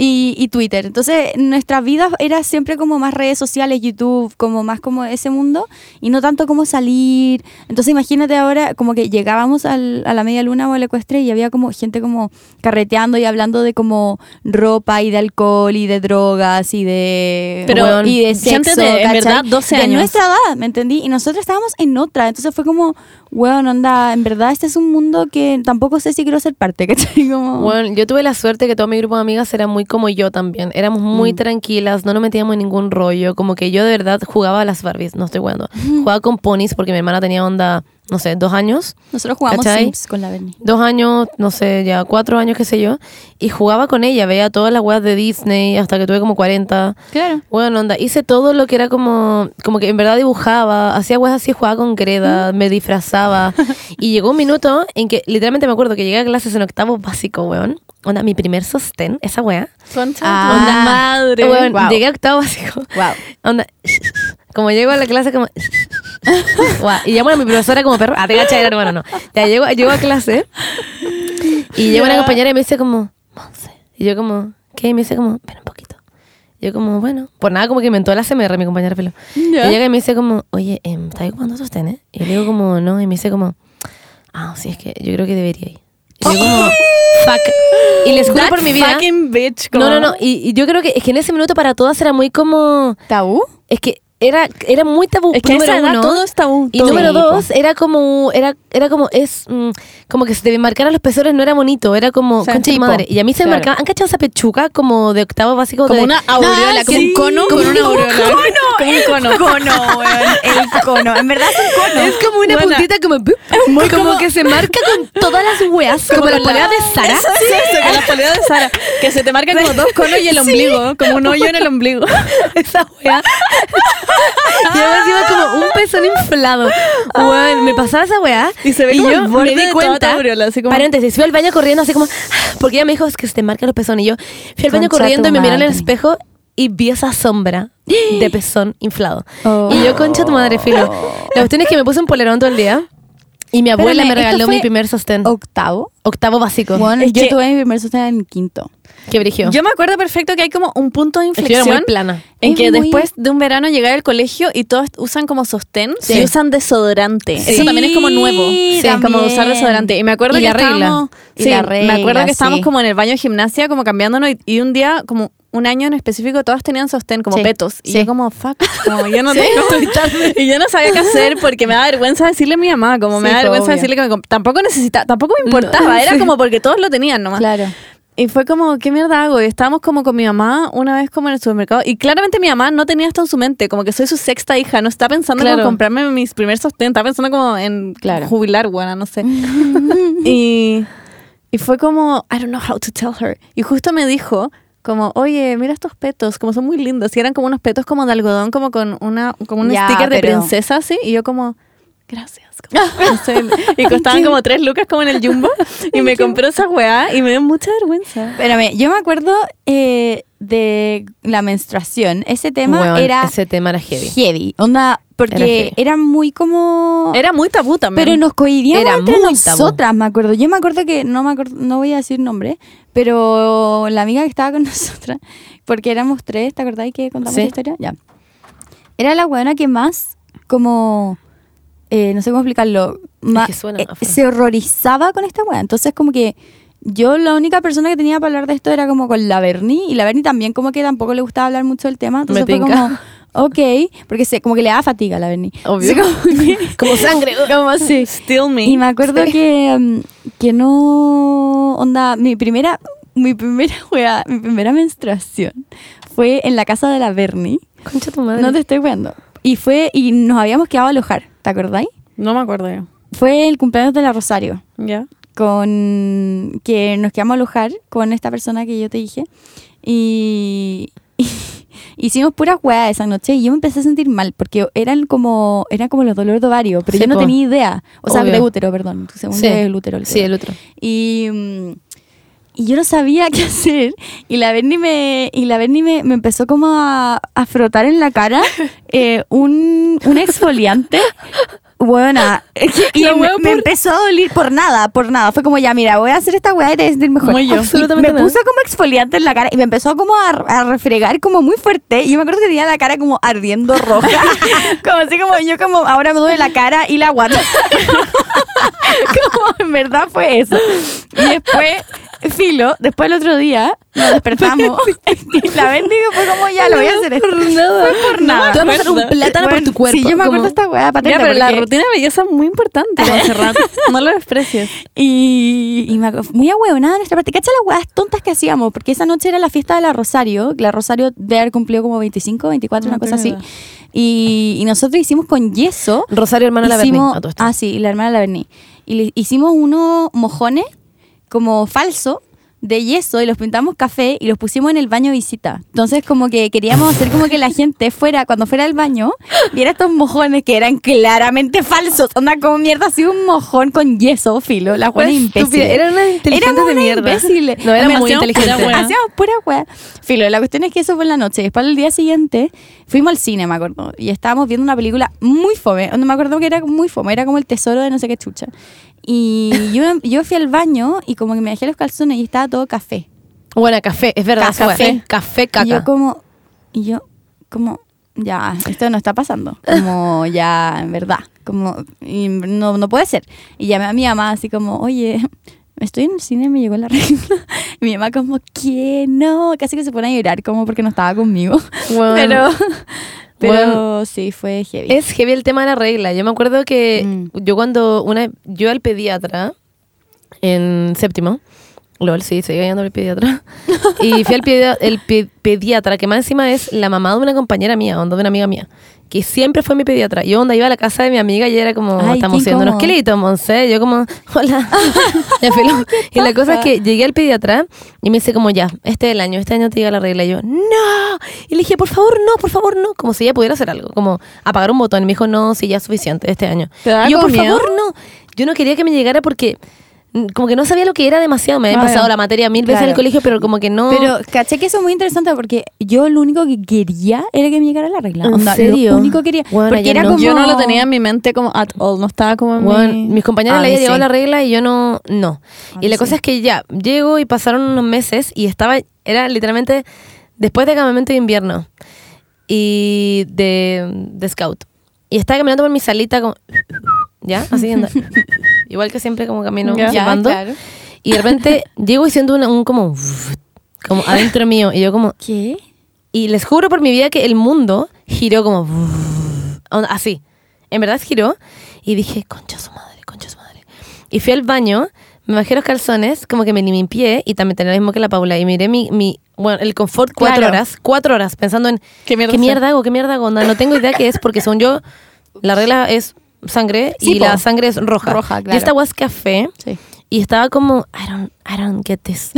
Speaker 2: Y, y Twitter. Entonces, nuestra vida era siempre como más redes sociales, YouTube, como más como ese mundo, y no tanto como salir. Entonces, imagínate ahora como que llegábamos al- a la media luna o al ecuestre y había como gente como carreteando y hablando de como ropa y de alcohol y de drogas y de,
Speaker 3: Pero,
Speaker 2: Weón, y de
Speaker 3: gente
Speaker 2: sexo.
Speaker 3: de, en
Speaker 2: ¿cachai?
Speaker 3: verdad, 12
Speaker 2: De
Speaker 3: años.
Speaker 2: nuestra edad, ¿me entendí? Y nosotros estábamos en otra. Entonces fue como, weón, onda, en verdad este es un mundo que tampoco sé si quiero ser parte, <laughs> ¿cachai? Como...
Speaker 1: Bueno, yo tuve la suerte que todo mi grupo de amigas era muy como yo también. Éramos muy tranquilas, no nos metíamos en ningún rollo. Como que yo de verdad jugaba a las Barbies, no estoy jugando. Jugaba con ponis porque mi hermana tenía onda, no sé, dos años.
Speaker 2: Nosotros jugamos
Speaker 1: ¿Cachai?
Speaker 2: Sims con la Berni.
Speaker 1: Dos años, no sé, ya cuatro años, qué sé yo. Y jugaba con ella, veía todas las weas de Disney hasta que tuve como 40.
Speaker 2: Claro.
Speaker 1: Bueno, onda, hice todo lo que era como, como que en verdad dibujaba, hacía weas así, jugaba con greda, me disfrazaba. y llegó un minuto en que literalmente me acuerdo que llegué a clases en octavo básico, weón. Onda, mi primer sostén, esa wea.
Speaker 3: Concha
Speaker 2: Ah.
Speaker 3: de tu madre.
Speaker 1: Weón,
Speaker 2: wow.
Speaker 1: Llegué a octavo básico.
Speaker 2: Wow.
Speaker 1: Onda, como llego a la clase como... Guau, y llamo a mi profesora como perro. Ah, te cachai, hermano, no. Ya llego, llego a clase y llego a una compañera y me dice como, Monse. Y yo como, ¿qué? Y me dice como, ven un poquito. Y yo como, bueno. Por nada, como que inventó la CMR mi compañera Filo.
Speaker 3: Ya.
Speaker 1: Y llega y me dice como, oye, em, ¿estás ahí jugando sostenes? Y yo le digo como, no. Y me dice como, ah, sí, es que yo creo que debería ir. Y yo como, fuck. Y les juro
Speaker 3: That
Speaker 1: por mi vida.
Speaker 3: fucking bitch,
Speaker 1: No,
Speaker 3: <laughs> como-
Speaker 1: no, no. Y, y yo creo que es que en ese minuto para todas era muy como...
Speaker 2: ¿Tabú?
Speaker 1: Es que era, era muy tabú.
Speaker 3: Es que a
Speaker 1: número
Speaker 3: esa edad
Speaker 1: uno.
Speaker 3: todo es tabú.
Speaker 1: Y
Speaker 3: todo.
Speaker 1: número
Speaker 2: Sí,
Speaker 1: dos, era como, era, era como, es mm, como que se te marcaran los pezones, no era bonito, era como,
Speaker 3: Sí,
Speaker 1: concha de
Speaker 3: sí,
Speaker 1: madre.
Speaker 3: po.
Speaker 1: Y a mí se me
Speaker 3: Claro.
Speaker 1: marcaba, ¿han cachado esa pechuga como de octavo básico?
Speaker 3: Como
Speaker 1: de-
Speaker 3: una aureola,
Speaker 1: Ah,
Speaker 3: como
Speaker 1: sí.
Speaker 3: un cono con una aureola. Como un cono.
Speaker 2: cono, weón. El cono. En verdad es un cono.
Speaker 1: Es como una
Speaker 3: Buena.
Speaker 1: puntita como,
Speaker 3: <laughs>
Speaker 1: bup,
Speaker 3: muy
Speaker 1: como,
Speaker 3: como-
Speaker 1: que se marca con todas las weas,
Speaker 3: <laughs>
Speaker 1: como, la
Speaker 3: con
Speaker 1: polea de Sara.
Speaker 3: Eso es eso, con la polea de Sara. Que se te marcan como dos conos <laughs> y el ombligo, como un hoyo en el <laughs> ombligo.
Speaker 1: esa wea. <laughs> y además iba como un pezón inflado. Weón, me pasaba esa wea.
Speaker 3: Y se ve como el
Speaker 1: yo
Speaker 3: borde
Speaker 1: me
Speaker 3: de
Speaker 1: di
Speaker 3: toda
Speaker 1: cuenta.
Speaker 3: tu aureola, así como-
Speaker 1: Paréntesis, fui al baño corriendo así como. Porque ella me dijo "Es que se te marcan los pezones. Y yo fui al baño
Speaker 2: Concha tu
Speaker 1: corriendo y me miré en el
Speaker 2: madre.
Speaker 1: espejo y vi esa sombra de pezón inflado.
Speaker 2: Oh.
Speaker 1: Y yo, concha tu madre, filo. La cuestión es que me puse un polerón todo el día. Y mi abuela
Speaker 2: Espérame,
Speaker 1: me regaló
Speaker 2: ¿esto fue
Speaker 1: mi primer sostén.
Speaker 2: Octavo.
Speaker 1: Octavo básico.
Speaker 2: Bueno,
Speaker 3: Es
Speaker 2: yo
Speaker 3: que-
Speaker 2: tuve mi primer sostén en quinto.
Speaker 1: Que brigió.
Speaker 3: Yo me acuerdo perfecto que hay como un punto de
Speaker 1: Es que yo era
Speaker 3: inflexión.
Speaker 1: muy plana.
Speaker 3: En
Speaker 2: Es
Speaker 3: que
Speaker 2: muy-
Speaker 3: después de un verano llegar al colegio y todos usan como sostén
Speaker 1: Sí.
Speaker 3: y usan desodorante.
Speaker 2: Sí.
Speaker 3: Eso también es como nuevo.
Speaker 2: Sí,
Speaker 3: como
Speaker 2: también.
Speaker 3: usar desodorante. Y me acuerdo
Speaker 1: Y
Speaker 3: que
Speaker 1: la regla.
Speaker 3: estábamos-
Speaker 2: Y
Speaker 3: sí,
Speaker 2: la
Speaker 3: me acuerdo
Speaker 2: regla,
Speaker 3: que estábamos
Speaker 2: sí.
Speaker 3: como en el baño de gimnasia, como cambiándonos y, y un día como un año en específico todos tenían sostén como
Speaker 2: Sí.
Speaker 3: petos y
Speaker 2: Sí.
Speaker 3: yo como fuck como yo no tengo y yo no sabía qué hacer porque me da vergüenza decirle a mi mamá como me
Speaker 2: Sí,
Speaker 3: da
Speaker 2: pues,
Speaker 3: vergüenza
Speaker 2: obvio.
Speaker 3: decirle que me comp- tampoco necesitaba tampoco me importaba
Speaker 2: No,
Speaker 3: era
Speaker 2: sí.
Speaker 3: como porque todos lo tenían
Speaker 1: Ah.
Speaker 3: nomás
Speaker 2: Claro.
Speaker 3: y fue como, ¿qué mierda hago? Y estábamos como con mi mamá una vez como en el supermercado. Y claramente mi mamá no tenía esto en su mente, como que soy su sexta hija, no está pensando en
Speaker 1: Claro.
Speaker 3: comprarme mis primeros sostén, está pensando como en
Speaker 2: Claro.
Speaker 3: jubilar, buena, no sé. y, y fue como, I don't know how to tell her. Y justo me dijo, como, oye, mira estos petos, como son muy lindos. Y eran como unos petos como de algodón, como con una, como un
Speaker 2: Ya,
Speaker 3: sticker de
Speaker 2: pero-
Speaker 3: princesa, así. Y yo como, gracias. como, no sé. y
Speaker 2: <laughs>
Speaker 3: costaban como tres lucas como en el jumbo. Y me compró esa weá y me dio mucha vergüenza.
Speaker 2: Espérame, yo me acuerdo eh, de la menstruación. Ese tema
Speaker 1: Weón,
Speaker 2: era
Speaker 1: Ese tema era heavy.
Speaker 2: heavy. Onda, porque
Speaker 1: Era
Speaker 2: era,
Speaker 1: heavy.
Speaker 2: muy como...
Speaker 3: Era muy tabú también.
Speaker 2: Pero nos cohibíamos
Speaker 1: Era
Speaker 2: entre
Speaker 1: muy tabú.
Speaker 2: nosotras, me acuerdo. Yo me acuerdo que, no me acuerdo, no voy a decir nombre, pero la amiga que estaba con <laughs> nosotras, porque éramos tres, ¿te acordáis que contamos
Speaker 1: Sí.
Speaker 2: la historia? Ya. Era la weona que más, como, eh, no sé cómo explicarlo, ma- eh,
Speaker 1: que suena más feo.
Speaker 2: se horrorizaba con esta weona. Entonces, como que yo la única persona que tenía para hablar de esto era como con la Berni, y la Berni también como que tampoco le gustaba hablar mucho del tema, entonces fue
Speaker 1: tinca.
Speaker 2: como... Ok, porque se, como que le daba fatiga a la Berni.
Speaker 1: Obvio.
Speaker 2: Entonces, como que- <laughs>
Speaker 1: Como sangre.
Speaker 3: como así. Still me.
Speaker 2: um, y me acuerdo que, mm, que no. Onda, mi primera. mi primera <laughs> weá, mi primera menstruación fue en la casa de la Bernie.
Speaker 1: Concha tu madre.
Speaker 2: No te estoy weando. Y fue, y nos habíamos quedado a alojar, ¿te acordáis?
Speaker 3: No me acuerdo yo.
Speaker 2: Fue el cumpleaños de la Rosario,
Speaker 3: Ya.
Speaker 2: con que nos quedamos a alojar con esta persona que yo te dije. Y, <laughs> hicimos puras weas esa noche y yo me empecé a sentir mal porque eran como, eran como los dolores de ovario, pero
Speaker 1: Sí,
Speaker 2: yo no
Speaker 1: po.
Speaker 2: tenía idea. O sea,
Speaker 1: Obvio.
Speaker 2: de útero, perdón. Segundo
Speaker 1: Sí.
Speaker 2: es el útero. el
Speaker 1: Sí,
Speaker 2: útero.
Speaker 1: el otro.
Speaker 2: Y, mm, y yo no sabía <laughs> qué hacer. Y la Berni me, y la Berni me, me empezó como a, a frotar en la
Speaker 1: <laughs>
Speaker 2: cara eh, un, un exfoliante. <laughs> Buena. Y
Speaker 1: Ah, La
Speaker 2: me,
Speaker 1: wea
Speaker 2: me
Speaker 1: por-
Speaker 2: empezó a doler por nada, por nada. Fue como ya, mira, voy a hacer esta weá y te voy a sentir mejor.
Speaker 3: Como yo.
Speaker 2: Y
Speaker 1: Absolutamente
Speaker 2: me
Speaker 1: nada.
Speaker 2: puso como exfoliante en la cara y me empezó como a, a refregar como muy fuerte. Y yo me acuerdo que tenía la cara como ardiendo
Speaker 1: <laughs>
Speaker 2: roja. como así como yo como ahora me duele la cara y la guata <laughs> como en verdad fue eso. Y después, filo, después el otro día nos despertamos <laughs> y la bendigo fue como ya lo voy a hacer esto.
Speaker 1: Por nada.
Speaker 2: Fue por nada.
Speaker 1: Tú vas a pasar un plátano por
Speaker 2: Bueno,
Speaker 1: tu cuerpo.
Speaker 2: Sí, yo me acuerdo
Speaker 1: como-
Speaker 2: esta weá patente.
Speaker 3: Ya, pero la
Speaker 2: porque-
Speaker 3: rutina de belleza es muy importante, Montserrat. no lo desprecies.
Speaker 2: Y, y me acu- muy ahueonada de nuestra parte. ¿Cacha las weas tontas que hacíamos? Porque esa noche era la fiesta de la Rosario. La Rosario de haber cumplido como 25, 24,
Speaker 3: No
Speaker 2: una cosa así.
Speaker 3: tengo
Speaker 2: Y, y nosotros hicimos con yeso.
Speaker 1: Rosario, hermana de la Berni.
Speaker 2: hicimos-
Speaker 1: a todo esto.
Speaker 2: Ah, sí, la hermana de la Berni. Y le hicimos unos mojones como falso de yeso y los pintamos café y los pusimos en el baño de visita. Entonces como que queríamos hacer como que la gente fuera, cuando fuera al baño, viera estos mojones que eran claramente falsos. Onda, como mierda, así un mojón con yeso, filo. La buena imbécil.
Speaker 1: Era una inteligente de mierda. No, era muy inteligente.
Speaker 3: Era buena.
Speaker 2: Hacíamos pura wea. Filo, la cuestión es que eso fue en la noche. Después, el día siguiente, fuimos al cine, me acuerdo. Y estábamos viendo una película muy fome. Donde me acuerdo que era muy fome. Era como el tesoro de no sé qué chucha. Y <laughs> yo, yo fui al baño y como que me dejé los calzones y estaba todo café.
Speaker 1: Buena, café, es verdad.
Speaker 2: Café.
Speaker 1: Café, café, caca.
Speaker 2: Y yo como, y yo como, ya, esto no está pasando. Como ya, en verdad, como, y no, no puede ser. Y llamé a mi mamá así como, oye, estoy en el cine, me llegó la regla. <laughs> Y mi mamá como, ¿qué? No, casi que se pone a llorar como porque no estaba conmigo. <laughs>
Speaker 1: Bueno.
Speaker 2: Pero, pero
Speaker 1: Bueno.
Speaker 2: sí, fue heavy.
Speaker 1: Es heavy el tema de la regla. Yo me acuerdo que
Speaker 2: Mm.
Speaker 1: yo cuando una yo al pediatra en séptimo, lol, sí, seguía yendo al pediatra. y fui al pedia- el pe- pediatra, que más encima es la mamá de una compañera mía, onda de una amiga mía, que siempre fue mi pediatra. Yo onda iba a la casa de mi amiga y era como,
Speaker 2: Ay,
Speaker 1: estamos
Speaker 2: qué
Speaker 1: haciendo unos
Speaker 2: incómodo.
Speaker 1: kilitos, Monse. Yo como, <laughs> hola. Ya, filo. y la cosa es que llegué al pediatra y me dice como, ya, este es el año, este año te llega la regla. Y yo, no. Y le dije, por favor, no, por favor, no. Como si ella pudiera hacer algo, como apagar un botón. Y me dijo, no, si ya es suficiente este año.
Speaker 3: ¿Te daba
Speaker 1: Y yo, por
Speaker 3: como miedo?
Speaker 1: favor, no. Yo no quería que me llegara porque... mm, Como que no sabía lo que era demasiado, me había
Speaker 2: Ah,
Speaker 1: pasado
Speaker 2: ya.
Speaker 1: la materia mil veces en el
Speaker 2: Claro.
Speaker 1: colegio, pero como que no...
Speaker 2: Pero caché que eso es muy interesante porque yo lo único que quería era que me llegara la regla.
Speaker 1: ¿En
Speaker 2: Onda,
Speaker 1: serio?
Speaker 2: Lo único que quería.
Speaker 1: Bueno,
Speaker 2: porque <laughs>
Speaker 1: ya
Speaker 2: era
Speaker 1: no.
Speaker 2: como...
Speaker 3: Yo no lo tenía en mi mente como at all, no estaba como en
Speaker 1: Bueno,
Speaker 3: mi...
Speaker 1: mis compañeros
Speaker 2: A
Speaker 1: le
Speaker 2: mí
Speaker 1: había llegado
Speaker 2: sí.
Speaker 1: la regla y yo no, no.
Speaker 2: A
Speaker 1: y
Speaker 2: mí
Speaker 1: la
Speaker 2: sí.
Speaker 1: cosa es que ya, llego y pasaron unos meses y estaba, era literalmente después de campamento de invierno y de, de scout. Y estaba caminando por mi salita como, <laughs> ¿ya? Así, anda- igual que siempre como camino
Speaker 3: Ya.
Speaker 2: Ya,
Speaker 1: silbando.
Speaker 2: claro.
Speaker 1: Y de repente llego y siento una- un como, <laughs> como adentro mío. Y yo como,
Speaker 2: ¿Qué?
Speaker 1: y les juro por mi vida que el mundo giró como onda, así. En verdad giró y dije, concha su madre, concha su madre. Y fui al baño, me bajé los calzones, como que me limpié y también tenía lo mismo que la Paula. Y miré mi, mi bueno, el confort cuatro
Speaker 2: Claro.
Speaker 1: horas, cuatro horas pensando en
Speaker 3: ¿Qué mierda
Speaker 1: qué
Speaker 3: hacer?
Speaker 1: mierda hago, qué mierda hago. Onda, no tengo idea qué es porque según yo, la regla es sangre y
Speaker 2: Sí, po.
Speaker 1: la sangre es roja.
Speaker 2: Roja,
Speaker 1: Y
Speaker 2: claro.
Speaker 1: esta agua es café.
Speaker 2: Sí.
Speaker 1: Y estaba como, I don't, I don't get
Speaker 2: <laughs>
Speaker 1: this.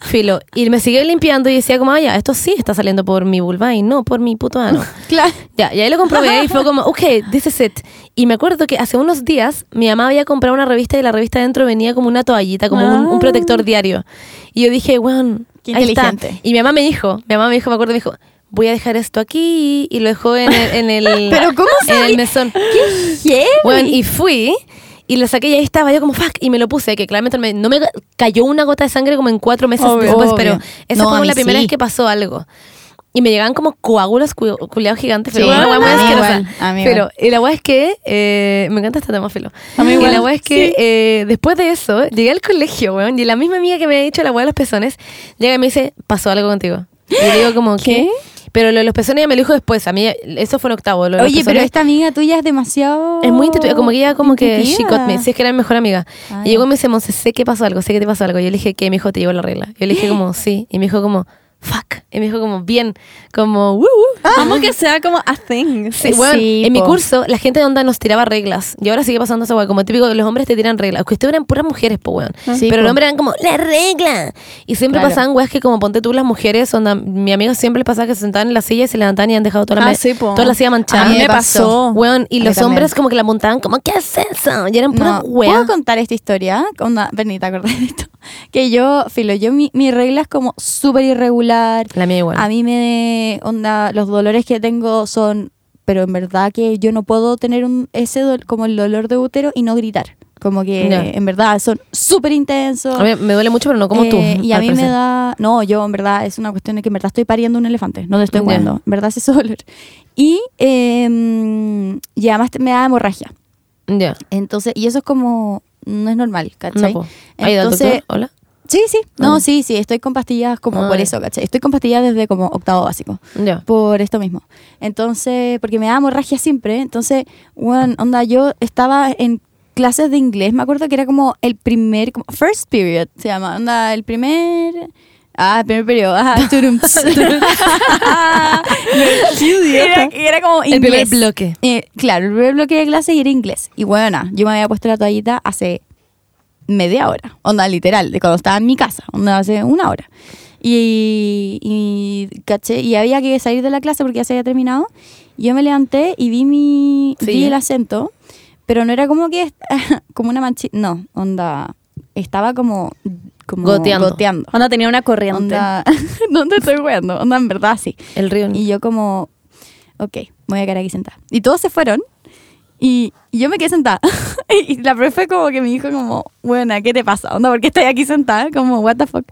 Speaker 1: Filo. Y me siguió limpiando y decía como, ah, ya, esto sí está saliendo por mi vulva y no por mi
Speaker 2: <laughs>
Speaker 1: puto ano.
Speaker 2: Claro.
Speaker 1: ya, y ahí lo comprobé y fue como, ok, this is it. Y me acuerdo que hace unos días mi mamá había comprado una revista y la revista dentro venía como una toallita, como un, un
Speaker 3: Ah.
Speaker 1: protector diario. Y yo dije, weón,
Speaker 2: Qué
Speaker 1: ahí está".
Speaker 2: inteligente.
Speaker 1: Y mi mamá me dijo, mi mamá me dijo, me acuerdo, me dijo, voy a dejar esto aquí y lo dejó en el, en el,
Speaker 2: <laughs> Pero ¿cómo
Speaker 1: en el
Speaker 2: sabía?
Speaker 1: mesón.
Speaker 2: ¿Qué?
Speaker 1: Bueno, y fui y lo saqué y ahí estaba yo como fuck y me lo puse, que claramente me- no me cayó una gota de sangre como en cuatro meses
Speaker 2: Obvio.
Speaker 1: después,
Speaker 2: Obvio.
Speaker 1: pero esa
Speaker 2: No, a
Speaker 1: fue como
Speaker 2: mí
Speaker 1: la primera
Speaker 2: sí.
Speaker 1: vez que pasó algo. Y me llegaban como coágulos cu- culeados gigantes, pero
Speaker 2: Sí,
Speaker 1: una hueá muy
Speaker 2: a mí
Speaker 1: asquerosa.
Speaker 2: igual, a mí
Speaker 1: Pero
Speaker 2: igual.
Speaker 1: y la hueá es que, eh, me encanta este tema, Filo.
Speaker 3: A mí
Speaker 1: y
Speaker 3: igual,
Speaker 1: la hueá es que
Speaker 3: sí.
Speaker 1: eh, después de eso, llegué al colegio, weón, y la misma amiga que me había dicho la hueá de los pezones, llega y me dice, pasó algo contigo. Y digo como, ¿qué? Pero lo de los pezones ya me lo dijo después. A mí, eso fue en octavo. lo de los
Speaker 2: Oye, pero
Speaker 1: pezones.
Speaker 2: esta amiga tuya es demasiado.
Speaker 1: Es muy intuitiva, como que ella como que she
Speaker 2: intuitiva.
Speaker 1: got me, si es que era mi mejor amiga.
Speaker 2: Ah,
Speaker 1: Y llegó y me dice, Monse, sé que pasó algo, sé que te pasó algo. Yo le dije, ¿qué? Mi hijo te llevó la regla. Yo le dije como, sí. Y me dijo como, fuck. Y me dijo como, bien, como, "Woo, woo".
Speaker 3: Amo que sea como a thing.
Speaker 1: Sí, bueno,
Speaker 2: Ah. Sí,
Speaker 1: en mi
Speaker 2: po.
Speaker 1: curso la gente de onda nos tiraba reglas. Y ahora sigue pasando esa weá. Como típico, los hombres te tiran reglas. Que ustedes eran puras mujeres, po, weón.
Speaker 2: Ah. Sí,
Speaker 1: Pero
Speaker 2: po.
Speaker 1: los hombres eran como, la regla. Y siempre
Speaker 2: Claro.
Speaker 1: pasaban weas que como ponte tú las mujeres, onda, mi amiga siempre les pasaba que se sentaban en la silla y se levantaban y han dejado toda la,
Speaker 3: Ah,
Speaker 1: ma-
Speaker 3: sí, po.
Speaker 1: toda la silla manchada.
Speaker 3: A mí me
Speaker 2: Me pasó.
Speaker 3: pasó.
Speaker 1: Weón, y
Speaker 2: A mí
Speaker 1: los
Speaker 2: también.
Speaker 1: hombres como que la montaban como, ¿qué es eso? Y eran puras
Speaker 2: No,
Speaker 1: weas.
Speaker 2: ¿Puedo contar esta historia? Onda, Berni, ¿te acordás de esto? <laughs> Que yo, filo, yo mi, mi regla es como súper irregular.
Speaker 1: La mía igual.
Speaker 2: A mí me onda, los dolores que tengo son, pero en verdad que yo no puedo tener un, ese dol- como el dolor de útero y no gritar. Como que
Speaker 1: Ya.
Speaker 2: en verdad son súper intensos.
Speaker 1: A mí me duele mucho, pero no como
Speaker 2: Eh,
Speaker 1: tú.
Speaker 2: Y a
Speaker 1: al
Speaker 2: mí
Speaker 1: parecer.
Speaker 2: me da. No, yo en verdad es una cuestión de que en verdad estoy pariendo un elefante. No te estoy
Speaker 1: Ya.
Speaker 2: jugando. En verdad es ese dolor. Y, eh, y además te- me da hemorragia.
Speaker 1: Ya.
Speaker 2: Entonces, y eso es como. No es normal,
Speaker 1: No,
Speaker 2: ¿cachai?
Speaker 1: po. Ahí da el
Speaker 2: Entonces-
Speaker 1: doctor. Hola.
Speaker 2: sí, sí.
Speaker 1: Ah.
Speaker 2: No, sí, sí. Estoy con pastillas como
Speaker 1: Ah,
Speaker 2: por
Speaker 1: ya.
Speaker 2: eso, ¿cachai? Estoy con pastillas desde como octavo básico.
Speaker 1: Ya.
Speaker 2: Por esto mismo. Entonces, porque me da hemorragia siempre. Entonces, weón, onda, yo estaba en clases de inglés, me acuerdo que era como el primer, como first period, se llama, onda, el primer... Ah, el primer periodo.
Speaker 1: <laughs>
Speaker 2: Ajá, turum, <laughs> ts, turum. era, era como inglés.
Speaker 1: El primer bloque.
Speaker 2: Eh, claro, el primer bloque de clase y era inglés. Y bueno, yo me había puesto la toallita hace media hora, onda literal, de cuando estaba en mi casa, onda hace una hora. Y, y caché, y había que salir de la clase porque ya se había terminado. Yo me levanté y vi mi
Speaker 1: Sí.
Speaker 2: vi el acento, pero no era como que est- <laughs> como una manchita, no, onda estaba como como
Speaker 1: Goteando.
Speaker 2: goteando.
Speaker 3: Onda tenía una corriente.
Speaker 2: Onda, <laughs> no te estoy jugando, onda en verdad sí.
Speaker 1: El río.
Speaker 2: Y yo como, ok, me voy a quedar aquí sentada. Y todos se fueron y, y yo me quedé sentada. <laughs> y la profe como que me dijo como, buena, ¿qué te pasa? Onda, ¿por qué estás aquí sentada? Como, what the fuck.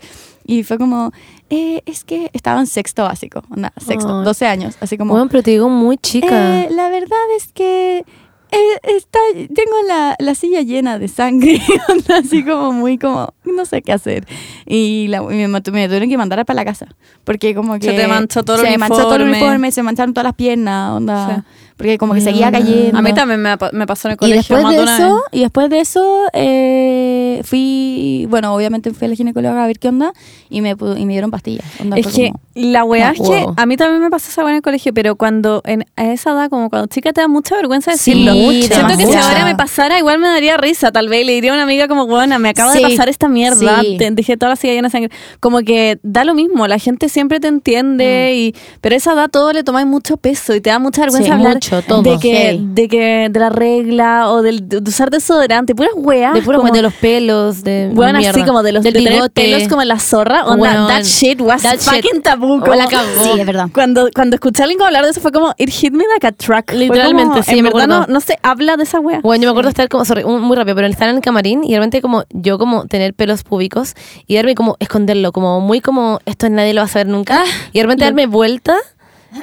Speaker 2: Y fue como, eh, es que estaba en sexto básico, onda, sexto,
Speaker 1: Ay.
Speaker 2: 12 años. Así como,
Speaker 1: Bueno, pero te digo muy chica.
Speaker 2: eh, la verdad es que eh, está, tengo la, la silla llena de sangre, <laughs> onda, así como muy como, no sé qué hacer. Y, la- y me, mat- me tuvieron que mandar para la casa, porque como que...
Speaker 3: Se te manchó todo el
Speaker 2: se manchó todo el
Speaker 3: uniforme.
Speaker 2: uniforme, se mancharon todas las piernas, onda,
Speaker 3: Sí.
Speaker 2: porque como que
Speaker 1: Bueno.
Speaker 2: seguía cayendo.
Speaker 3: A mí también me, pa- me pasó en el
Speaker 2: Y
Speaker 3: colegio.
Speaker 2: después,
Speaker 3: más
Speaker 2: de
Speaker 3: una
Speaker 2: eso,
Speaker 3: vez.
Speaker 2: y después de eso, eh, fui, bueno, obviamente fui a la ginecóloga a ver qué onda y me, pu- y me dieron pastillas. onda,
Speaker 3: Es
Speaker 2: fue
Speaker 3: que
Speaker 2: como-
Speaker 3: la weá es
Speaker 1: Wow.
Speaker 3: que a mí también me pasó esa weá en el colegio, pero cuando en, a esa edad, como cuando chica, te da mucha vergüenza
Speaker 2: Sí,
Speaker 3: decirlo.
Speaker 2: mucha,
Speaker 3: Siento que si
Speaker 2: mucha.
Speaker 3: ahora me pasara, igual me daría risa, tal vez. y Le diría a una amiga como, bueno, me acaba
Speaker 2: Sí,
Speaker 3: de pasar esta mierda,
Speaker 2: sí.
Speaker 3: te dejé toda la silla llena de sangre. Como que da lo mismo, la gente siempre te entiende,
Speaker 2: Mm.
Speaker 3: y, pero a esa edad todo le tomáis mucho peso y te da mucha vergüenza
Speaker 1: Sí,
Speaker 3: hablar
Speaker 1: mucho, todo.
Speaker 3: De, que,
Speaker 2: Sí.
Speaker 3: de que de la regla o del, de usar desodorante, puras weas.
Speaker 1: de puro
Speaker 3: Ah, como-
Speaker 1: de los pelos, de
Speaker 3: bueno,
Speaker 1: mierda.
Speaker 3: así como Eh, de los
Speaker 1: Del
Speaker 3: de tener
Speaker 1: bigote.
Speaker 3: pelos como la zorra, onda,
Speaker 1: Weón.
Speaker 3: that shit was
Speaker 1: That shit.
Speaker 3: fucking tabú.
Speaker 1: Oh, la
Speaker 3: como-
Speaker 1: cagó.
Speaker 2: Sí, es verdad.
Speaker 3: Cuando, cuando escuché a alguien como hablar de eso fue como, it hit me like a truck. Fue
Speaker 1: Literalmente,
Speaker 3: como,
Speaker 1: sí,
Speaker 3: En
Speaker 1: me
Speaker 3: verdad no,
Speaker 1: acuerdo.
Speaker 3: no se habla de esa wea.
Speaker 1: Bueno, yo me acuerdo estar como, sorry, un- muy rápido, pero estar en el camarín y realmente como yo como tener pelos públicos y darme como esconderlo, como muy como esto nadie lo va a saber nunca.
Speaker 3: Ah,
Speaker 1: y de repente darme vuelta,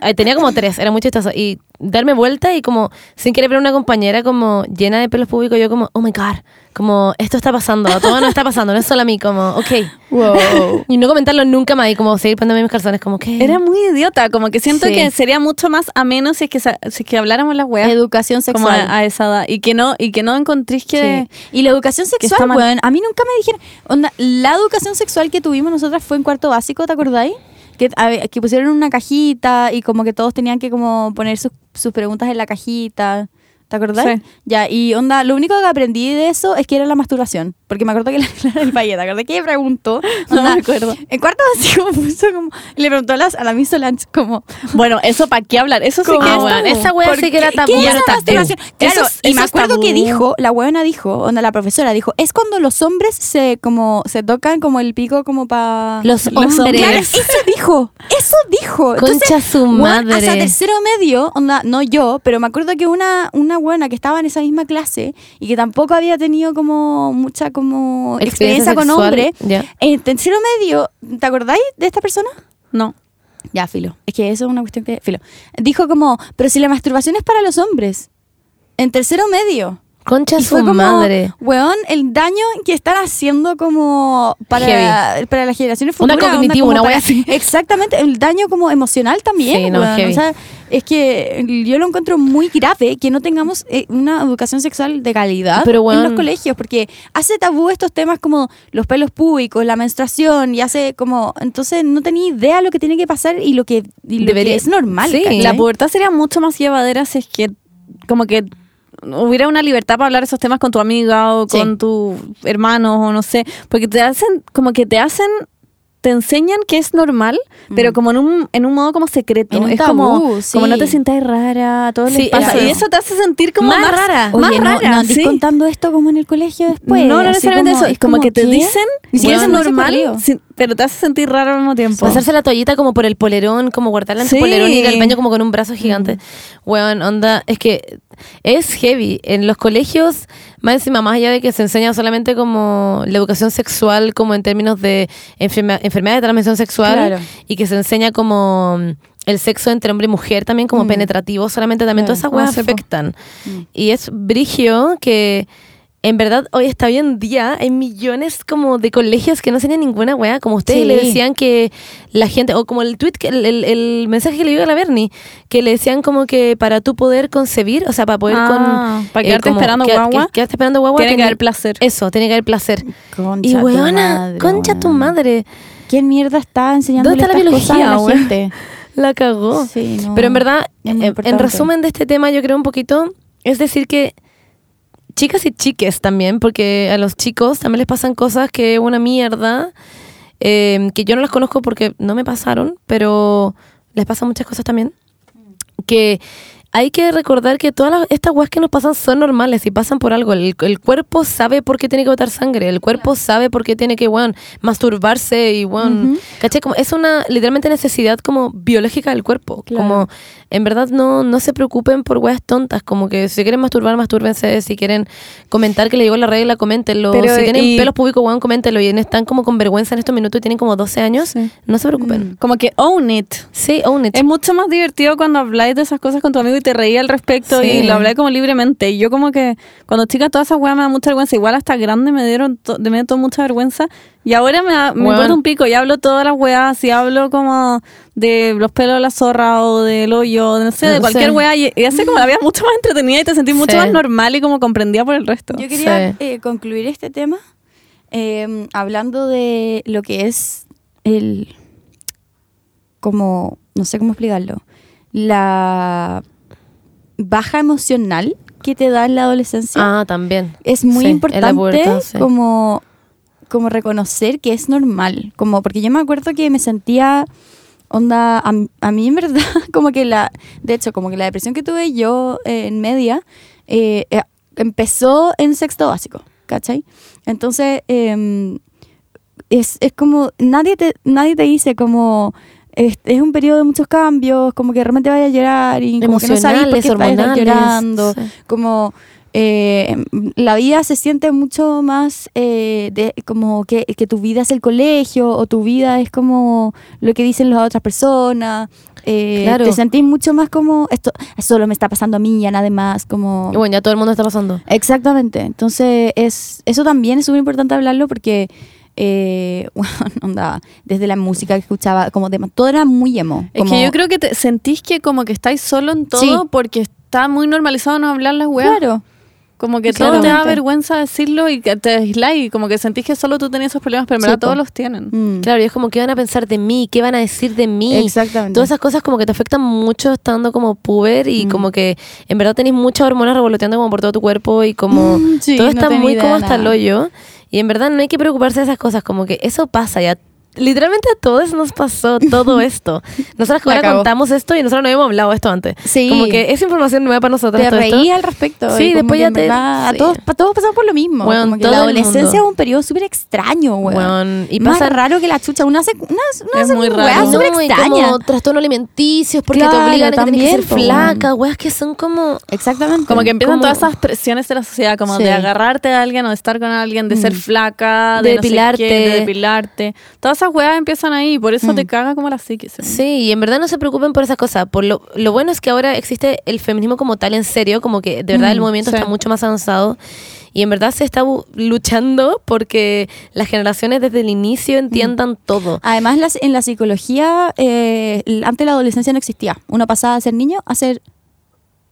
Speaker 1: ay, tenía como tres, era muy chistoso, y darme vuelta y como sin querer ver a una compañera como llena de pelos públicos, yo como, oh my god, como esto está pasando, a todos nos está pasando, no es solo a mí, como, ok.
Speaker 3: <laughs>
Speaker 2: Wow.
Speaker 1: Y no comentarlo nunca más y como seguir poniéndome mis calzones, como que...
Speaker 3: Oh. Era muy idiota, como que siento
Speaker 2: Sí.
Speaker 3: que sería mucho más ameno si es que, sa- si es que habláramos las weas
Speaker 2: Educación
Speaker 3: como
Speaker 2: sexual.
Speaker 3: a, a esa edad y que no, y que no encontréis que...
Speaker 2: Sí. Y la educación
Speaker 3: está
Speaker 2: sexual,
Speaker 3: mal.
Speaker 2: weón, a mí nunca me dijeron, onda, la educación sexual que tuvimos nosotras fue en cuarto básico, ¿te acordáis? Que, a ver, que pusieron una cajita y como que todos tenían que como poner sus, sus preguntas en la cajita. ¿Te acordás?
Speaker 3: Sí.
Speaker 2: Ya, y onda, lo único que aprendí de eso es que era la masturbación. Porque me acuerdo que <laughs> la Clara del Valle, ¿te acordás que ella preguntó?
Speaker 3: No
Speaker 2: Onda,
Speaker 3: me acuerdo.
Speaker 2: En cuarto básico <laughs> puso como, le preguntó a, las, a la Miss Solange como,
Speaker 3: <laughs> Bueno, eso para qué hablar, eso sí
Speaker 2: como-
Speaker 3: que es
Speaker 1: Ah, bueno,
Speaker 3: tabú.
Speaker 1: esa wea
Speaker 2: ¿Por
Speaker 1: sí que era
Speaker 2: qué?
Speaker 1: tabú.
Speaker 2: ¿Qué es
Speaker 1: Era
Speaker 2: la
Speaker 1: tabú.
Speaker 2: masturbación? Claro,
Speaker 3: Eso es-
Speaker 2: y
Speaker 3: eso
Speaker 2: me
Speaker 3: es
Speaker 2: acuerdo
Speaker 3: tabú.
Speaker 2: que dijo, la buena dijo, onda, la profesora dijo, es cuando los hombres se como se tocan como el pico como para
Speaker 1: Los
Speaker 3: Los hombres.
Speaker 2: Claro,
Speaker 1: hombres.
Speaker 2: eso dijo, eso dijo.
Speaker 1: Concha su
Speaker 2: weón,
Speaker 1: madre.
Speaker 2: hasta tercero medio, onda, no yo, pero me acuerdo que una una buena que estaba en esa misma clase y que tampoco había tenido como mucha como experiencia, con
Speaker 1: sexual,
Speaker 2: hombres,
Speaker 1: ya.
Speaker 2: en tercero medio, ¿te acordáis de esta persona?
Speaker 3: No.
Speaker 2: Ya, filo. Es que eso es una cuestión que. Filo. Dijo como, pero si la masturbación es para los hombres. En tercero medio.
Speaker 1: Concha
Speaker 2: Y
Speaker 1: su
Speaker 2: fue como,
Speaker 1: madre.
Speaker 2: Weón, el daño que están haciendo como para, para las generaciones futuras.
Speaker 1: Una
Speaker 2: onda,
Speaker 1: cognitiva,
Speaker 2: como
Speaker 1: una
Speaker 2: para-
Speaker 1: wea así.
Speaker 2: <laughs> Exactamente, el daño como emocional también.
Speaker 1: Sí, no,
Speaker 2: weón.
Speaker 1: heavy.
Speaker 2: O sea, es que yo lo encuentro muy grave que no tengamos eh, una educación sexual de calidad
Speaker 1: Pero,
Speaker 2: en
Speaker 1: weón.
Speaker 2: los colegios, porque hace tabú estos temas como los pelos públicos, la menstruación, y hace como. Entonces no tenía idea lo que tiene que pasar y lo que, y lo que
Speaker 1: Debería-
Speaker 2: es normal.
Speaker 1: Sí.
Speaker 2: ¿cachai?
Speaker 3: La pubertad sería mucho más llevadera si es que como que hubiera una libertad para hablar esos temas con tu amiga o
Speaker 1: Sí.
Speaker 3: con tus hermanos o no sé, porque te hacen como que te hacen te enseñan que es normal, pero como en un, en un modo como secreto.
Speaker 2: Mm. En un
Speaker 3: es
Speaker 2: tabú,
Speaker 3: como,
Speaker 2: sí.
Speaker 3: como no te sientas rara, a todos
Speaker 1: Sí,
Speaker 3: les pasa.
Speaker 1: eso.
Speaker 3: Y eso te hace sentir como
Speaker 1: Más
Speaker 3: más,
Speaker 1: rara.
Speaker 2: Oye,
Speaker 3: Más
Speaker 2: no,
Speaker 3: rara,
Speaker 2: no andís
Speaker 3: sí.
Speaker 2: contando esto como en el colegio después.
Speaker 3: no,
Speaker 2: así
Speaker 3: no necesariamente eso. Es como, que te
Speaker 2: ¿qué?
Speaker 3: dicen
Speaker 2: Ni
Speaker 3: que
Speaker 2: siquiera
Speaker 3: es
Speaker 2: se me hace
Speaker 3: normal,
Speaker 2: corrido.
Speaker 3: sin- pero te hace sentir raro al mismo tiempo.
Speaker 1: Pasarse la toallita como por el polerón, como guardarla en tu
Speaker 3: Sí.
Speaker 1: polerón y ir al baño como con un brazo
Speaker 2: Mm.
Speaker 1: gigante. Weón, onda, es que es heavy. En los colegios, más encima, más allá de que se enseña solamente como la educación sexual, como en términos de enferma- enfermedad de transmisión sexual,
Speaker 2: Claro.
Speaker 1: y que se enseña como mm, el sexo entre hombre y mujer también como penetrativo, solamente también
Speaker 2: Mm. Claro.
Speaker 1: todas esas weas
Speaker 2: Ah, sí, po.
Speaker 1: afectan. Y es brigio que... En verdad, hoy está hoy en día, hay millones como de colegios que no enseñan ninguna wea, como ustedes
Speaker 2: Sí.
Speaker 1: le decían que la gente, o como el tweet, que- el, el- el mensaje que le dio a la Bernie, que le decían como que para tú poder concebir, o sea, para poder
Speaker 3: Ah,
Speaker 1: con... eh,
Speaker 3: para quedarte
Speaker 1: como
Speaker 3: esperando
Speaker 1: queda-
Speaker 3: guagua,
Speaker 1: que- quedarte esperando guagua.
Speaker 3: tiene que
Speaker 1: teni-
Speaker 3: haber placer. Eh,
Speaker 1: Eso, tiene que haber placer.
Speaker 2: Concha
Speaker 1: y
Speaker 2: tu
Speaker 1: weona,
Speaker 2: madre,
Speaker 1: concha tu
Speaker 2: weón.
Speaker 1: madre,
Speaker 2: ¿Quién mierda está enseñando
Speaker 1: ¿Dónde está la biología,
Speaker 2: a la
Speaker 1: weón?
Speaker 2: gente?
Speaker 1: la cagó.
Speaker 2: Sí, no.
Speaker 1: Pero en verdad,
Speaker 2: Es muy
Speaker 1: eh, en
Speaker 2: importante.
Speaker 1: resumen de este tema, yo creo un poquito, es decir que chicas y chiques también, porque a los chicos también les pasan cosas que es una mierda, eh, que yo no las conozco porque no me pasaron, pero les pasan muchas cosas también, que hay que recordar que todas las- estas weas que nos pasan son normales y pasan por algo. El, el cuerpo sabe por qué tiene que botar sangre. El cuerpo sabe por qué tiene que, weón, masturbarse y, weón, ¿cachai? Como, es una, literalmente, necesidad como biológica del cuerpo.
Speaker 2: Claro.
Speaker 1: Como, en verdad, no, no se preocupen por weas tontas. Como que si quieren masturbar, mastúrbense. Si quieren comentar que le llegó la regla, coméntenlo.
Speaker 3: Pero,
Speaker 1: si tienen
Speaker 3: y-
Speaker 1: pelos públicos, weón, coméntenlo. Y en- están como con vergüenza en estos minutos y tienen como 12 años.
Speaker 3: Sí.
Speaker 1: No
Speaker 2: Mm.
Speaker 1: se preocupen.
Speaker 3: Como que own it.
Speaker 1: Sí, own it.
Speaker 3: Es mucho más divertido cuando habláis de esas cosas con tu amigo y te reí al respecto
Speaker 1: Sí.
Speaker 3: y lo habláis como libremente. Y yo como que cuando chica todas esas weas me da mucha vergüenza. Igual hasta grande me dieron to- me dio todo mucha vergüenza. Y ahora me, da- me
Speaker 1: Weón.
Speaker 3: importa un pico y hablo todas las weas y hablo como de los pelos de la zorra o del hoyo, no sé, de
Speaker 1: Sí.
Speaker 3: cualquier wea. Y, y hace como la vida mucho más entretenida y te sentís mucho
Speaker 1: Sí.
Speaker 3: más normal y como comprendida por el resto.
Speaker 2: Yo quería
Speaker 1: Sí.
Speaker 2: eh, concluir este tema eh, hablando de lo que es el. como. no sé cómo explicarlo. La baja emocional que te da en la adolescencia.
Speaker 1: Ah, también.
Speaker 2: es muy
Speaker 1: Sí, en la
Speaker 2: importante
Speaker 1: pubertad, sí.
Speaker 2: como, como reconocer que es normal. Como, porque yo me acuerdo que me sentía onda, a, m- a mí en verdad, <laughs> como que la, de hecho, como que la depresión que tuve yo eh, en media eh, eh, empezó en sexto básico, ¿cachai? Entonces, em, es, es como, nadie te, nadie te dice como... Es, es un periodo de muchos cambios, como que realmente vaya a llorar y como que no sabes por
Speaker 1: Emocionales,
Speaker 2: qué estás
Speaker 1: hormonales,
Speaker 2: llorando
Speaker 1: sí.
Speaker 2: como eh, la vida se siente mucho más eh, de, como que, que tu vida es el colegio o tu vida es como lo que dicen las otras personas. eh,
Speaker 1: Claro.
Speaker 2: Te sentís mucho más como esto solo me está pasando a mí y nada más como...
Speaker 1: Y bueno, ya todo el mundo está
Speaker 2: Mm.
Speaker 1: pasando.
Speaker 2: Exactamente, entonces es, eso también es súper importante hablarlo porque, eh, <laughs> bueno, onda, desde la música que escuchaba, como de, todo era muy emo.
Speaker 3: Es
Speaker 2: como-
Speaker 3: que yo creo que te, sentís que como que estáis solo en todo
Speaker 2: Sí.
Speaker 3: porque está muy normalizado no hablar las weas.
Speaker 2: Claro,
Speaker 3: Como que todo te da
Speaker 2: Claramente.
Speaker 3: vergüenza decirlo y que te deslay, y como que sentís que solo tú tenías esos problemas, pero en
Speaker 2: Sí,
Speaker 3: verdad
Speaker 2: po.
Speaker 3: todos los tienen.
Speaker 2: Mm.
Speaker 1: Claro, y es como, ¿qué van a pensar de mí? ¿Qué van a decir de mí?
Speaker 2: Exactamente.
Speaker 1: Todas esas cosas como que te afectan mucho estando como puber y como que en verdad tenés muchas hormonas revoloteando como por todo tu cuerpo y <laughs> como
Speaker 2: Mm, sí,
Speaker 1: todo
Speaker 2: no
Speaker 1: está
Speaker 2: tenía
Speaker 1: muy
Speaker 2: idea
Speaker 1: como
Speaker 2: de
Speaker 1: hasta el
Speaker 2: nada.
Speaker 1: hoyo. Y en verdad no hay que preocuparse de esas cosas, como que eso pasa ya. Literalmente a todos nos pasó <laughs> todo esto. Nosotras
Speaker 2: La
Speaker 1: ahora
Speaker 2: cagó.
Speaker 1: contamos esto y nosotros no habíamos hablado esto antes.
Speaker 2: Sí.
Speaker 1: Como que es información nueva para nosotros.
Speaker 2: te
Speaker 1: todo esto.
Speaker 2: reí al respecto.
Speaker 1: Sí,
Speaker 2: y como
Speaker 1: después
Speaker 2: que
Speaker 1: ya
Speaker 2: en
Speaker 1: te-
Speaker 2: verdad,
Speaker 1: sí.
Speaker 2: a todos, pa- todos pasamos por lo mismo.
Speaker 1: Weón,
Speaker 2: como que
Speaker 1: todo
Speaker 2: la
Speaker 1: el mundo.
Speaker 2: adolescencia es un periodo súper extraño, weón.
Speaker 1: Weón, y
Speaker 2: Más
Speaker 1: pasa-
Speaker 2: raro que la chucha. Una hace, una, una
Speaker 3: Es
Speaker 2: hace
Speaker 3: muy
Speaker 2: weá
Speaker 3: raro.
Speaker 1: No,
Speaker 2: súper
Speaker 1: y
Speaker 2: extraña.
Speaker 1: como trastorno alimenticios porque te
Speaker 2: Claro,
Speaker 1: obligan a que tenés que ser
Speaker 2: también, po, weón.
Speaker 1: flaca, weas que son como...
Speaker 2: Exactamente.
Speaker 3: Como que empiezan
Speaker 1: Como-
Speaker 3: todas esas presiones de la sociedad, como
Speaker 2: Sí.
Speaker 3: de agarrarte a alguien o de estar con alguien, de ser flaca, de,
Speaker 1: De
Speaker 3: no sé
Speaker 1: depilarte.
Speaker 3: qué, de depilarte. Todas esas weas empiezan ahí, por eso te caga como la psique. según
Speaker 1: Sí, y en verdad no se preocupen por esas cosas. Por lo, lo bueno es que ahora existe el feminismo como tal en serio, como que de verdad el
Speaker 3: Mm,
Speaker 1: movimiento
Speaker 3: sí.
Speaker 1: está mucho más avanzado y en verdad se está bu- luchando porque las generaciones desde el inicio entiendan todo.
Speaker 2: Además, las- en la psicología, eh, l- antes la adolescencia no existía. Uno pasaba de ser niño a ser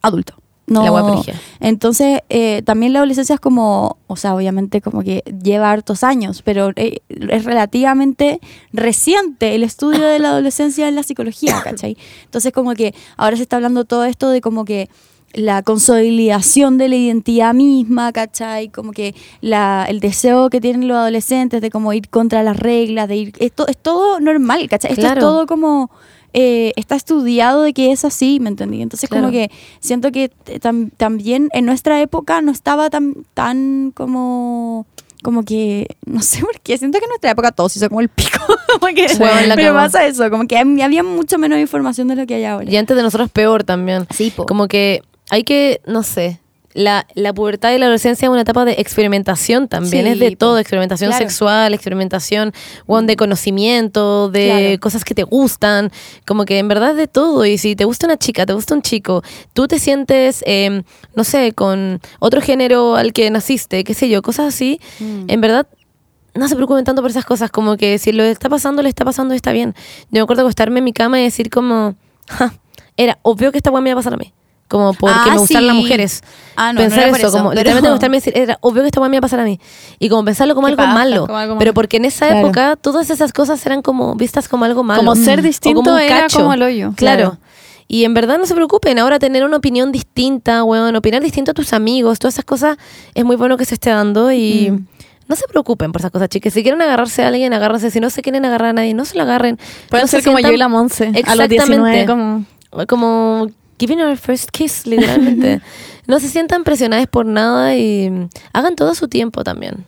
Speaker 2: adulto. No,
Speaker 1: La wea brígida.
Speaker 2: Entonces, eh, también la adolescencia es como, o sea, obviamente como que lleva hartos años, pero eh, es relativamente reciente el estudio de la adolescencia en la psicología, ¿cachai? Entonces, como que ahora se está hablando todo esto de como que la consolidación de la identidad misma, ¿cachai? Como que la, el deseo que tienen los adolescentes de como ir contra las reglas, de ir... Esto es todo normal, ¿cachai? Esto
Speaker 1: Claro.
Speaker 2: es todo como... eh, está estudiado de que es así, ¿me entendí? Entonces
Speaker 1: Claro.
Speaker 2: como que siento que t- tam- también en nuestra época no estaba tan, tan como... Como que, no sé por qué, siento que en nuestra época todo se hizo como el pico. <laughs> como que-
Speaker 1: Sí. Huevo en la
Speaker 2: pero
Speaker 1: cama.
Speaker 2: pasa eso, como que hab- había mucho menos información de lo que hay ahora.
Speaker 1: Y antes de nosotros peor también.
Speaker 2: Sí, po.
Speaker 1: Como que hay que, no sé, la, la pubertad y la adolescencia es una etapa de experimentación también,
Speaker 2: Sí,
Speaker 1: es de
Speaker 2: po.
Speaker 1: todo, experimentación
Speaker 2: Claro.
Speaker 1: sexual, experimentación weón, de conocimiento, de
Speaker 2: Claro.
Speaker 1: cosas que te gustan, como que en verdad es de todo, y si te gusta una chica, te gusta un chico, tú te sientes, eh, no sé, con otro género al que naciste, qué sé yo, cosas así,
Speaker 2: Mm.
Speaker 1: en verdad... No se preocupen tanto por esas cosas, como que si lo está pasando, le está pasando y está bien. Yo me acuerdo acostarme en mi cama y decir como, "Ja, era obvio que esta weá me iba a pasar a mí. Como porque
Speaker 2: Ah,
Speaker 1: me gustan
Speaker 2: sí.
Speaker 1: las mujeres.
Speaker 2: Ah, no,
Speaker 1: pensar
Speaker 2: no era por
Speaker 1: eso,
Speaker 2: eso,
Speaker 1: como
Speaker 2: pero-
Speaker 1: literalmente
Speaker 2: <laughs>
Speaker 1: acostarme y decir, era obvio que esta weá me iba a pasar a mí. Y como pensarlo como
Speaker 3: Qué
Speaker 1: algo
Speaker 3: paja,
Speaker 1: malo.
Speaker 3: como algo
Speaker 1: Pero
Speaker 3: malo.
Speaker 1: porque en esa
Speaker 2: Claro.
Speaker 1: época todas esas cosas eran como vistas como algo malo.
Speaker 3: Como ser
Speaker 1: Mm. O
Speaker 3: distinto
Speaker 1: un
Speaker 3: era
Speaker 1: cacho.
Speaker 3: como el hoyo.
Speaker 1: Claro.
Speaker 3: Claro.
Speaker 1: Y en verdad no se preocupen, ahora tener una opinión distinta, weón, opinar distinto a tus amigos, todas esas cosas es muy bueno que se esté dando y
Speaker 2: Mm.
Speaker 1: no se preocupen por esas cosas, chicas. Si quieren agarrarse a alguien, agárrense. Si no se quieren agarrar a nadie, no se lo agarren.
Speaker 3: Pueden
Speaker 1: No se
Speaker 3: ser como yo y
Speaker 1: sientan-
Speaker 3: la Monse. A los
Speaker 1: Exactamente.
Speaker 3: 19, como.
Speaker 1: Como giving our first kiss,
Speaker 3: <laughs>
Speaker 1: literalmente. no se sientan presionadas por nada y mm, hagan todo a su tiempo también.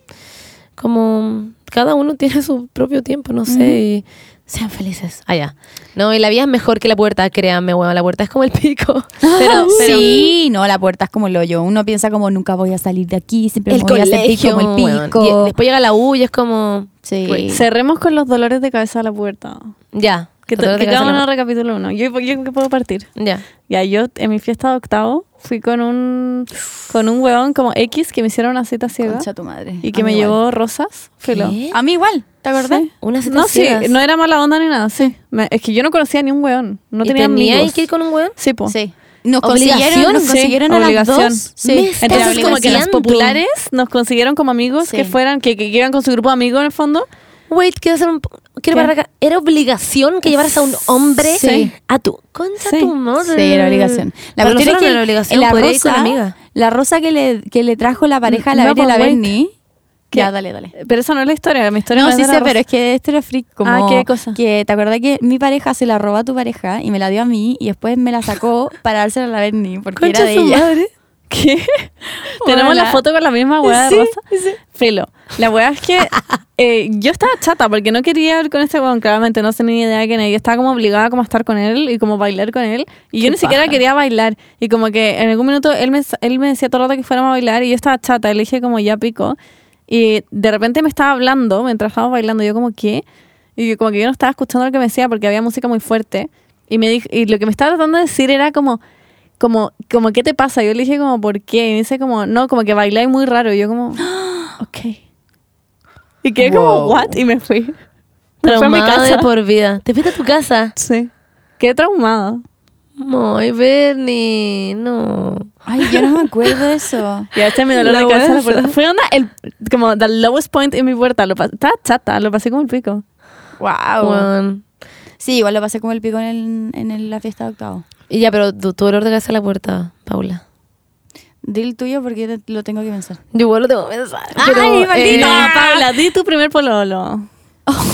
Speaker 1: Como cada uno tiene su propio tiempo, no sé, y sean felices. Allá. No, y la vida es mejor que la puerta, créanme, weón. La puerta es como el
Speaker 3: <laughs>
Speaker 1: pico. <laughs>
Speaker 3: Ah,
Speaker 2: Pero, sí, no, la puerta es como el hoyo. Uno piensa como nunca voy a salir de aquí, siempre me voy a sentir como el
Speaker 1: weón.
Speaker 2: pico.
Speaker 1: Y después llega la U y es como.
Speaker 2: sí.
Speaker 1: Pues,
Speaker 3: Cerremos con los dolores de cabeza a la puerta.
Speaker 1: Ya.
Speaker 3: Que,
Speaker 1: Todo
Speaker 3: te-
Speaker 1: lo
Speaker 3: que
Speaker 1: que
Speaker 3: cada
Speaker 1: hace la-
Speaker 3: uno recapitula uno. Yo, yo que puedo partir.
Speaker 1: Ya.
Speaker 3: Ya, yo en mi fiesta de octavo fui con un con un huevón como X que me hicieron una cita ciega
Speaker 2: Concha tu madre.
Speaker 3: y que
Speaker 2: A
Speaker 3: me
Speaker 2: mí igual.
Speaker 3: llevó rosas. Filo.
Speaker 1: ¿Qué?
Speaker 2: A mí igual, ¿te acordás?
Speaker 3: Sí.
Speaker 1: Unas citas
Speaker 3: No, sí,
Speaker 1: ciegas.
Speaker 3: no era mala onda ni nada, sí. Me- es que yo no conocía ni un huevón. No
Speaker 1: ¿Y
Speaker 3: tenía
Speaker 1: tenía
Speaker 3: amigos.
Speaker 1: que ir con un weón?
Speaker 3: Sí, po.
Speaker 2: Sí. Nos
Speaker 1: Obligación,
Speaker 2: consiguieron, nos
Speaker 1: sí,
Speaker 2: consiguieron a las
Speaker 3: obligación.
Speaker 2: dos.
Speaker 1: Me estás
Speaker 2: Entre
Speaker 3: Entonces como que
Speaker 2: obligación.
Speaker 3: las
Speaker 1: obligando.
Speaker 3: populares nos consiguieron como amigos
Speaker 2: Sí.
Speaker 3: que fueran, que, que iban con su grupo de amigos en el fondo.
Speaker 1: Wait, quiero hacer un. po- Quiero
Speaker 3: ¿Qué?
Speaker 1: parar acá. Era obligación que llevaras a un hombre
Speaker 2: Sí.
Speaker 1: a tu. Concha
Speaker 3: Sí.
Speaker 1: tu madre.
Speaker 2: Sí, era obligación. La
Speaker 1: Pero
Speaker 2: cuestión es
Speaker 1: nosotros
Speaker 2: que
Speaker 1: no era obligación,
Speaker 2: la
Speaker 1: podría ir con
Speaker 2: rosa,
Speaker 1: amiga.
Speaker 2: la rosa que le, que le trajo la pareja a la
Speaker 3: No,
Speaker 2: Vere y
Speaker 3: pues,
Speaker 2: la
Speaker 3: wait.
Speaker 2: Berni.
Speaker 3: ¿Qué?
Speaker 2: Ya, dale, dale.
Speaker 3: Pero esa no es la historia, mi historia
Speaker 2: No,
Speaker 3: no es
Speaker 2: sí
Speaker 3: de
Speaker 2: sé,
Speaker 3: la
Speaker 2: pero
Speaker 3: rosa.
Speaker 2: es que este era freak como
Speaker 3: Ah, ¿qué cosa?
Speaker 2: que te acordás que mi pareja se la robó a tu pareja y me la dio a mí y después me la sacó <laughs> para dársela a la Berni porque
Speaker 3: Concha
Speaker 2: era de
Speaker 3: su
Speaker 2: ella.
Speaker 3: madre. ¿Qué? <laughs> Tenemos
Speaker 2: Hola.
Speaker 3: la foto con la misma hueá de
Speaker 2: Sí,
Speaker 3: rosa. Filo. La hueá es
Speaker 2: <laughs>
Speaker 3: que eh, yo estaba chata porque no quería ir con este hueón, claramente no tenía ni idea de quién era. Yo estaba como obligada como a estar con él y como bailar con él. Y yo
Speaker 2: Qué
Speaker 3: ni siquiera
Speaker 2: paja.
Speaker 3: quería bailar. Y como que en algún minuto él me, él me decía todo el rato que fuéramos a bailar y yo estaba chata. Y le dije como ya pico. Y de repente me estaba hablando mientras estábamos bailando. Yo como, ¿qué? Y como que yo no estaba escuchando lo que me decía porque había música muy fuerte. Y, me dijo, y lo que me estaba tratando de decir era como, como, como, ¿qué te pasa? Yo le dije como, ¿por qué? Y me dice como, no, como que bailáis muy raro. Y yo como, ok. Y quedé como,
Speaker 2: Wow.
Speaker 3: ¿what? Y me fui. Me fui a mi
Speaker 1: Traumada de
Speaker 3: casa.
Speaker 1: por vida. Te fuiste a tu casa.
Speaker 3: Sí. Quedé traumada.
Speaker 1: Ay, Bernie. No.
Speaker 2: Ay, yo no me acuerdo de <laughs> eso.
Speaker 3: Y este es mi dolor
Speaker 1: La
Speaker 3: de cabeza. la
Speaker 1: vergüenza.
Speaker 3: puerta. Fue onda, el, como, the lowest point en mi puerta. Lo pas- estaba chata, lo pasé como el pico.
Speaker 2: Wow.
Speaker 1: Weón.
Speaker 2: Sí, igual lo pasé como el pico en, el- en el- la fiesta de octavo.
Speaker 1: Y ya, pero tu, tu olor de casa a la puerta, Paula.
Speaker 2: Dil tuyo porque te- lo tengo que pensar.
Speaker 1: Yo igual lo tengo que pensar.
Speaker 2: Ay,
Speaker 1: pero,
Speaker 2: maldita. Oh.
Speaker 1: eh,
Speaker 3: No, Paula, di tu primer pololo.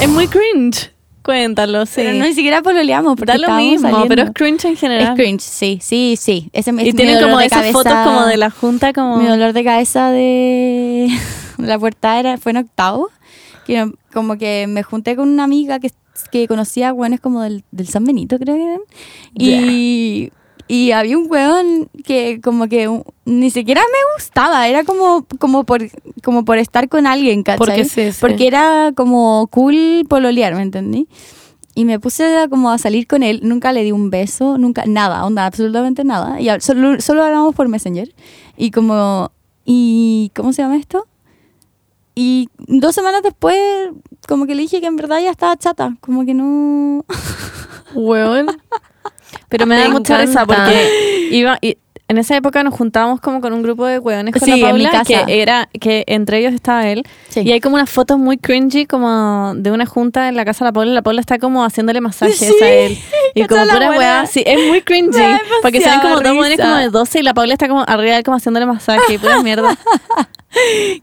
Speaker 3: Es muy cringe. Cuéntalo, sí.
Speaker 2: Pero no ni siquiera pololeamos porque
Speaker 3: da lo
Speaker 2: estábamos
Speaker 3: mismo,
Speaker 2: saliendo.
Speaker 3: pero es cringe en general.
Speaker 2: Es cringe, sí, sí, sí. Ese me-
Speaker 3: Y
Speaker 2: es mi
Speaker 3: tiene
Speaker 2: dolor
Speaker 3: como
Speaker 2: de
Speaker 3: esas
Speaker 2: cabeza.
Speaker 3: fotos como de la junta, como...
Speaker 2: Mi dolor de cabeza de <laughs> la puerta era, fue en octavo. Que no- como que me junté con una amiga que, que conocía, bueno, es como del, del San Benito, creo que eran. Y, Y había un weón que como que un- ni siquiera me gustaba, era como, como, por, como por estar con alguien, ¿cachai?
Speaker 1: Porque sí, sí.
Speaker 2: Porque era como cool pololear, ¿me entendí? Y me puse a, como a salir con él, nunca le di un beso, nunca, nada, onda, absolutamente nada. Y hab- solo, solo hablamos por Messenger. Y como, ¿y cómo se llama esto? Y dos semanas después, como que le dije que en verdad ya estaba chata, como que no...
Speaker 1: Weón.
Speaker 3: Pero me, da
Speaker 1: Me
Speaker 3: mucha risa
Speaker 1: encanta.
Speaker 3: <laughs> porque iba, y en esa época nos juntábamos como con un grupo de hueones con
Speaker 2: Sí,
Speaker 3: la
Speaker 2: en mi
Speaker 3: Paula,
Speaker 2: casa.
Speaker 3: que era que entre ellos estaba él.
Speaker 2: <laughs> Sí.
Speaker 3: Y hay como unas fotos muy cringy como de una junta en la casa de la Paula. La Paula está como haciéndole masajes
Speaker 2: Sí.
Speaker 3: a él. <laughs> Y
Speaker 2: Cacha
Speaker 3: como
Speaker 2: la
Speaker 3: pura
Speaker 2: buena.
Speaker 3: hueá así. Es muy
Speaker 2: Me da
Speaker 3: cringy. Porque
Speaker 2: demasiada
Speaker 3: salen como dos hueones
Speaker 2: risa.
Speaker 3: como de 12 y la Paula está como arriba de él como haciéndole masaje. Y pura mierda.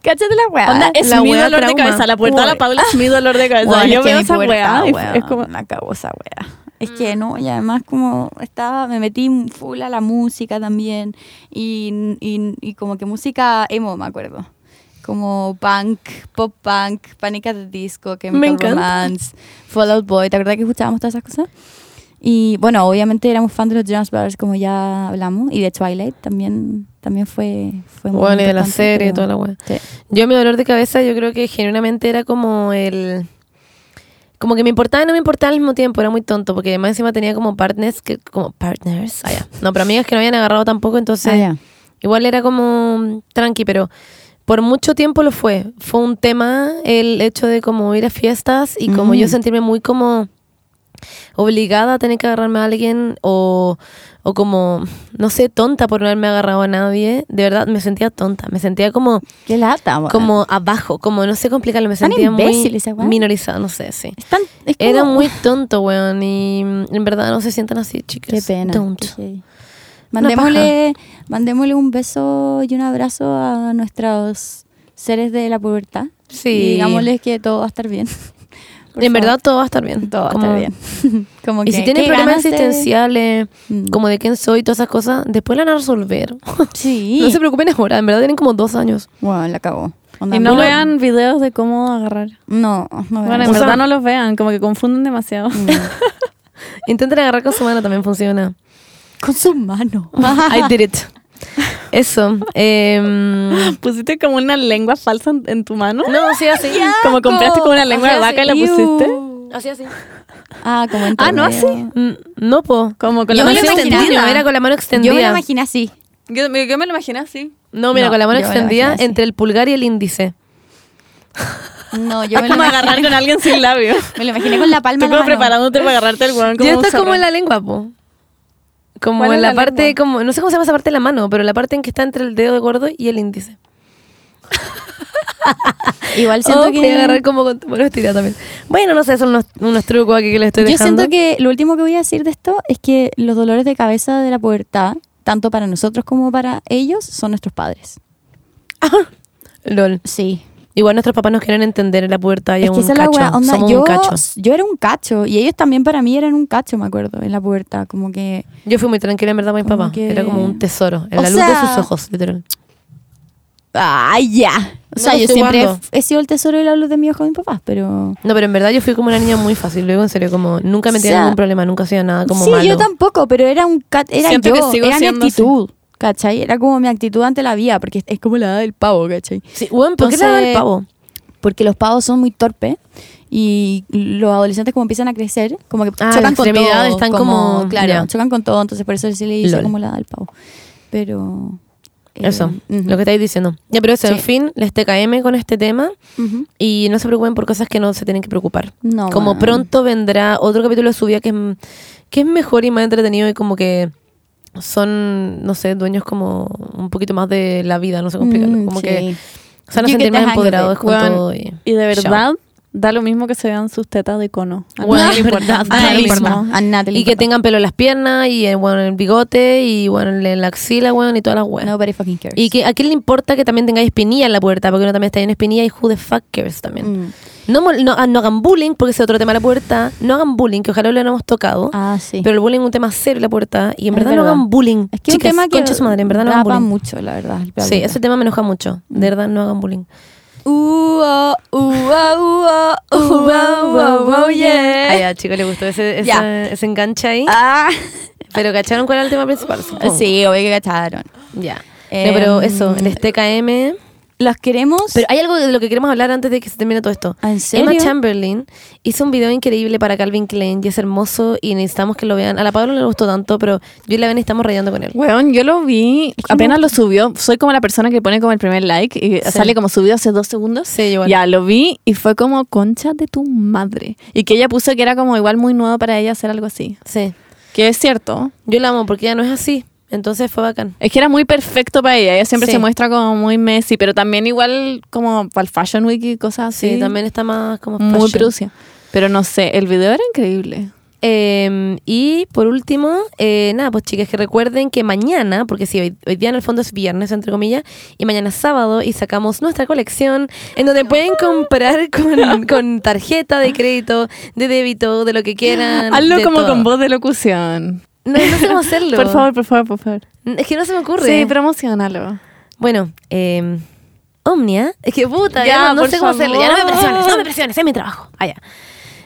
Speaker 2: Cáchate la weá.
Speaker 3: <laughs> Onda, es
Speaker 1: la
Speaker 3: mi
Speaker 1: hueá
Speaker 3: dolor de
Speaker 1: trauma.
Speaker 3: cabeza. La puerta de la
Speaker 1: Uy.
Speaker 3: Paula es mi dolor de cabeza.
Speaker 2: Weón,
Speaker 3: Yo
Speaker 2: es que
Speaker 3: veo
Speaker 2: mi
Speaker 3: esa
Speaker 2: puerta,
Speaker 3: hueá. y
Speaker 2: weón,
Speaker 3: Es como...
Speaker 2: Me acabó esa weá. Es
Speaker 1: Mm.
Speaker 2: que no, y además como estaba, me metí full a la música también. Y, y- y como que música emo, me acuerdo. Como punk, pop punk, Panic at the Disco, Chemical
Speaker 1: Me encanta.
Speaker 2: Romance, Fall Out Boy. ¿Te acuerdas que escuchábamos todas esas cosas? Y bueno, obviamente éramos fan de los Jonas Brothers, como ya hablamos. Y de Twilight también, también fue, fue muy
Speaker 1: Bueno, y de la
Speaker 2: importante,
Speaker 1: serie,
Speaker 2: pero-
Speaker 1: toda la weá.
Speaker 2: Sí.
Speaker 1: Yo mi dolor de cabeza yo creo que genuinamente era como el... Como que me importaba y no me importaba al mismo tiempo, era muy tonto, porque además encima tenía como partners, que, como partners, ah, ya. no, pero amigas que no habían agarrado tampoco, entonces
Speaker 2: Ah, ya.
Speaker 1: igual era como mm, tranqui, pero por mucho tiempo lo fue. Fue un tema el hecho de como ir a fiestas y como
Speaker 2: Ujú.
Speaker 1: yo sentirme muy como obligada a tener que agarrarme a alguien o, o como, no sé, tonta por no haberme agarrado a nadie. De verdad, me sentía tonta, me sentía como
Speaker 2: Qué lata, weón.
Speaker 1: como abajo, como no sé complicarlo, me
Speaker 2: Tan
Speaker 1: sentía muy
Speaker 2: imbécil esa weá.
Speaker 1: minorizada, no sé, sí.
Speaker 2: Es tan- es <laughs>
Speaker 1: Era
Speaker 2: como-
Speaker 1: muy tonto, weón, y mm, en verdad no se sientan así, chicas.
Speaker 2: Qué pena.
Speaker 1: Don't.
Speaker 2: qué heavy. Mandémosle, mandémosle un beso y un abrazo a nuestros seres de la pubertad.
Speaker 1: Sí.
Speaker 2: Y digámosles que todo va a estar
Speaker 3: <laughs>
Speaker 2: bien. Por
Speaker 1: en
Speaker 2: favor.
Speaker 1: verdad todo va a estar bien.
Speaker 2: todo va
Speaker 1: Como-
Speaker 2: a estar bien. <laughs> Como
Speaker 1: Y
Speaker 2: que-
Speaker 1: si tienen
Speaker 2: qué ganas
Speaker 1: problemas
Speaker 2: de-
Speaker 1: existenciales,
Speaker 2: Mm.
Speaker 1: como de quién soy, todas esas cosas, después la van a resolver.
Speaker 3: <laughs>
Speaker 2: Sí.
Speaker 1: No se preocupen ahora, en verdad tienen como dos años.
Speaker 2: Bueno, la acabó.
Speaker 3: Y no vean videos de cómo agarrar.
Speaker 2: No, no vean.
Speaker 3: Bueno, pues, ah. Mm. en
Speaker 1: O sea-
Speaker 3: verdad no los vean, como que confunden demasiado.
Speaker 1: Intenten agarrar con su mano, también
Speaker 2: <laughs>
Speaker 1: funciona.
Speaker 2: Con su
Speaker 3: <laughs>
Speaker 2: mano.
Speaker 1: I did it. Eso. em,
Speaker 3: <laughs> ¿Pusiste como una lengua falsa en, en tu mano?
Speaker 1: no, sí, así.
Speaker 3: Como compraste como una lengua de
Speaker 1: O sea,
Speaker 3: vaca y la
Speaker 1: sí.
Speaker 3: pusiste.
Speaker 2: Iu.
Speaker 1: Así, así.
Speaker 2: Ah, como entre
Speaker 3: Ah, no,
Speaker 2: medio.
Speaker 3: así.
Speaker 1: Mm, No, po.
Speaker 3: Como con
Speaker 2: Yo
Speaker 3: la
Speaker 2: me
Speaker 1: no
Speaker 3: mano
Speaker 2: lo
Speaker 1: hacía un
Speaker 2: imaginaba.
Speaker 1: puño, era con la mano extendida.
Speaker 2: Yo me lo imaginé así.
Speaker 3: Yo, me- yo me lo imaginé así.
Speaker 1: No, mira,
Speaker 2: No,
Speaker 1: con la mano
Speaker 2: yo me lo
Speaker 1: extendida
Speaker 2: imaginé así.
Speaker 1: entre el pulgar y el índice.
Speaker 2: No, yo me
Speaker 3: es
Speaker 2: lo
Speaker 3: como
Speaker 2: imaginé-
Speaker 3: agarrar con alguien sin <laughs> labio.
Speaker 2: Me lo imaginé con la
Speaker 3: Tú
Speaker 2: palma de
Speaker 3: como
Speaker 2: la mano.
Speaker 3: preparándote para agarrarte el hueón como
Speaker 1: Ya
Speaker 3: un
Speaker 1: está
Speaker 3: zorro.
Speaker 1: como en la lengua, po. Como
Speaker 3: ¿Cuál
Speaker 1: en
Speaker 3: es
Speaker 1: la,
Speaker 3: la
Speaker 1: parte,
Speaker 3: lengua?
Speaker 1: como, no sé cómo se llama esa parte de la mano, pero la parte en que está entre el dedo gordo y el índice.
Speaker 2: Igual siento
Speaker 1: Oh, voy a
Speaker 2: que...
Speaker 1: agarrar como con tu mano estirada también. Bueno, no sé, son unos, unos trucos aquí que le estoy
Speaker 2: Yo
Speaker 1: dejando.
Speaker 2: siento que lo último que voy a decir de esto es que los dolores de cabeza de la pubertad, tanto para nosotros como para ellos, son nuestros padres.
Speaker 1: <laughs> LOL.
Speaker 2: Sí.
Speaker 1: Igual nuestros papás nos quieren entender en la pubertad y
Speaker 2: Es
Speaker 1: un
Speaker 2: que esa es la
Speaker 1: cacho.
Speaker 2: wea, onda,
Speaker 1: Somos
Speaker 2: yo,
Speaker 1: un cacho.
Speaker 2: yo era un cacho y ellos también para mí eran un cacho, me acuerdo, en la pubertad, como que
Speaker 1: Yo fui muy tranquila, en verdad, con mi
Speaker 2: Como
Speaker 1: papá.
Speaker 2: que-
Speaker 1: Era como un tesoro. En
Speaker 2: O
Speaker 1: la luz
Speaker 2: sea-
Speaker 1: de sus ojos, literal.
Speaker 2: ay ya. O
Speaker 1: No
Speaker 2: sea,
Speaker 1: lo
Speaker 2: yo
Speaker 1: estoy
Speaker 2: siempre he,
Speaker 1: jugando.
Speaker 2: he sido el tesoro de la luz de mi ojo de mis papás, pero
Speaker 1: No, pero en verdad yo fui como una niña muy fácil. Luego, en serio, como nunca me
Speaker 2: O
Speaker 1: tenía
Speaker 2: sea,
Speaker 1: ningún problema, nunca hacía nada como
Speaker 2: sí,
Speaker 1: malo.
Speaker 2: yo tampoco, pero era un cat, era
Speaker 3: Siento que
Speaker 2: yo,
Speaker 3: sigo
Speaker 2: era mi
Speaker 3: siendo así.
Speaker 2: actitud, ¿cachai? Era como mi actitud ante la vida, porque es como la edad del pavo, ¿cachai?
Speaker 1: Sí, weón, ¿por qué le daba el
Speaker 2: Entonces-
Speaker 1: pavo?
Speaker 2: porque los pavos son muy torpes y los adolescentes como empiezan a crecer, como que
Speaker 1: Ah,
Speaker 2: chocan
Speaker 1: las
Speaker 2: con todo,
Speaker 1: extremidades están como-
Speaker 2: claro,
Speaker 1: ya.
Speaker 2: chocan con todo, entonces por eso sí le dice
Speaker 1: Lol.
Speaker 2: como la da el pavo. Pero eh,
Speaker 1: Eso,
Speaker 2: ujú.
Speaker 1: lo que estáis diciendo. Ya, pero eso, en
Speaker 2: Sí.
Speaker 1: fin, les TKM con este tema.
Speaker 2: Ujú.
Speaker 1: Y no se preocupen por cosas que no se tienen que preocupar.
Speaker 2: No,
Speaker 1: como
Speaker 2: bueno.
Speaker 1: pronto vendrá otro capítulo de su vida que es, m- que es mejor y más entretenido y como que son, no sé, dueños como un poquito más de la vida, no sé cómo explicarlo.
Speaker 2: Mm,
Speaker 1: como
Speaker 2: sí.
Speaker 1: que se van a
Speaker 2: You
Speaker 1: sentir
Speaker 2: get the
Speaker 1: más
Speaker 2: hang of
Speaker 1: empoderados
Speaker 2: it.
Speaker 1: con
Speaker 3: Weón,
Speaker 1: todo. Y,
Speaker 3: Y de
Speaker 1: chao.
Speaker 3: verdad, da lo mismo que se vean sus tetas de cono. A
Speaker 1: Bueno,
Speaker 3: nadie
Speaker 1: es
Speaker 3: le importa.
Speaker 1: verdad,
Speaker 3: A
Speaker 1: da
Speaker 3: nadie
Speaker 1: lo
Speaker 3: le
Speaker 1: mismo.
Speaker 3: importa.
Speaker 2: A Nat le
Speaker 1: Y que
Speaker 2: importa.
Speaker 1: tengan pelo en las piernas y eh, bueno, en el bigote y bueno, en la axila, weón, y todas las weas.
Speaker 2: nobody fucking cares.
Speaker 1: Y que a quién le importa que también tengáis espinilla en la puerta, porque uno también está en espinilla y who the fuck cares también.
Speaker 2: Mm.
Speaker 1: No, mol- no, ah, no hagan bullying, porque ese es otro tema de la puerta. No hagan bullying, que ojalá lo hayamos tocado.
Speaker 2: Ah, sí.
Speaker 1: Pero el bullying es un tema serio en la puerta. Y en
Speaker 2: Es
Speaker 1: verdad, no
Speaker 2: verdad.
Speaker 1: hagan bullying.
Speaker 2: es que es un
Speaker 1: Chicas,
Speaker 2: tema que
Speaker 1: concha su madre, en verdad no hagan
Speaker 2: rapa
Speaker 1: bullying.
Speaker 2: mucho, la verdad. el
Speaker 1: Sí,
Speaker 2: problema. Uh,
Speaker 1: ese tema me enoja mucho. De verdad, no hagan bullying.
Speaker 2: Uo, uo, uo, uo, uo, uo, uh, yeah.
Speaker 1: Ay, a chico le gustó ese, ese,
Speaker 2: Ya.
Speaker 1: ese enganche ahí.
Speaker 2: Ah.
Speaker 1: Pero cacharon cuál era el tema principal. supongo.
Speaker 2: <laughs> Sí, obvio que cacharon.
Speaker 1: Ya.
Speaker 2: Eh,
Speaker 1: No, pero eso, el STKM.
Speaker 2: Las queremos.
Speaker 1: Pero hay algo de lo que queremos hablar antes de que se termine todo esto.
Speaker 2: ¿En serio?
Speaker 1: Emma Chamberlain hizo un video increíble para Calvin Klein y es hermoso y necesitamos que lo vean. A la Pablo no le gustó tanto, pero yo y la Ben estamos rayando con él.
Speaker 3: Weón, yo lo vi, apenas lo subió. Soy como la persona que pone como el primer like y sale como subido hace dos segundos.
Speaker 1: Sí, igual.
Speaker 3: Ya, lo vi y fue como concha de tu madre. Y que ella puso que era como igual muy nuevo para ella hacer algo así.
Speaker 1: Sí.
Speaker 3: Que es cierto.
Speaker 1: Yo la amo porque ella no es así. Entonces fue bacán.
Speaker 3: Es que era muy perfecto para ella. Ella siempre
Speaker 1: Sí.
Speaker 3: se muestra como muy Messi, pero también igual como para el Fashion Week y cosas
Speaker 1: Sí,
Speaker 3: así.
Speaker 1: también está más como
Speaker 3: Muy
Speaker 1: fashion.
Speaker 3: Prusia. Pero no sé, el video era increíble.
Speaker 1: Eh, y por último, eh, nada, pues chicas, que recuerden que mañana, porque sí, hoy, hoy día en el fondo es viernes, entre comillas, y mañana es sábado y sacamos nuestra colección en donde pueden comprar
Speaker 3: <laughs>
Speaker 1: con, con tarjeta de crédito, de débito, de lo que quieran.
Speaker 3: <laughs> Hazlo
Speaker 1: Ah, de
Speaker 3: como
Speaker 1: todo.
Speaker 3: con voz de locución.
Speaker 1: No, no sé cómo hacerlo.
Speaker 3: <laughs> Por favor, por favor, por favor.
Speaker 1: Es que no se me ocurre.
Speaker 3: Sí, promocionalo.
Speaker 1: Bueno, eh, Omnia. Es que puta,
Speaker 3: Ya,
Speaker 1: ya, no, no
Speaker 3: por
Speaker 1: sé cómo hacerlo. Ya no me
Speaker 3: favor.
Speaker 1: presiones, no me presiones, es mi trabajo. Allá.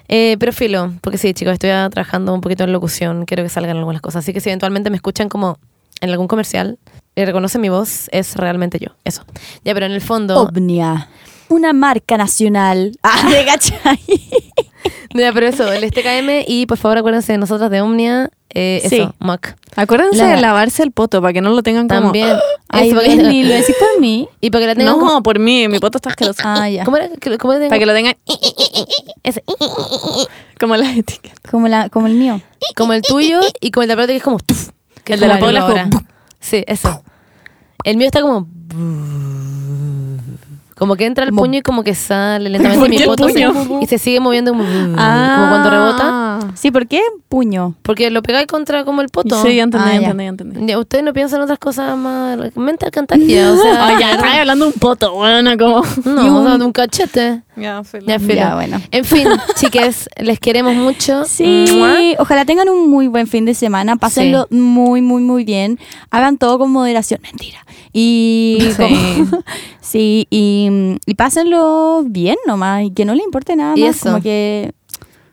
Speaker 1: Eh, pero filo, porque sí, chicos, estoy ah, trabajando un poquito en locución, quiero que salgan algunas cosas. Así que si eventualmente me escuchan como en algún comercial y reconocen mi voz, es realmente yo. Eso. Ya, pero en el fondo.
Speaker 2: Ovnia. Una marca nacional. <laughs> Ah, de cachai.
Speaker 1: <laughs> Ya, pero eso, el STKM y por favor acuérdense de nosotras de Omnia. Eh,
Speaker 3: Sí.
Speaker 1: Eso, Mac.
Speaker 3: Acuérdense
Speaker 2: La-
Speaker 3: de lavarse el poto para que no lo tengan como...
Speaker 1: También.
Speaker 3: <gasps>
Speaker 2: Ay,
Speaker 1: Eso, para que-
Speaker 2: Benny,
Speaker 1: <laughs>
Speaker 2: lo decís por mí.
Speaker 1: y para que la tengan.
Speaker 3: No,
Speaker 1: como-
Speaker 3: por mí, mi poto está asqueroso.
Speaker 2: Ah, ya.
Speaker 1: ¿Cómo era? ¿Cómo- cómo era?
Speaker 3: Para que lo tengan
Speaker 1: Ese.
Speaker 3: como las etiquetas.
Speaker 2: Como, la, como el mío.
Speaker 1: como el tuyo y como el de la pelota que es como tuf, que
Speaker 3: El de la
Speaker 1: como
Speaker 3: Paula es como
Speaker 1: ahora. sí eso el mío está como como que entra el
Speaker 2: Como-
Speaker 1: puño y como que
Speaker 3: <laughs>
Speaker 1: sale lentamente
Speaker 3: ¿Por
Speaker 1: mi
Speaker 3: qué el
Speaker 1: poto se-
Speaker 3: puño? Ah.
Speaker 1: y se sigue moviendo como, como cuando rebota
Speaker 2: Sí, ¿por qué? Puño.
Speaker 1: porque lo pegáis contra como el poto
Speaker 3: Sí, ya entendí,
Speaker 2: Ah,
Speaker 3: ya
Speaker 2: ya.
Speaker 3: entendí, ya entendí.
Speaker 1: Ya, ustedes no piensan en otras cosas más mental cantagia o sea
Speaker 3: <laughs> Ay, ya, estaba hablando de un poto, bueno, como...
Speaker 1: no
Speaker 2: Y
Speaker 1: o sea,
Speaker 2: un-
Speaker 1: de un cachete
Speaker 3: Ya, feliz.
Speaker 1: ya, filo.
Speaker 2: Ya, bueno.
Speaker 1: en fin
Speaker 3: <laughs>
Speaker 1: chiques les queremos mucho
Speaker 2: Sí,
Speaker 1: Mua.
Speaker 2: ojalá tengan un muy buen fin de semana, pásenlo muy, muy, muy bien, hagan todo con moderación, mentira.
Speaker 1: <laughs>
Speaker 2: Y
Speaker 3: Sí.
Speaker 2: como- <laughs> sí, y, y pásenlo bien nomás, y que no le importe nada
Speaker 1: Y
Speaker 2: más,
Speaker 1: eso.
Speaker 2: como que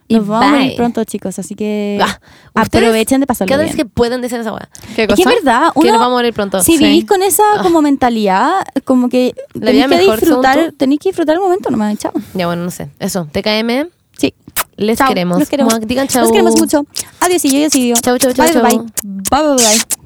Speaker 1: Y
Speaker 2: nos vamos a morir
Speaker 1: bye.
Speaker 2: pronto, chicos, así que
Speaker 1: Ah, ustedes,
Speaker 2: aprovechen de pasarlo
Speaker 1: cada
Speaker 2: bien.
Speaker 1: vez que pueden decir esa weá
Speaker 3: ¿Qué
Speaker 2: Es que
Speaker 3: cosa?
Speaker 2: es verdad,
Speaker 1: que
Speaker 2: uno-
Speaker 1: nos vamos a morir pronto
Speaker 2: si
Speaker 1: Sí. Ah.
Speaker 2: vivís con esa como mentalidad, como que
Speaker 1: La
Speaker 2: tenéis
Speaker 1: vida
Speaker 2: que
Speaker 1: mejor, según
Speaker 2: disfrutar,
Speaker 1: tú.
Speaker 2: tenéis que disfrutar el momento nomás, chao.
Speaker 1: Ya, bueno, no sé. Eso, TKM,
Speaker 2: Sí.
Speaker 1: les
Speaker 2: Chao,
Speaker 1: queremos.
Speaker 2: Los queremos.
Speaker 1: Mua, Digan chao.
Speaker 2: Los queremos mucho. Adiós y yo, adiós y yo.
Speaker 1: Chau, chau, chau,
Speaker 2: Bye,
Speaker 1: chau.
Speaker 2: bye, bye. Bye, bye, bye.